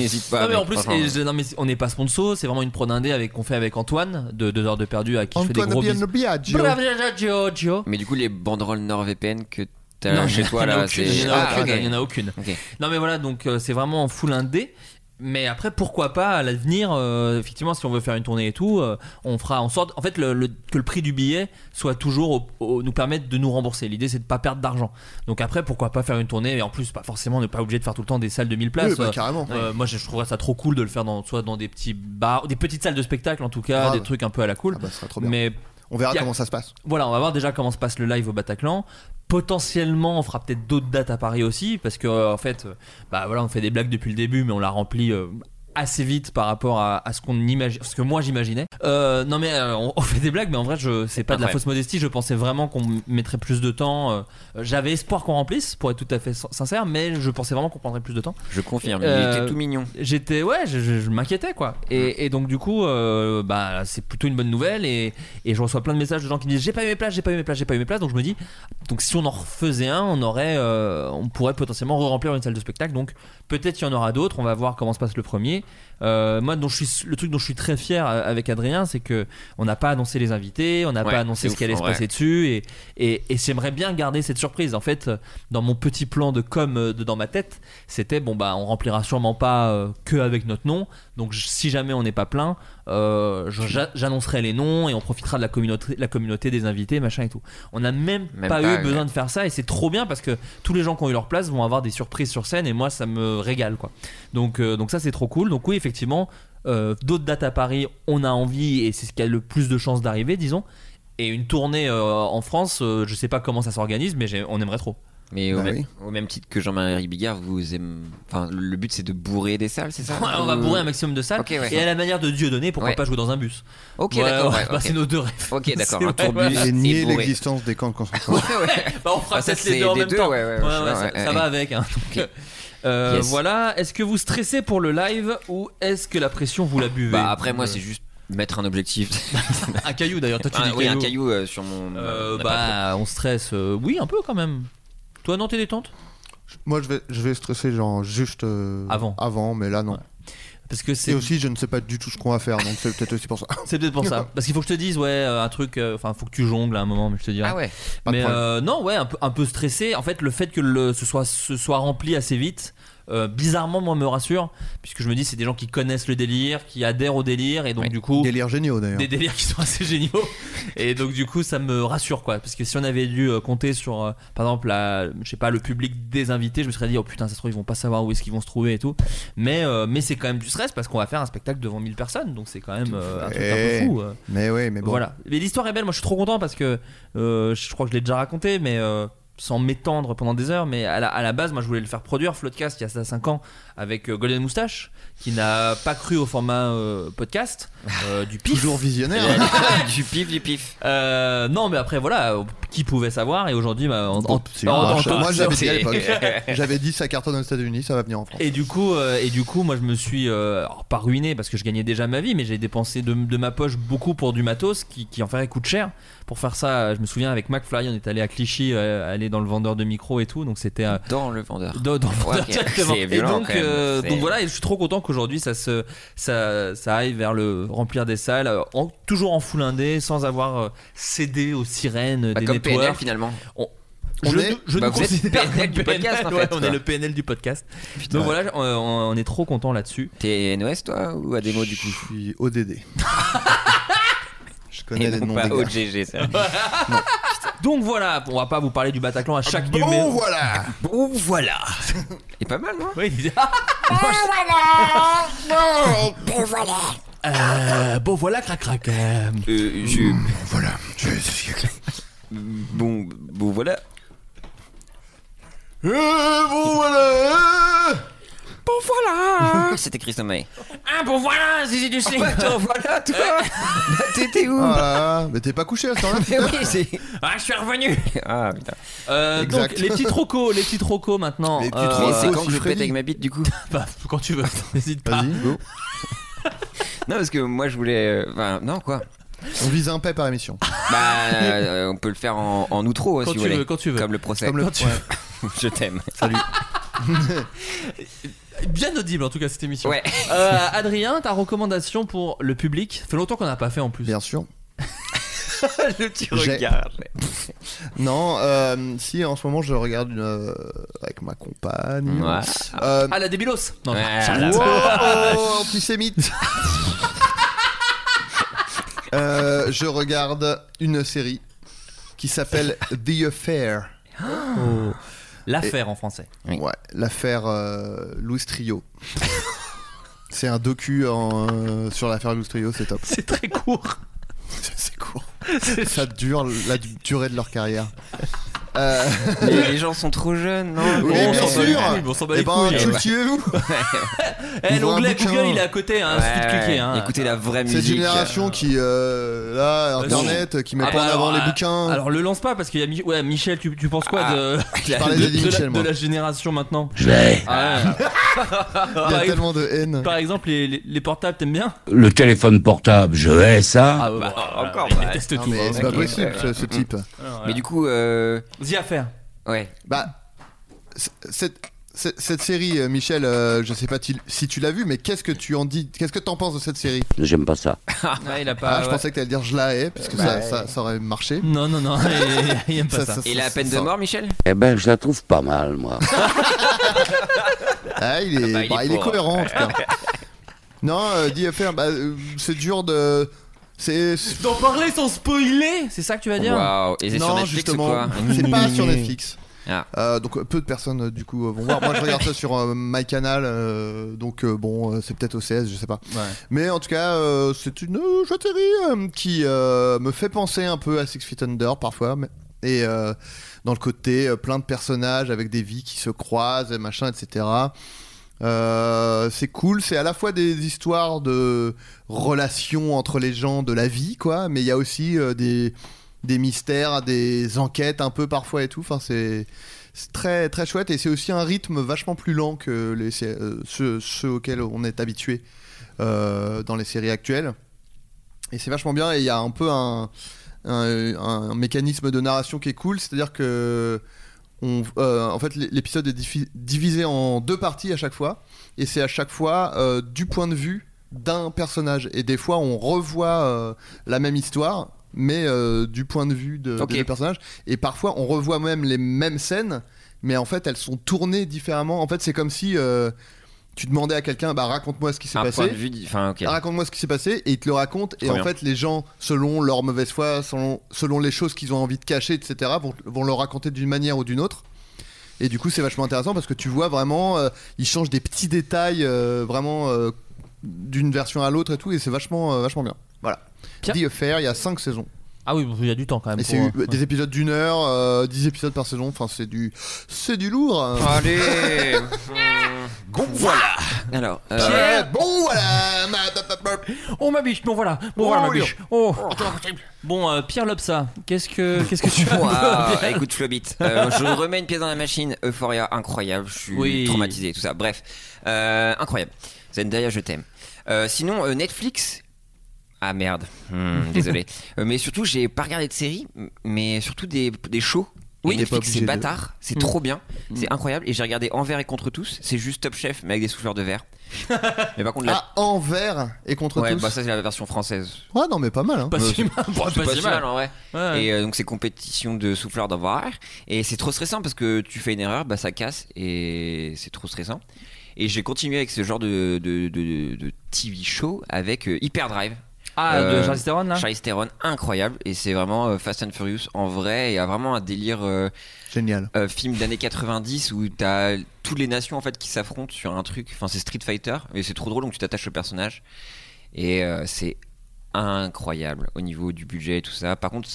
mais en plus, et je- non, mais on n'est pas sponsor, c'est vraiment une pro d'indé avec qu'on fait avec Antoine de 2 heures de perdu à qui je fais des gros Antoine bisous. Biagio. Bravo, Biagio, Gio. Mais du coup, les banderoles NordVPN que t'as Non, chez il y en toi a là, aucune, c'est. il y en a Ah, aucune, ok. il y en a aucune. Ok. Non mais voilà, donc euh, c'est vraiment en full indé. Mais après, pourquoi pas à l'avenir, euh, effectivement, si on veut faire une tournée et tout, euh, on fera en sorte, en fait, le- le- que le prix du billet soit toujours au- au- nous permettre de nous rembourser. L'idée, c'est de pas perdre d'argent. Donc après, pourquoi pas faire une tournée et en plus, pas forcément, ne pas obligé de faire tout le temps des salles de 1000 places. Oui, bah, carrément. euh, Moi, je, je trouverais ça trop cool de le faire dans, soit dans des petits bars, des petites salles de spectacle en tout cas, Grave. bah, des trucs un peu à la Ah, cool. bien. Mais On verra y a- comment ça se passe. voilà, on va voir déjà comment se passe le live au Bataclan. Potentiellement, on fera peut-être d'autres dates à Paris aussi, parce que euh, en fait, euh, bah voilà, on fait des blagues depuis le début, mais on la remplit euh, assez vite par rapport à, à ce qu'on imagine, ce que moi j'imaginais. Euh, non mais euh, on, [LAUGHS] on fait des blagues, mais en vrai, je c'est pas de la Incroyable. fausse modestie. Je pensais vraiment qu'on m- mettrait plus de temps. euh, J'avais espoir qu'on remplisse, pour être tout à fait sin- sincère, mais je pensais vraiment qu'on prendrait plus de temps. Je confirme, Euh, il était tout mignon. Mm. J'étais, ouais, je, je- je m'inquiétais quoi. Et, et donc du coup, euh, bah c'est plutôt une bonne nouvelle et, et je reçois plein de messages de gens qui me disent j'ai pas eu mes places, j'ai pas eu mes places, j'ai pas eu mes places. Donc je me dis, donc si on en refaisait un, on aurait, euh, on pourrait potentiellement remplir une salle de spectacle. Donc peut-être il y en aura d'autres. On va voir comment se passe le premier. Euh, moi, dont je suis, le truc dont je suis très fier euh, avec Adrien, c'est que on n'a pas annoncé les invités, on n'a Ouais, pas annoncé c'est ce ouf, qui allait en se vrai. passer dessus et, et, et j'aimerais bien garder cette surprise. En fait, euh, dans mon petit plan de com euh, de- dans ma tête, c'était bon bah on remplira sûrement pas euh, que avec notre nom. Donc j- si jamais on n'est pas plein, euh, je- j'a- j'annoncerai les noms et on profitera de la communauté, la communauté des invités, machin et tout. On n'a même, Même pas, pas, eu ouais. besoin de faire ça et c'est trop bien parce que tous les gens qui ont eu leur place vont avoir des surprises sur scène et moi ça me régale quoi. Donc euh, donc ça c'est trop cool. Donc oui effectivement. euh, D'autres dates à Paris, on a envie et c'est ce qui a le plus de chances d'arriver, disons. Et une tournée euh, en France, euh, je sais pas comment ça s'organise, mais j'ai- on aimerait trop. [LAUGHS] Mais au, Bah même, oui. au même titre que Jean-Marie Bigard, vous aimez. Enfin, le but c'est de bourrer des salles, c'est ça Ouais, on va Ou- bourrer un maximum de salles Ok, ouais. et à la manière de Dieu donné, pourquoi Ouais. pas jouer dans un bus Ok, Ouais, d'accord. ouais, ouais, [LAUGHS] bah, ok. C'est nos deux rêves. Ok, d'accord. C'est Un vrai, tourbus voilà. Et nier bourré. [LAUGHS] l'existence des camps de concentration. Bah, on fera Ah, ça, peut-être les c'est deux en les même deux, temps. ouais, ouais, ouais, je vois, ça, ouais, ça ouais. va avec. hein. Donc, Ok. euh, Yes. Voilà. Est-ce que vous stressez pour le live ou est-ce que la pression vous la buvez Bah, après, moi, Euh, c'est juste mettre un objectif. un caillou d'ailleurs. Toi, tu Un- dis oui, caillou. un caillou euh, sur mon. Ah, Euh, on a pas bah, on stresse. euh, oui, un peu quand même. Toi, non, t'es détente Moi, je vais, je vais stresser genre juste euh, Avant. avant, mais là non. Parce que c'est Et aussi, je ne sais pas du tout ce qu'on va faire, donc c'est peut-être aussi pour ça. [LAUGHS] C'est peut-être pour ça. Parce qu'il faut que je te dise, ouais, euh, un truc. euh, Enfin, faut que tu jongles à un moment, mais je te dirai. Ah ouais. Pas de Mais problème. euh, non, ouais, un peu, un peu stressé. En fait, le fait que le, ce, soit, ce soit rempli assez vite, euh, bizarrement, moi, me rassure. Puisque je me dis, c'est des gens qui connaissent le délire, qui adhèrent au délire. Et donc, du coup. Délire géniaux d'ailleurs. Des délires qui sont assez géniaux. Et donc, du coup, ça me rassure, quoi. Parce que si on avait dû euh, compter sur, euh, par exemple, la, je sais pas, le public des invités, je me serais dit, oh putain, ça se trouve, ils vont pas savoir où est-ce qu'ils vont se trouver et tout. Mais, euh, mais c'est quand même du stress parce qu'on va faire un spectacle devant 1000 personnes. Donc, c'est quand même euh, un truc un peu fou. euh. Mais ouais, Eh, mais bon. Voilà. Mais l'histoire est belle, moi je suis trop content parce que euh, je crois que je l'ai déjà raconté, mais euh, sans m'étendre pendant des heures. Mais à la, à la base, moi je voulais le faire produire, Floodcast, il y a 5 ans, avec euh, Golden Moustache, qui n'a pas cru au format euh, podcast, euh, du pif. Toujours visionnaire. hein. [LAUGHS] du pif, du pif. Euh, non, mais après voilà, euh, qui pouvait savoir Et aujourd'hui, bah, en, en- C'est en- une en- marche. en- Moi, j'avais en- dit à l'époque. [LAUGHS] J'avais dit ça cartonne aux États-Unis, ça va venir en France. Et du coup, euh, et du coup, moi je me suis euh, alors, pas ruiné parce que je gagnais déjà ma vie, mais j'ai dépensé de, de ma poche beaucoup pour du matos qui, qui en ferait coûte cher. Pour faire ça, je me souviens avec McFly, on est allé à Clichy, euh, aller dans le vendeur de micro et tout, donc c'était euh, Dans le vendeur. dans, dans le vendeur Ouais, ok. directement. C'est Et violent, donc, quand même. euh, C'est- donc voilà, et je suis trop content qu'aujourd'hui ça se ça, ça aille vers le remplir des salles, euh, en- toujours en full indé, sans avoir euh, cédé aux sirènes Bah, des comme PNL networks. finalement. On, On je est- nous- je Bah, nous vous êtes considère PNL comme du podcast, en ouais, fait, on quoi. est le PNL du podcast. Donc ouais. voilà, on, on est trop content là-dessus. T'es NOS toi ou à démo du coup Je suis [LAUGHS] ODD. Je connais Et les non noms pas des gars. OGG, ça. Donc voilà, on va pas vous parler du Bataclan à chaque Bon, numéro. voilà Bon voilà. Et pas mal, non Oui, il ah, disait, Non, ben voilà. euh, bon voilà, crac crac. euh. Euh, je- Voilà, je suis [LAUGHS] Bon, bon voilà. Et bon voilà Bon voilà C'était Christophe Maé. Ah bon voilà, Zizi du slip. voilà Ah, [LAUGHS] toi. Bah, T'étais où Ah, mais t'es pas couché à ce [LAUGHS] temps-là Mais [LAUGHS] oui, c'est. Ah, je suis revenu. Ah putain. Euh, Exact. donc les petits trocos, les petits trocos maintenant. Les petits Euh, trocos, C'est quand que je pète avec ma bite du coup Bah, quand tu veux, [LAUGHS] n'hésite pas. Vas-y, go. [LAUGHS] Non, parce que moi je voulais. euh, enfin, non, quoi On vise un paix par émission. Bah, euh, on peut le faire en, en outro hein, Quand si tu vous voulez. veux, quand tu veux. Comme le procès. Comme le- Quand tu [LAUGHS] je t'aime. Salut. Bien audible en tout cas cette émission. Ouais. Euh, Adrien, ta recommandation pour le public Ça fait longtemps qu'on n'a pas fait en plus. [LAUGHS] Bien sûr. le petit J'ai- regard. [LAUGHS] Non, euh, si en ce moment je regarde une, euh, avec ma compagne. Ouais. Euh, Ah, la débilos Non, Ouais. [LAUGHS] wow, antisémite. Euh, je regarde une série qui s'appelle The Affair. l'affaire [LAUGHS] en français. Oui. Ouais, l'affaire euh, Louis [LAUGHS] Trio. c'est un docu en, euh, sur l'affaire Louis Trio, c'est top. C'est très court. C'est court. [LAUGHS] C'est- Ça dure la du- durée de [LAUGHS] leur carrière. Euh, Les, les gens sont trop jeunes, non oui, on bien s'en bat les sûr. couilles, Ah on s'en bat Eh les ben, couilles. hein. cultivez-vous. Eh, Ouvrez l'onglet un bouquin. Google, il est à côté, hein, suffit de Ouais, cliquer. Hein. Écoutez la vraie musique. Cette génération qui, euh, là, Internet, qui met Ah pas bah en avant alors, les euh, bouquins. Alors le lance pas parce qu'il y a Mi- ouais, Michel, tu, tu penses quoi Ah, de, je [LAUGHS] parlais de- d'Eddie de la- Michel, moi. de la génération maintenant Je l'ai. [LAUGHS] Ah ouais. Il y par, a ex- tellement de haine. par exemple, les, les- les portables, t'aimes bien Ah, Le téléphone portable, je hais ça. ouais, bah, voilà, encore, il bah, déteste Ah, Non, tout. mais hein. c'est pas Ok. possible, ce, ce type. Mais du coup, euh, Vas-y, à faire. ouais. Bah, c- cette, cette- cette série, euh, Michel, euh, je sais pas ti- si tu l'as vue, mais qu'est-ce que tu en dis Qu'est-ce que t'en penses de cette série J'aime pas ça. Ouais, il a pas. Ah, je ouais. pensais que t'allais dire je la hais, parce que ça, ça- ça aurait marché. Non, non, [LAUGHS] non, il, il aime pas ça. Ça, ça, Et la peine de ça- mort, Michel Eh ben, je la trouve pas mal, moi. Ah, il est, bah, il bah, est il est pour. cohérent, putain. [LAUGHS] Non, euh, DFR, bah, euh, c'est dur de. C'est. c'est- D'en parler sans spoiler, c'est ça que tu vas dire Waouh. Et c'est sur Non, Netflix ou justement, quoi c'est pas sur Netflix. Ah. Euh, donc euh, peu de personnes euh, du coup euh, vont voir. Moi je regarde ça sur euh, MyCanal, euh, donc euh, bon euh, c'est peut-être OCS, je sais pas. Ouais. Mais en tout cas euh, c'est une euh, chouette série euh, qui euh, me fait penser un peu à Six Feet Under parfois, mais- et euh, dans le côté euh, plein de personnages avec des vies qui se croisent, et machin, etc. Euh, c'est cool, c'est à la fois des histoires de relations entre les gens de la vie, quoi, mais il y a aussi euh, des, des mystères, des enquêtes un peu parfois et tout. Enfin, c'est c'est très très chouette et c'est aussi un rythme vachement plus lent que les sé- euh, ceux, ceux auxquels on est habitué euh, dans les séries actuelles. Et c'est vachement bien et il y a un peu un, un- un mécanisme de narration qui est cool, c'est-à-dire que on- euh, en fait l'é- l'épisode est diffi- divisé en deux parties à chaque fois et c'est à chaque fois euh, du point de vue d'un personnage et des fois on revoit euh, la même histoire mais euh, du point de vue de, Ok. des deux personnages et parfois on revoit même les mêmes scènes mais en fait elles sont tournées différemment en fait c'est comme si euh, tu demandais à quelqu'un bah raconte-moi ce qui s'est Un passé point de vue. di- Enfin, ok. Raconte-moi ce qui s'est passé et il te le raconte. Et Trop en bien. fait, les gens, selon leur mauvaise foi, selon, selon les choses qu'ils ont envie de cacher, etc., vont, vont le raconter d'une manière ou d'une autre. Et du coup, c'est vachement intéressant parce que tu vois vraiment, euh, ils changent des petits détails euh, vraiment euh, d'une version à l'autre et tout. Et c'est vachement, euh, vachement bien. Voilà. Pierre The Affair, il y a 5 saisons. Ah oui, bon, il y a du temps quand même. Et pour, c'est euh, eu- des épisodes d'une heure, euh, 10 épisodes par saison. Enfin, c'est du, c'est du lourd. hein. Ah, Allez. Bon [LAUGHS] voilà. Alors. euh, Euh, bon, voilà. ma- ba- ba- ba- Oh ma biche, bon voilà, bon Oh, voilà ma oui. biche. Oh. Bon euh, Pierre Lobsa, qu'est-ce que qu'est-ce que tu as Waouh, [LAUGHS] bien- écoute Flobit, euh, je remets une pièce dans la machine, Euphoria, incroyable, je suis Oui. traumatisé, tout ça, bref, Euh, incroyable. Zendaya, je t'aime. Euh, sinon, euh, Netflix, ah merde, Hmm, désolé, Euh, mais surtout, j'ai pas regardé de séries, m- mais surtout des, des shows. Oui. Et T'es pas Netflix, c'est obligé de- Hmm. bâtard, c'est Mm. trop bien, c'est incroyable, et j'ai regardé Envers et Contre tous, c'est juste Top Chef, mais avec des souffleurs de verre. mais par contre, la... À envers et Ah, contre ouais, tous. bah ça, c'est la version française. Ouais, non, mais pas mal. Hein. Pas si bah, mal, C'est pas si mal, en vrai. Ouais. Et euh, donc c'est compétition de souffleurs d'envoi Et c'est trop stressant parce que tu fais une erreur, bah ça casse et c'est trop stressant. Et j'ai continué avec ce genre de, de, de- de TV show avec euh, Hyperdrive. Ah Euh, de Charles Theron là. Charlize Theron, incroyable. Et c'est vraiment euh, Fast and Furious en vrai. Il y a vraiment un délire euh, Génial. euh, film d'années 90 où t'as toutes les nations en fait qui s'affrontent sur un truc. Enfin c'est Street Fighter. Mais c'est trop drôle donc tu t'attaches au personnage. Et euh, c'est incroyable au niveau du budget et tout ça. Par contre,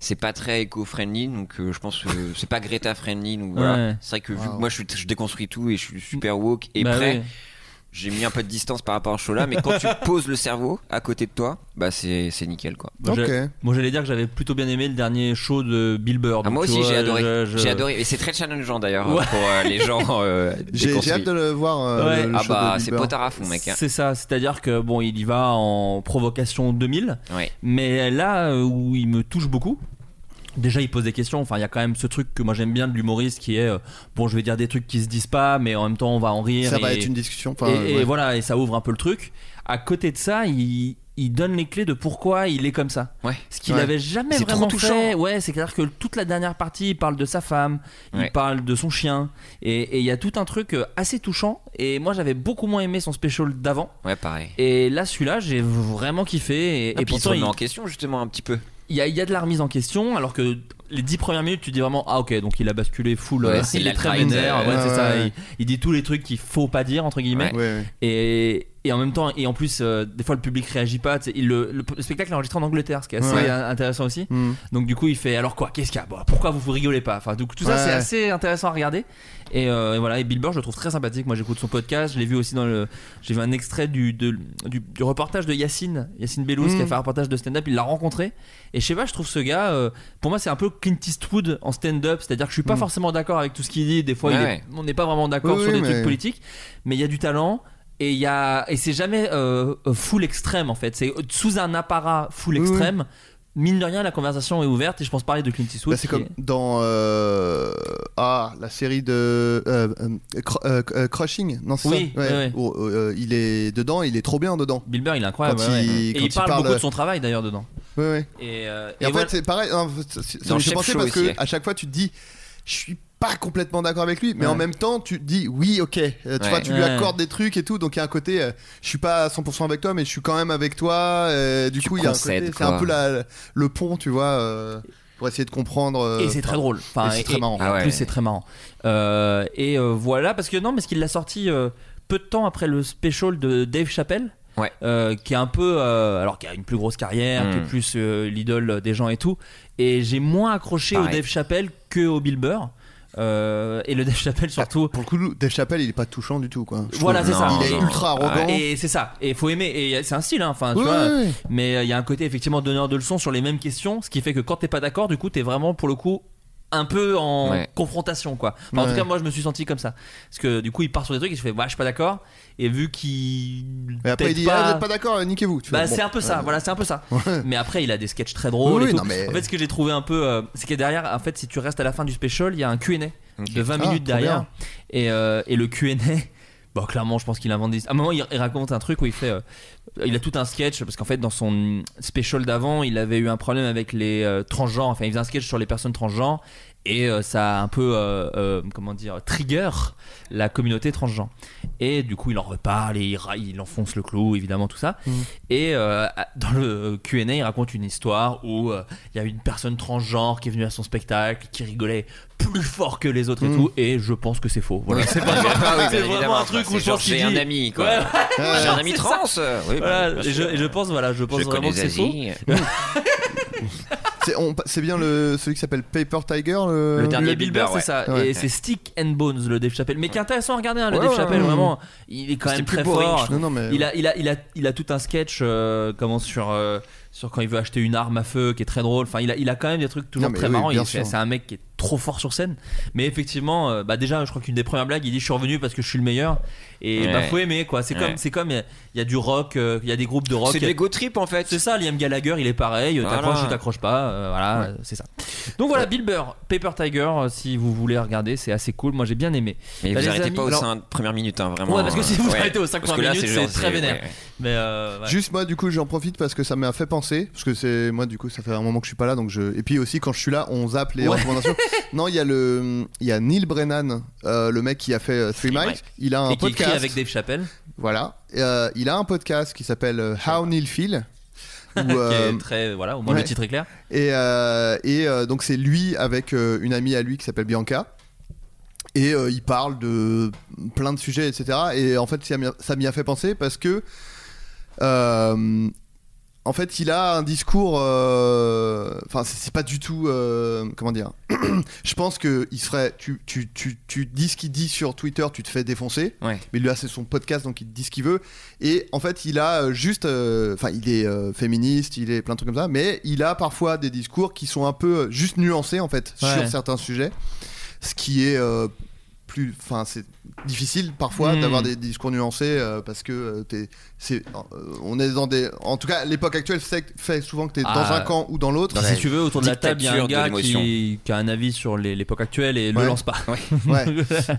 c'est pas très éco-friendly, donc euh, je pense que c'est pas Greta-friendly. donc voilà. Ouais. C'est vrai que vu Wow. que moi je, suis- je déconstruis tout et je suis super woke et Bah prêt. oui. J'ai mis un peu de distance par rapport à ce show-là, mais [LAUGHS] quand tu poses le cerveau à côté de toi, bah c'est c'est nickel quoi. Moi, j'ai- moi, j'allais dire que j'avais plutôt bien aimé le dernier show de Bill Burr. Ah, moi donc, tu aussi vois, j'ai adoré. je- je- J'ai adoré. Et c'est très challengeant d'ailleurs Ouais. pour euh, les gens. [LAUGHS] euh, J'ai j'ai déconstruits. hâte de le voir. euh, Ouais. le- le Ah show bah, de c'est Bieber. potard à fond, mec, hein. C'est ça, c'est-à-dire que bon, il y va en provocation 2000, Ouais. mais là euh, où il me touche beaucoup. Déjà, il pose des questions. Enfin, il y a quand même ce truc que moi j'aime bien de l'humoriste qui est euh, bon, je vais dire des trucs qui se disent pas, mais en même temps, on va en rire. Ça va et- être une discussion, enfin, et, et ouais. voilà, et ça ouvre un peu le truc. À côté de ça, il, il donne les clés de pourquoi il est comme ça. Ce qu'il Ouais. avait jamais C'est trop vraiment touchant. fait. Ouais, c'est-à-dire que toute la dernière partie, il parle de sa femme, Ouais. il parle de son chien, et et il y a tout un truc euh, assez touchant. Et moi, j'avais beaucoup moins aimé son special d'avant. Ouais, pareil. Et là, celui-là, j'ai vraiment kiffé. Et, Ah, et puis il se pourtant, remet en question justement un petit peu. il y, a, il y a de la remise en question, alors que les dix premières minutes, tu dis vraiment Ah, ok, donc il a basculé full. Ouais, euh, c'est [LAUGHS] il la est très grind, vénère. euh, ouais, c'est ouais, ça. ouais. Il, il dit tous les trucs qu'il faut pas dire, entre guillemets. Ouais. Ouais, Et, et en même temps, et en plus, euh, des fois, le public réagit pas. tu sais, il le, le- le spectacle est enregistré en Angleterre, ce qui est assez Ouais. euh, intéressant aussi. Mm. Donc, du coup, il fait Alors quoi Qu'est-ce qu'il y a Bon, Pourquoi vous vous rigolez pas Enfin, donc, tout ça, Ouais. c'est assez intéressant à regarder. Et, euh, et voilà, et Bill Burr, je le trouve très sympathique. Moi, j'écoute son podcast. Je l'ai vu aussi dans le. J'ai vu un extrait du, de- du, du reportage de Yacine, Yacine Bellouz, Mm. qui a fait un reportage de stand-up. Il l'a rencontré. Et je sais pas, je trouve ce gars, euh, pour moi, c'est un peu Clint Eastwood en stand-up. C'est-à-dire que je suis pas Mm. forcément d'accord avec tout ce qu'il dit. Des fois, Ouais, il est- ouais. on n'est pas vraiment d'accord Oui, sur oui, des mais- trucs politiques. Mais il y a du talent. Et, il y a, et c'est jamais euh, full extrême en fait. C'est sous un apparat full Oui, oui. extrême. Mine de rien, la conversation est ouverte et je pense parler de Clint Eastwood. Bah, c'est qui comme dans euh, ah la série de euh, euh, Cru- euh, euh, Crushing non c'est Oui, ça ouais, ouais. Où, euh, il est dedans il est trop bien dedans Bill Burr, il est incroyable. Quand ouais, ouais. il- et quand il il parle, parle- beaucoup de son travail d'ailleurs dedans. ouais, ouais. Et, euh, Et et en voilà. fait c'est pareil hein, ça- ça Dans me fait Chef penser Show parce aussi, que hein. à chaque fois tu te dis je suis pas complètement d'accord avec lui mais en Ouais. même temps tu te dis oui ok euh, tu, vois, Ouais. tu lui Ouais. accordes des trucs et tout donc il y a un côté euh, je suis pas à 100% avec toi mais je suis quand même avec toi euh, du Tu coup il y a un concèdes, côté c'est un quoi. peu la- le pont tu vois euh, pour essayer de comprendre euh, Et c'est très enfin, drôle. Enfin, et c'est très marrant en Ah ouais. plus, c'est très marrant. Euh, et euh, voilà, parce que non, parce qu'il l'a sorti euh, peu de temps après le special de Dave Chappelle. Ouais. euh, qui est un peu euh, alors qui a une plus grosse carrière Mm. qui est plus euh, l'idole des gens et tout et j'ai moins accroché au Pareil. Dave Chappelle que au Bill Burr Euh, et le Dave Chappelle surtout Pour le coup, Dave Chappelle, il est pas touchant du tout, quoi. Je Voilà, trouve. c'est ça. Il est Non, Ah non. ultra arrogant. et c'est ça et faut aimer et y a- c'est un style hein. enfin tu Ouais, vois ouais, ouais. mais euh, il y a un côté effectivement donneur de leçons sur les mêmes questions ce qui fait que quand t'es pas d'accord du coup t'es vraiment pour le coup un peu en Ouais. confrontation quoi Enfin, en Ouais. tout cas moi je me suis senti comme ça parce que du coup il part sur des trucs et je fais bah je suis pas d'accord et vu qu'il Et après, il t'aide dit pas- Ah, vous êtes pas d'accord, euh, niquez-vous. Tu bah, vois, c'est bon. un peu ça, Ouais. voilà, c'est un peu ça. Ouais. Mais après, il a des sketchs très drôles. Oui, et oui, tout. non, mais- En fait, ce que j'ai trouvé un peu, euh, c'est que derrière, en fait, si tu restes à la fin du special, il y a un QA de 20 Ah, minutes trop derrière. bien. Et, euh, et le QA, [LAUGHS] bon, clairement, je pense qu'il invente des. À un moment, il, il raconte un truc où il fait. euh, il a tout un sketch parce qu'en fait dans son special d'avant il avait eu un problème avec les euh, transgenres enfin il faisait un sketch sur les personnes transgenres et euh, ça a un peu euh, euh, comment dire trigger la communauté transgenre et du coup il en reparle et il, ra- il enfonce le clou évidemment tout ça et euh, dans le Q&A il raconte une histoire où euh, il y a une personne transgenre qui est venue à son spectacle qui rigolait plus fort que les autres et tout et je pense que c'est faux voilà Mm. c'est [LAUGHS] pas Ah oui, c'est bien évidemment, vraiment un truc c'est où je genre, pense qu'il j'ai un dit- ami quoi. Ouais, J'ai un ami c'est trans. ça. euh, oui, Voilà, bah, bien et je, sûr. et je pense voilà, je pense Je vraiment connais que c'est faux. Zazie. C'est on- c'est bien le, celui qui s'appelle Paper Tiger. Le, Le dernier Bill Burr, ouais. c'est ça. Ouais. Et c'est Stick and Bones, le Dave Chappelle. Mais qui est intéressant à regarder, hein, le Ouais, Dave ouais, Chappelle, ouais. vraiment. Il est quand C'est même plus très boring, fort. je Non, non, mais. Il a, il, a, il, a, il a tout un sketch euh, comment sur, euh, sur quand il veut acheter une arme à feu qui est très drôle. Enfin, il a, il a quand même des trucs toujours Non, mais très oui, marrants. bien Il- C'est sûr. c'est un mec qui est trop fort sur scène. Mais effectivement, euh, bah déjà, je crois qu'une des premières blagues, il dit Je suis revenu parce que je suis le meilleur. Et bah, Ouais. faut aimer quoi. C'est Ouais. comme c'est comme, il y a- il y a du rock, euh, il y a des groupes de rock. C'est de l'ego trip en fait. C'est ça, Liam Gallagher, il est pareil, Voilà. t'accroches ou t'accroches pas, euh, voilà, euh, c'est ça. Donc voilà, Bill Burr, Paper Tiger, euh, si vous voulez regarder, c'est assez cool, moi j'ai bien aimé. Mais Bah, vous les arrêtez amis, pas aux alors- 5 premières minutes, hein, vraiment. Ouais, parce que si vous euh, ouais. arrêtez aux 5 Parce que premières là, minutes, genre, c'est très vénère. ouais, ouais. Mais euh, ouais. Juste moi du coup j'en profite parce que ça m'a fait penser parce que c'est moi du coup ça fait un moment que je suis pas là donc je et puis aussi quand je suis là on zappe les Ouais. [LAUGHS] recommandations non il y a le il y a Neil Brennan euh, le mec qui a fait euh, Three Three Mics Mics. il a un et qui écrit podcast avec Dave Chappelle, voilà Euh, il a un podcast qui s'appelle euh, How [LAUGHS] Neil Feel où, qui euh, est très, voilà, au moins ouais. le titre est clair. Et, euh, et euh, donc c'est lui avec euh, une amie à lui qui s'appelle Bianca. Et euh, il parle de plein de sujets, etc. Et en fait, ça m'y a- ça m'y a fait penser parce que euh, en fait, il a un discours. euh, Enfin, c'est c'est pas du tout. euh, comment dire [CLEARS THROAT] Je pense que il serait. Tu, tu, tu, tu dis ce qu'il dit sur Twitter, tu te fais défoncer. Mais lui, là, c'est son podcast, donc il dit ce qu'il veut. Et en fait, il a euh, juste. euh, Enfin, il est euh, féministe, il est plein de trucs comme ça. Mais il a parfois des discours qui sont un peu euh, juste nuancés, en fait, Ouais. sur certains sujets. Ce qui est. euh, plus, enfin, c'est difficile parfois Mm. d'avoir des discours nuancés euh, parce que euh, t'es- c'est, euh, on est dans des, en tout cas, l'époque actuelle fait, fait souvent que t'es dans Ah, un camp ou dans l'autre. Si tu veux, autour de la table, il y a un Dictature gars de l'émotion. qui, qui a un avis sur les- l'époque actuelle et Ouais. le lance pas. [LAUGHS] Ouais.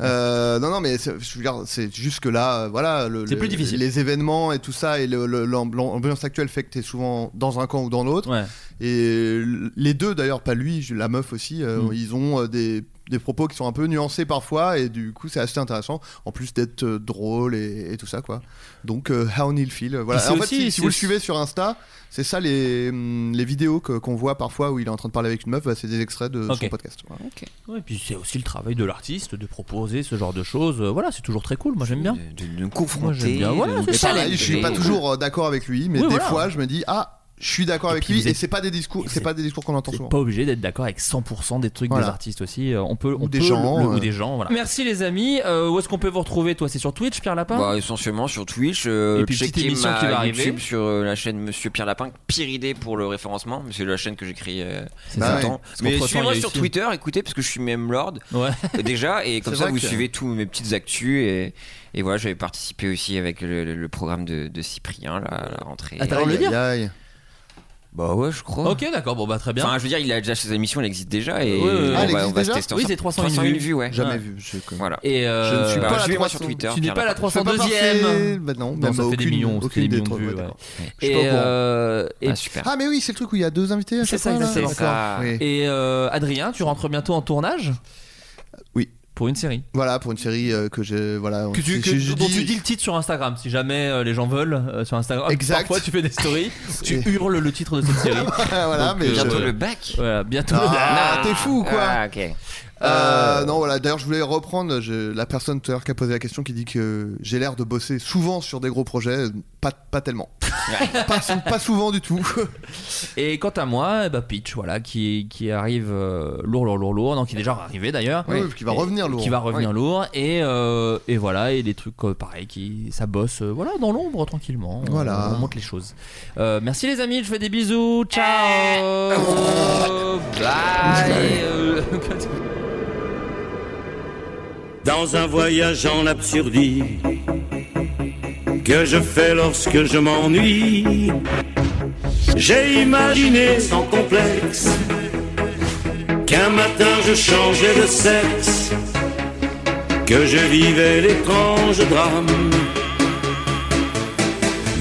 Euh, non, non, mais c'est- je veux dire, c'est juste que là, euh, voilà, le- C'est le- plus difficile. Les événements et tout ça et le- le- l'amb- l'ambiance actuelle fait que t'es souvent dans un camp ou dans l'autre. Et l- les deux d'ailleurs, pas lui, la meuf aussi, euh, Mm. ils ont euh, des des propos qui sont un peu nuancés parfois et du coup c'est assez intéressant en plus d'être euh, drôle et, et tout ça quoi donc euh, how Neil Feel euh, Et voilà c'est en fait aussi- si, si c'est vous le aussi- suivez sur Insta c'est ça les, hum, les vidéos que- qu'on voit parfois où il est en train de parler avec une meuf bah, c'est des extraits de son Ok. podcast voilà. Ouais, et puis c'est aussi le travail de l'artiste de proposer ce genre de choses. Euh, Voilà, c'est toujours très cool. Moi j'aime bien. De, nous Moi j'aime bien. Voilà, c'est Mais ça. pareil, je suis pas toujours euh, d'accord avec lui, mais Oui, des voilà. fois je me dis ah, je suis d'accord avec puis lui vous et êtes- c'est pas des discours, c'est c'est- pas des discours qu'on entend T'es souvent. pas obligé d'être d'accord avec 100% des trucs Voilà. des artistes aussi. Euh, On peut, on Ou des peut le- gens, le- euh. ou des gens. Voilà. Merci les amis. Euh, où est-ce qu'on peut vous retrouver Toi, c'est sur Twitch, Pierre Lapin. Bah, essentiellement sur Twitch, euh, Et puis, petite checker émission ma qui va arriver. YouTube sur euh, la chaîne Monsieur Pierre Lapin, pire idée pour le référencement, mais c'est la chaîne que j'écris euh, C'est tout ça. bah, le temps. Parce Mais qu'entre-temps, suivez-moi il y a sur eu Phil. Twitter, écoutez, parce que je suis même lord euh, déjà, [LAUGHS] et comme C'est ça vrai vous que- suivez tous mes petites actus et, et voilà, j'avais participé aussi avec le, le- le programme de, de Cyprien là, à la rentrée. Ah, t'as le droit de le dire Bah ouais, je crois. Ok, d'accord. Bon, bah très bien. Enfin, je veux dire, il a déjà ses émissions, elle existe déjà et Ouais, ouais, ouais. on Ah, elle va- on, va, existe se déjà tester. Oui, ensemble. c'est 301 000 vues. vues, ouais. Jamais Ouais. vu, Voilà. Et, euh, je ne suis Bah, pas, la suivez-moi 300 sur Twitter. Tu n'es Pierre pas la Lapin. 302ème. Bah non, Non, bah ça bah fait des aucune- millions, ça fait aucune des des millions de trois, vues, ouais, ouais. d'accord. Je suis Et, pas au courant. euh, et- Ah, super. Ah mais oui, c'est le truc où il y a deux invités. à C'est chaque ça, fois, là. exactement. D'accord, oui. Et euh, Adrien, tu rentres bientôt en tournage Oui. Pour une série. Voilà, pour une série euh, que je voilà. que tu, je- que- je- je dont dis- tu dis le titre sur Instagram, si jamais euh, les gens veulent euh, sur Instagram. Exact. Parfois, tu fais des stories, tu [LAUGHS] Et- hurles le titre de cette [LAUGHS] série. voilà, mais Bientôt euh, le bac. Voilà, bientôt le Ah, bac. t'es fou ou quoi Ah, ok. Euh, non voilà d'ailleurs je voulais reprendre je- la personne tout à l'heure qui a posé la question qui dit que j'ai l'air de bosser souvent sur des gros projets pas, pas tellement pas, sou- pas souvent du tout Et quant à moi, eh ben, Peach, voilà, qui, qui arrive euh, lourd, lourd, lourd, lourd, non, qui est déjà arrivé d'ailleurs. Oui, oui, qui va Et- revenir lourd. Qui va revenir Oui. lourd. Et, euh, et voilà, et des trucs euh, pareils, qui, ça bosse, euh, voilà, dans l'ombre, tranquillement. On- Voilà. On, monte les choses. Euh, merci les amis, je fais des bisous. Ciao. [LAUGHS] Bye. Euh, [LAUGHS] dans un voyage en absurdie que je fais lorsque je m'ennuie. J'ai imaginé sans complexe qu'un matin je changeais de sexe, que je vivais l'étrange drame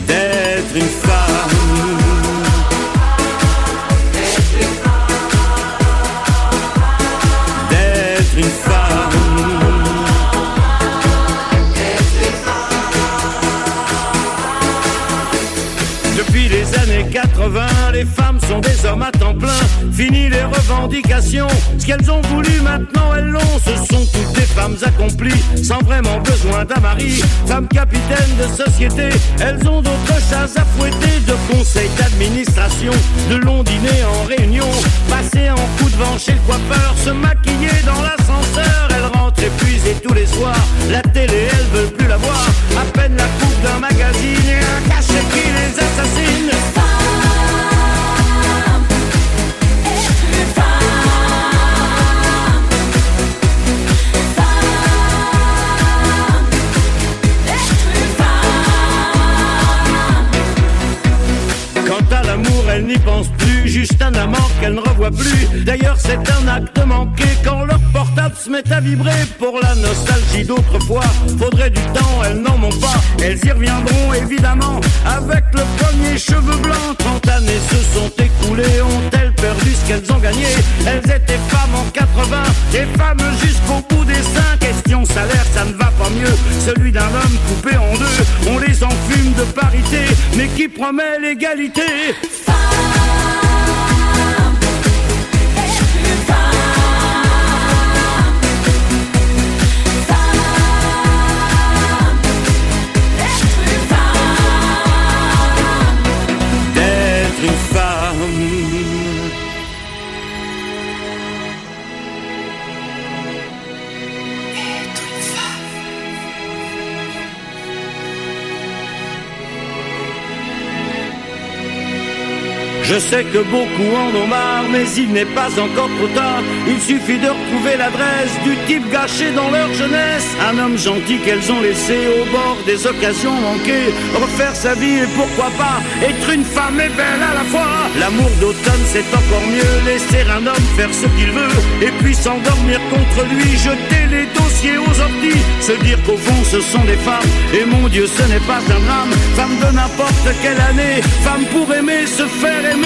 d'être une femme. D'être une femme. Depuis les années 80, les femmes sont des hommes à temps plein. Fini les revendications. Ce qu'elles ont voulu, maintenant elles l'ont. Ce sont toutes des femmes accomplies, sans vraiment besoin d'un mari. Femmes capitaines de société, elles ont d'autres chats à fouetter. De conseils d'administration, de longs dîners en réunion. Passer en coup de vent chez le coiffeur, se maquiller dans l'ascenseur. Elles rentrent épuisées tous les soirs. La télé, elles veulent plus la voir. À peine la coupe d'un magazine et un cachet qui les assassine. Quant à l'amour, elle n'y pense plus, juste un amant qu'elle ne revoit plus. D'ailleurs, c'est un acte manqué quand leur portable se met à vibrer pour la nostalgie d'autrefois. Faudrait du temps, elles n'en ont pas. Elles y reviendront évidemment avec le premier cheveu blanc. Trente années se sont écoulées, ont-elles perdu ce qu'elles ont gagné Elles étaient femmes en 80, des femmes jusqu'au bout des seins. Question salaire, ça ne va pas mieux. Celui d'un homme coupé en deux, on les enfume de parité, mais qui promet l'égalité D'être Je sais que beaucoup en ont marre, mais il n'est pas encore trop tard. Il suffit de retrouver l'adresse du type gâché dans leur jeunesse. Un homme gentil qu'elles ont laissé au bord des occasions manquées. Refaire sa vie et pourquoi pas être une femme et belle à la fois. L'amour d'automne, c'est encore mieux. Laisser un homme faire ce qu'il veut et puis s'endormir contre lui. Jeter les dossiers aux orties. Se dire qu'au fond, ce sont des femmes. Et mon Dieu, ce n'est pas un drame. Femme de n'importe quelle année. Femme pour aimer, se faire aimer.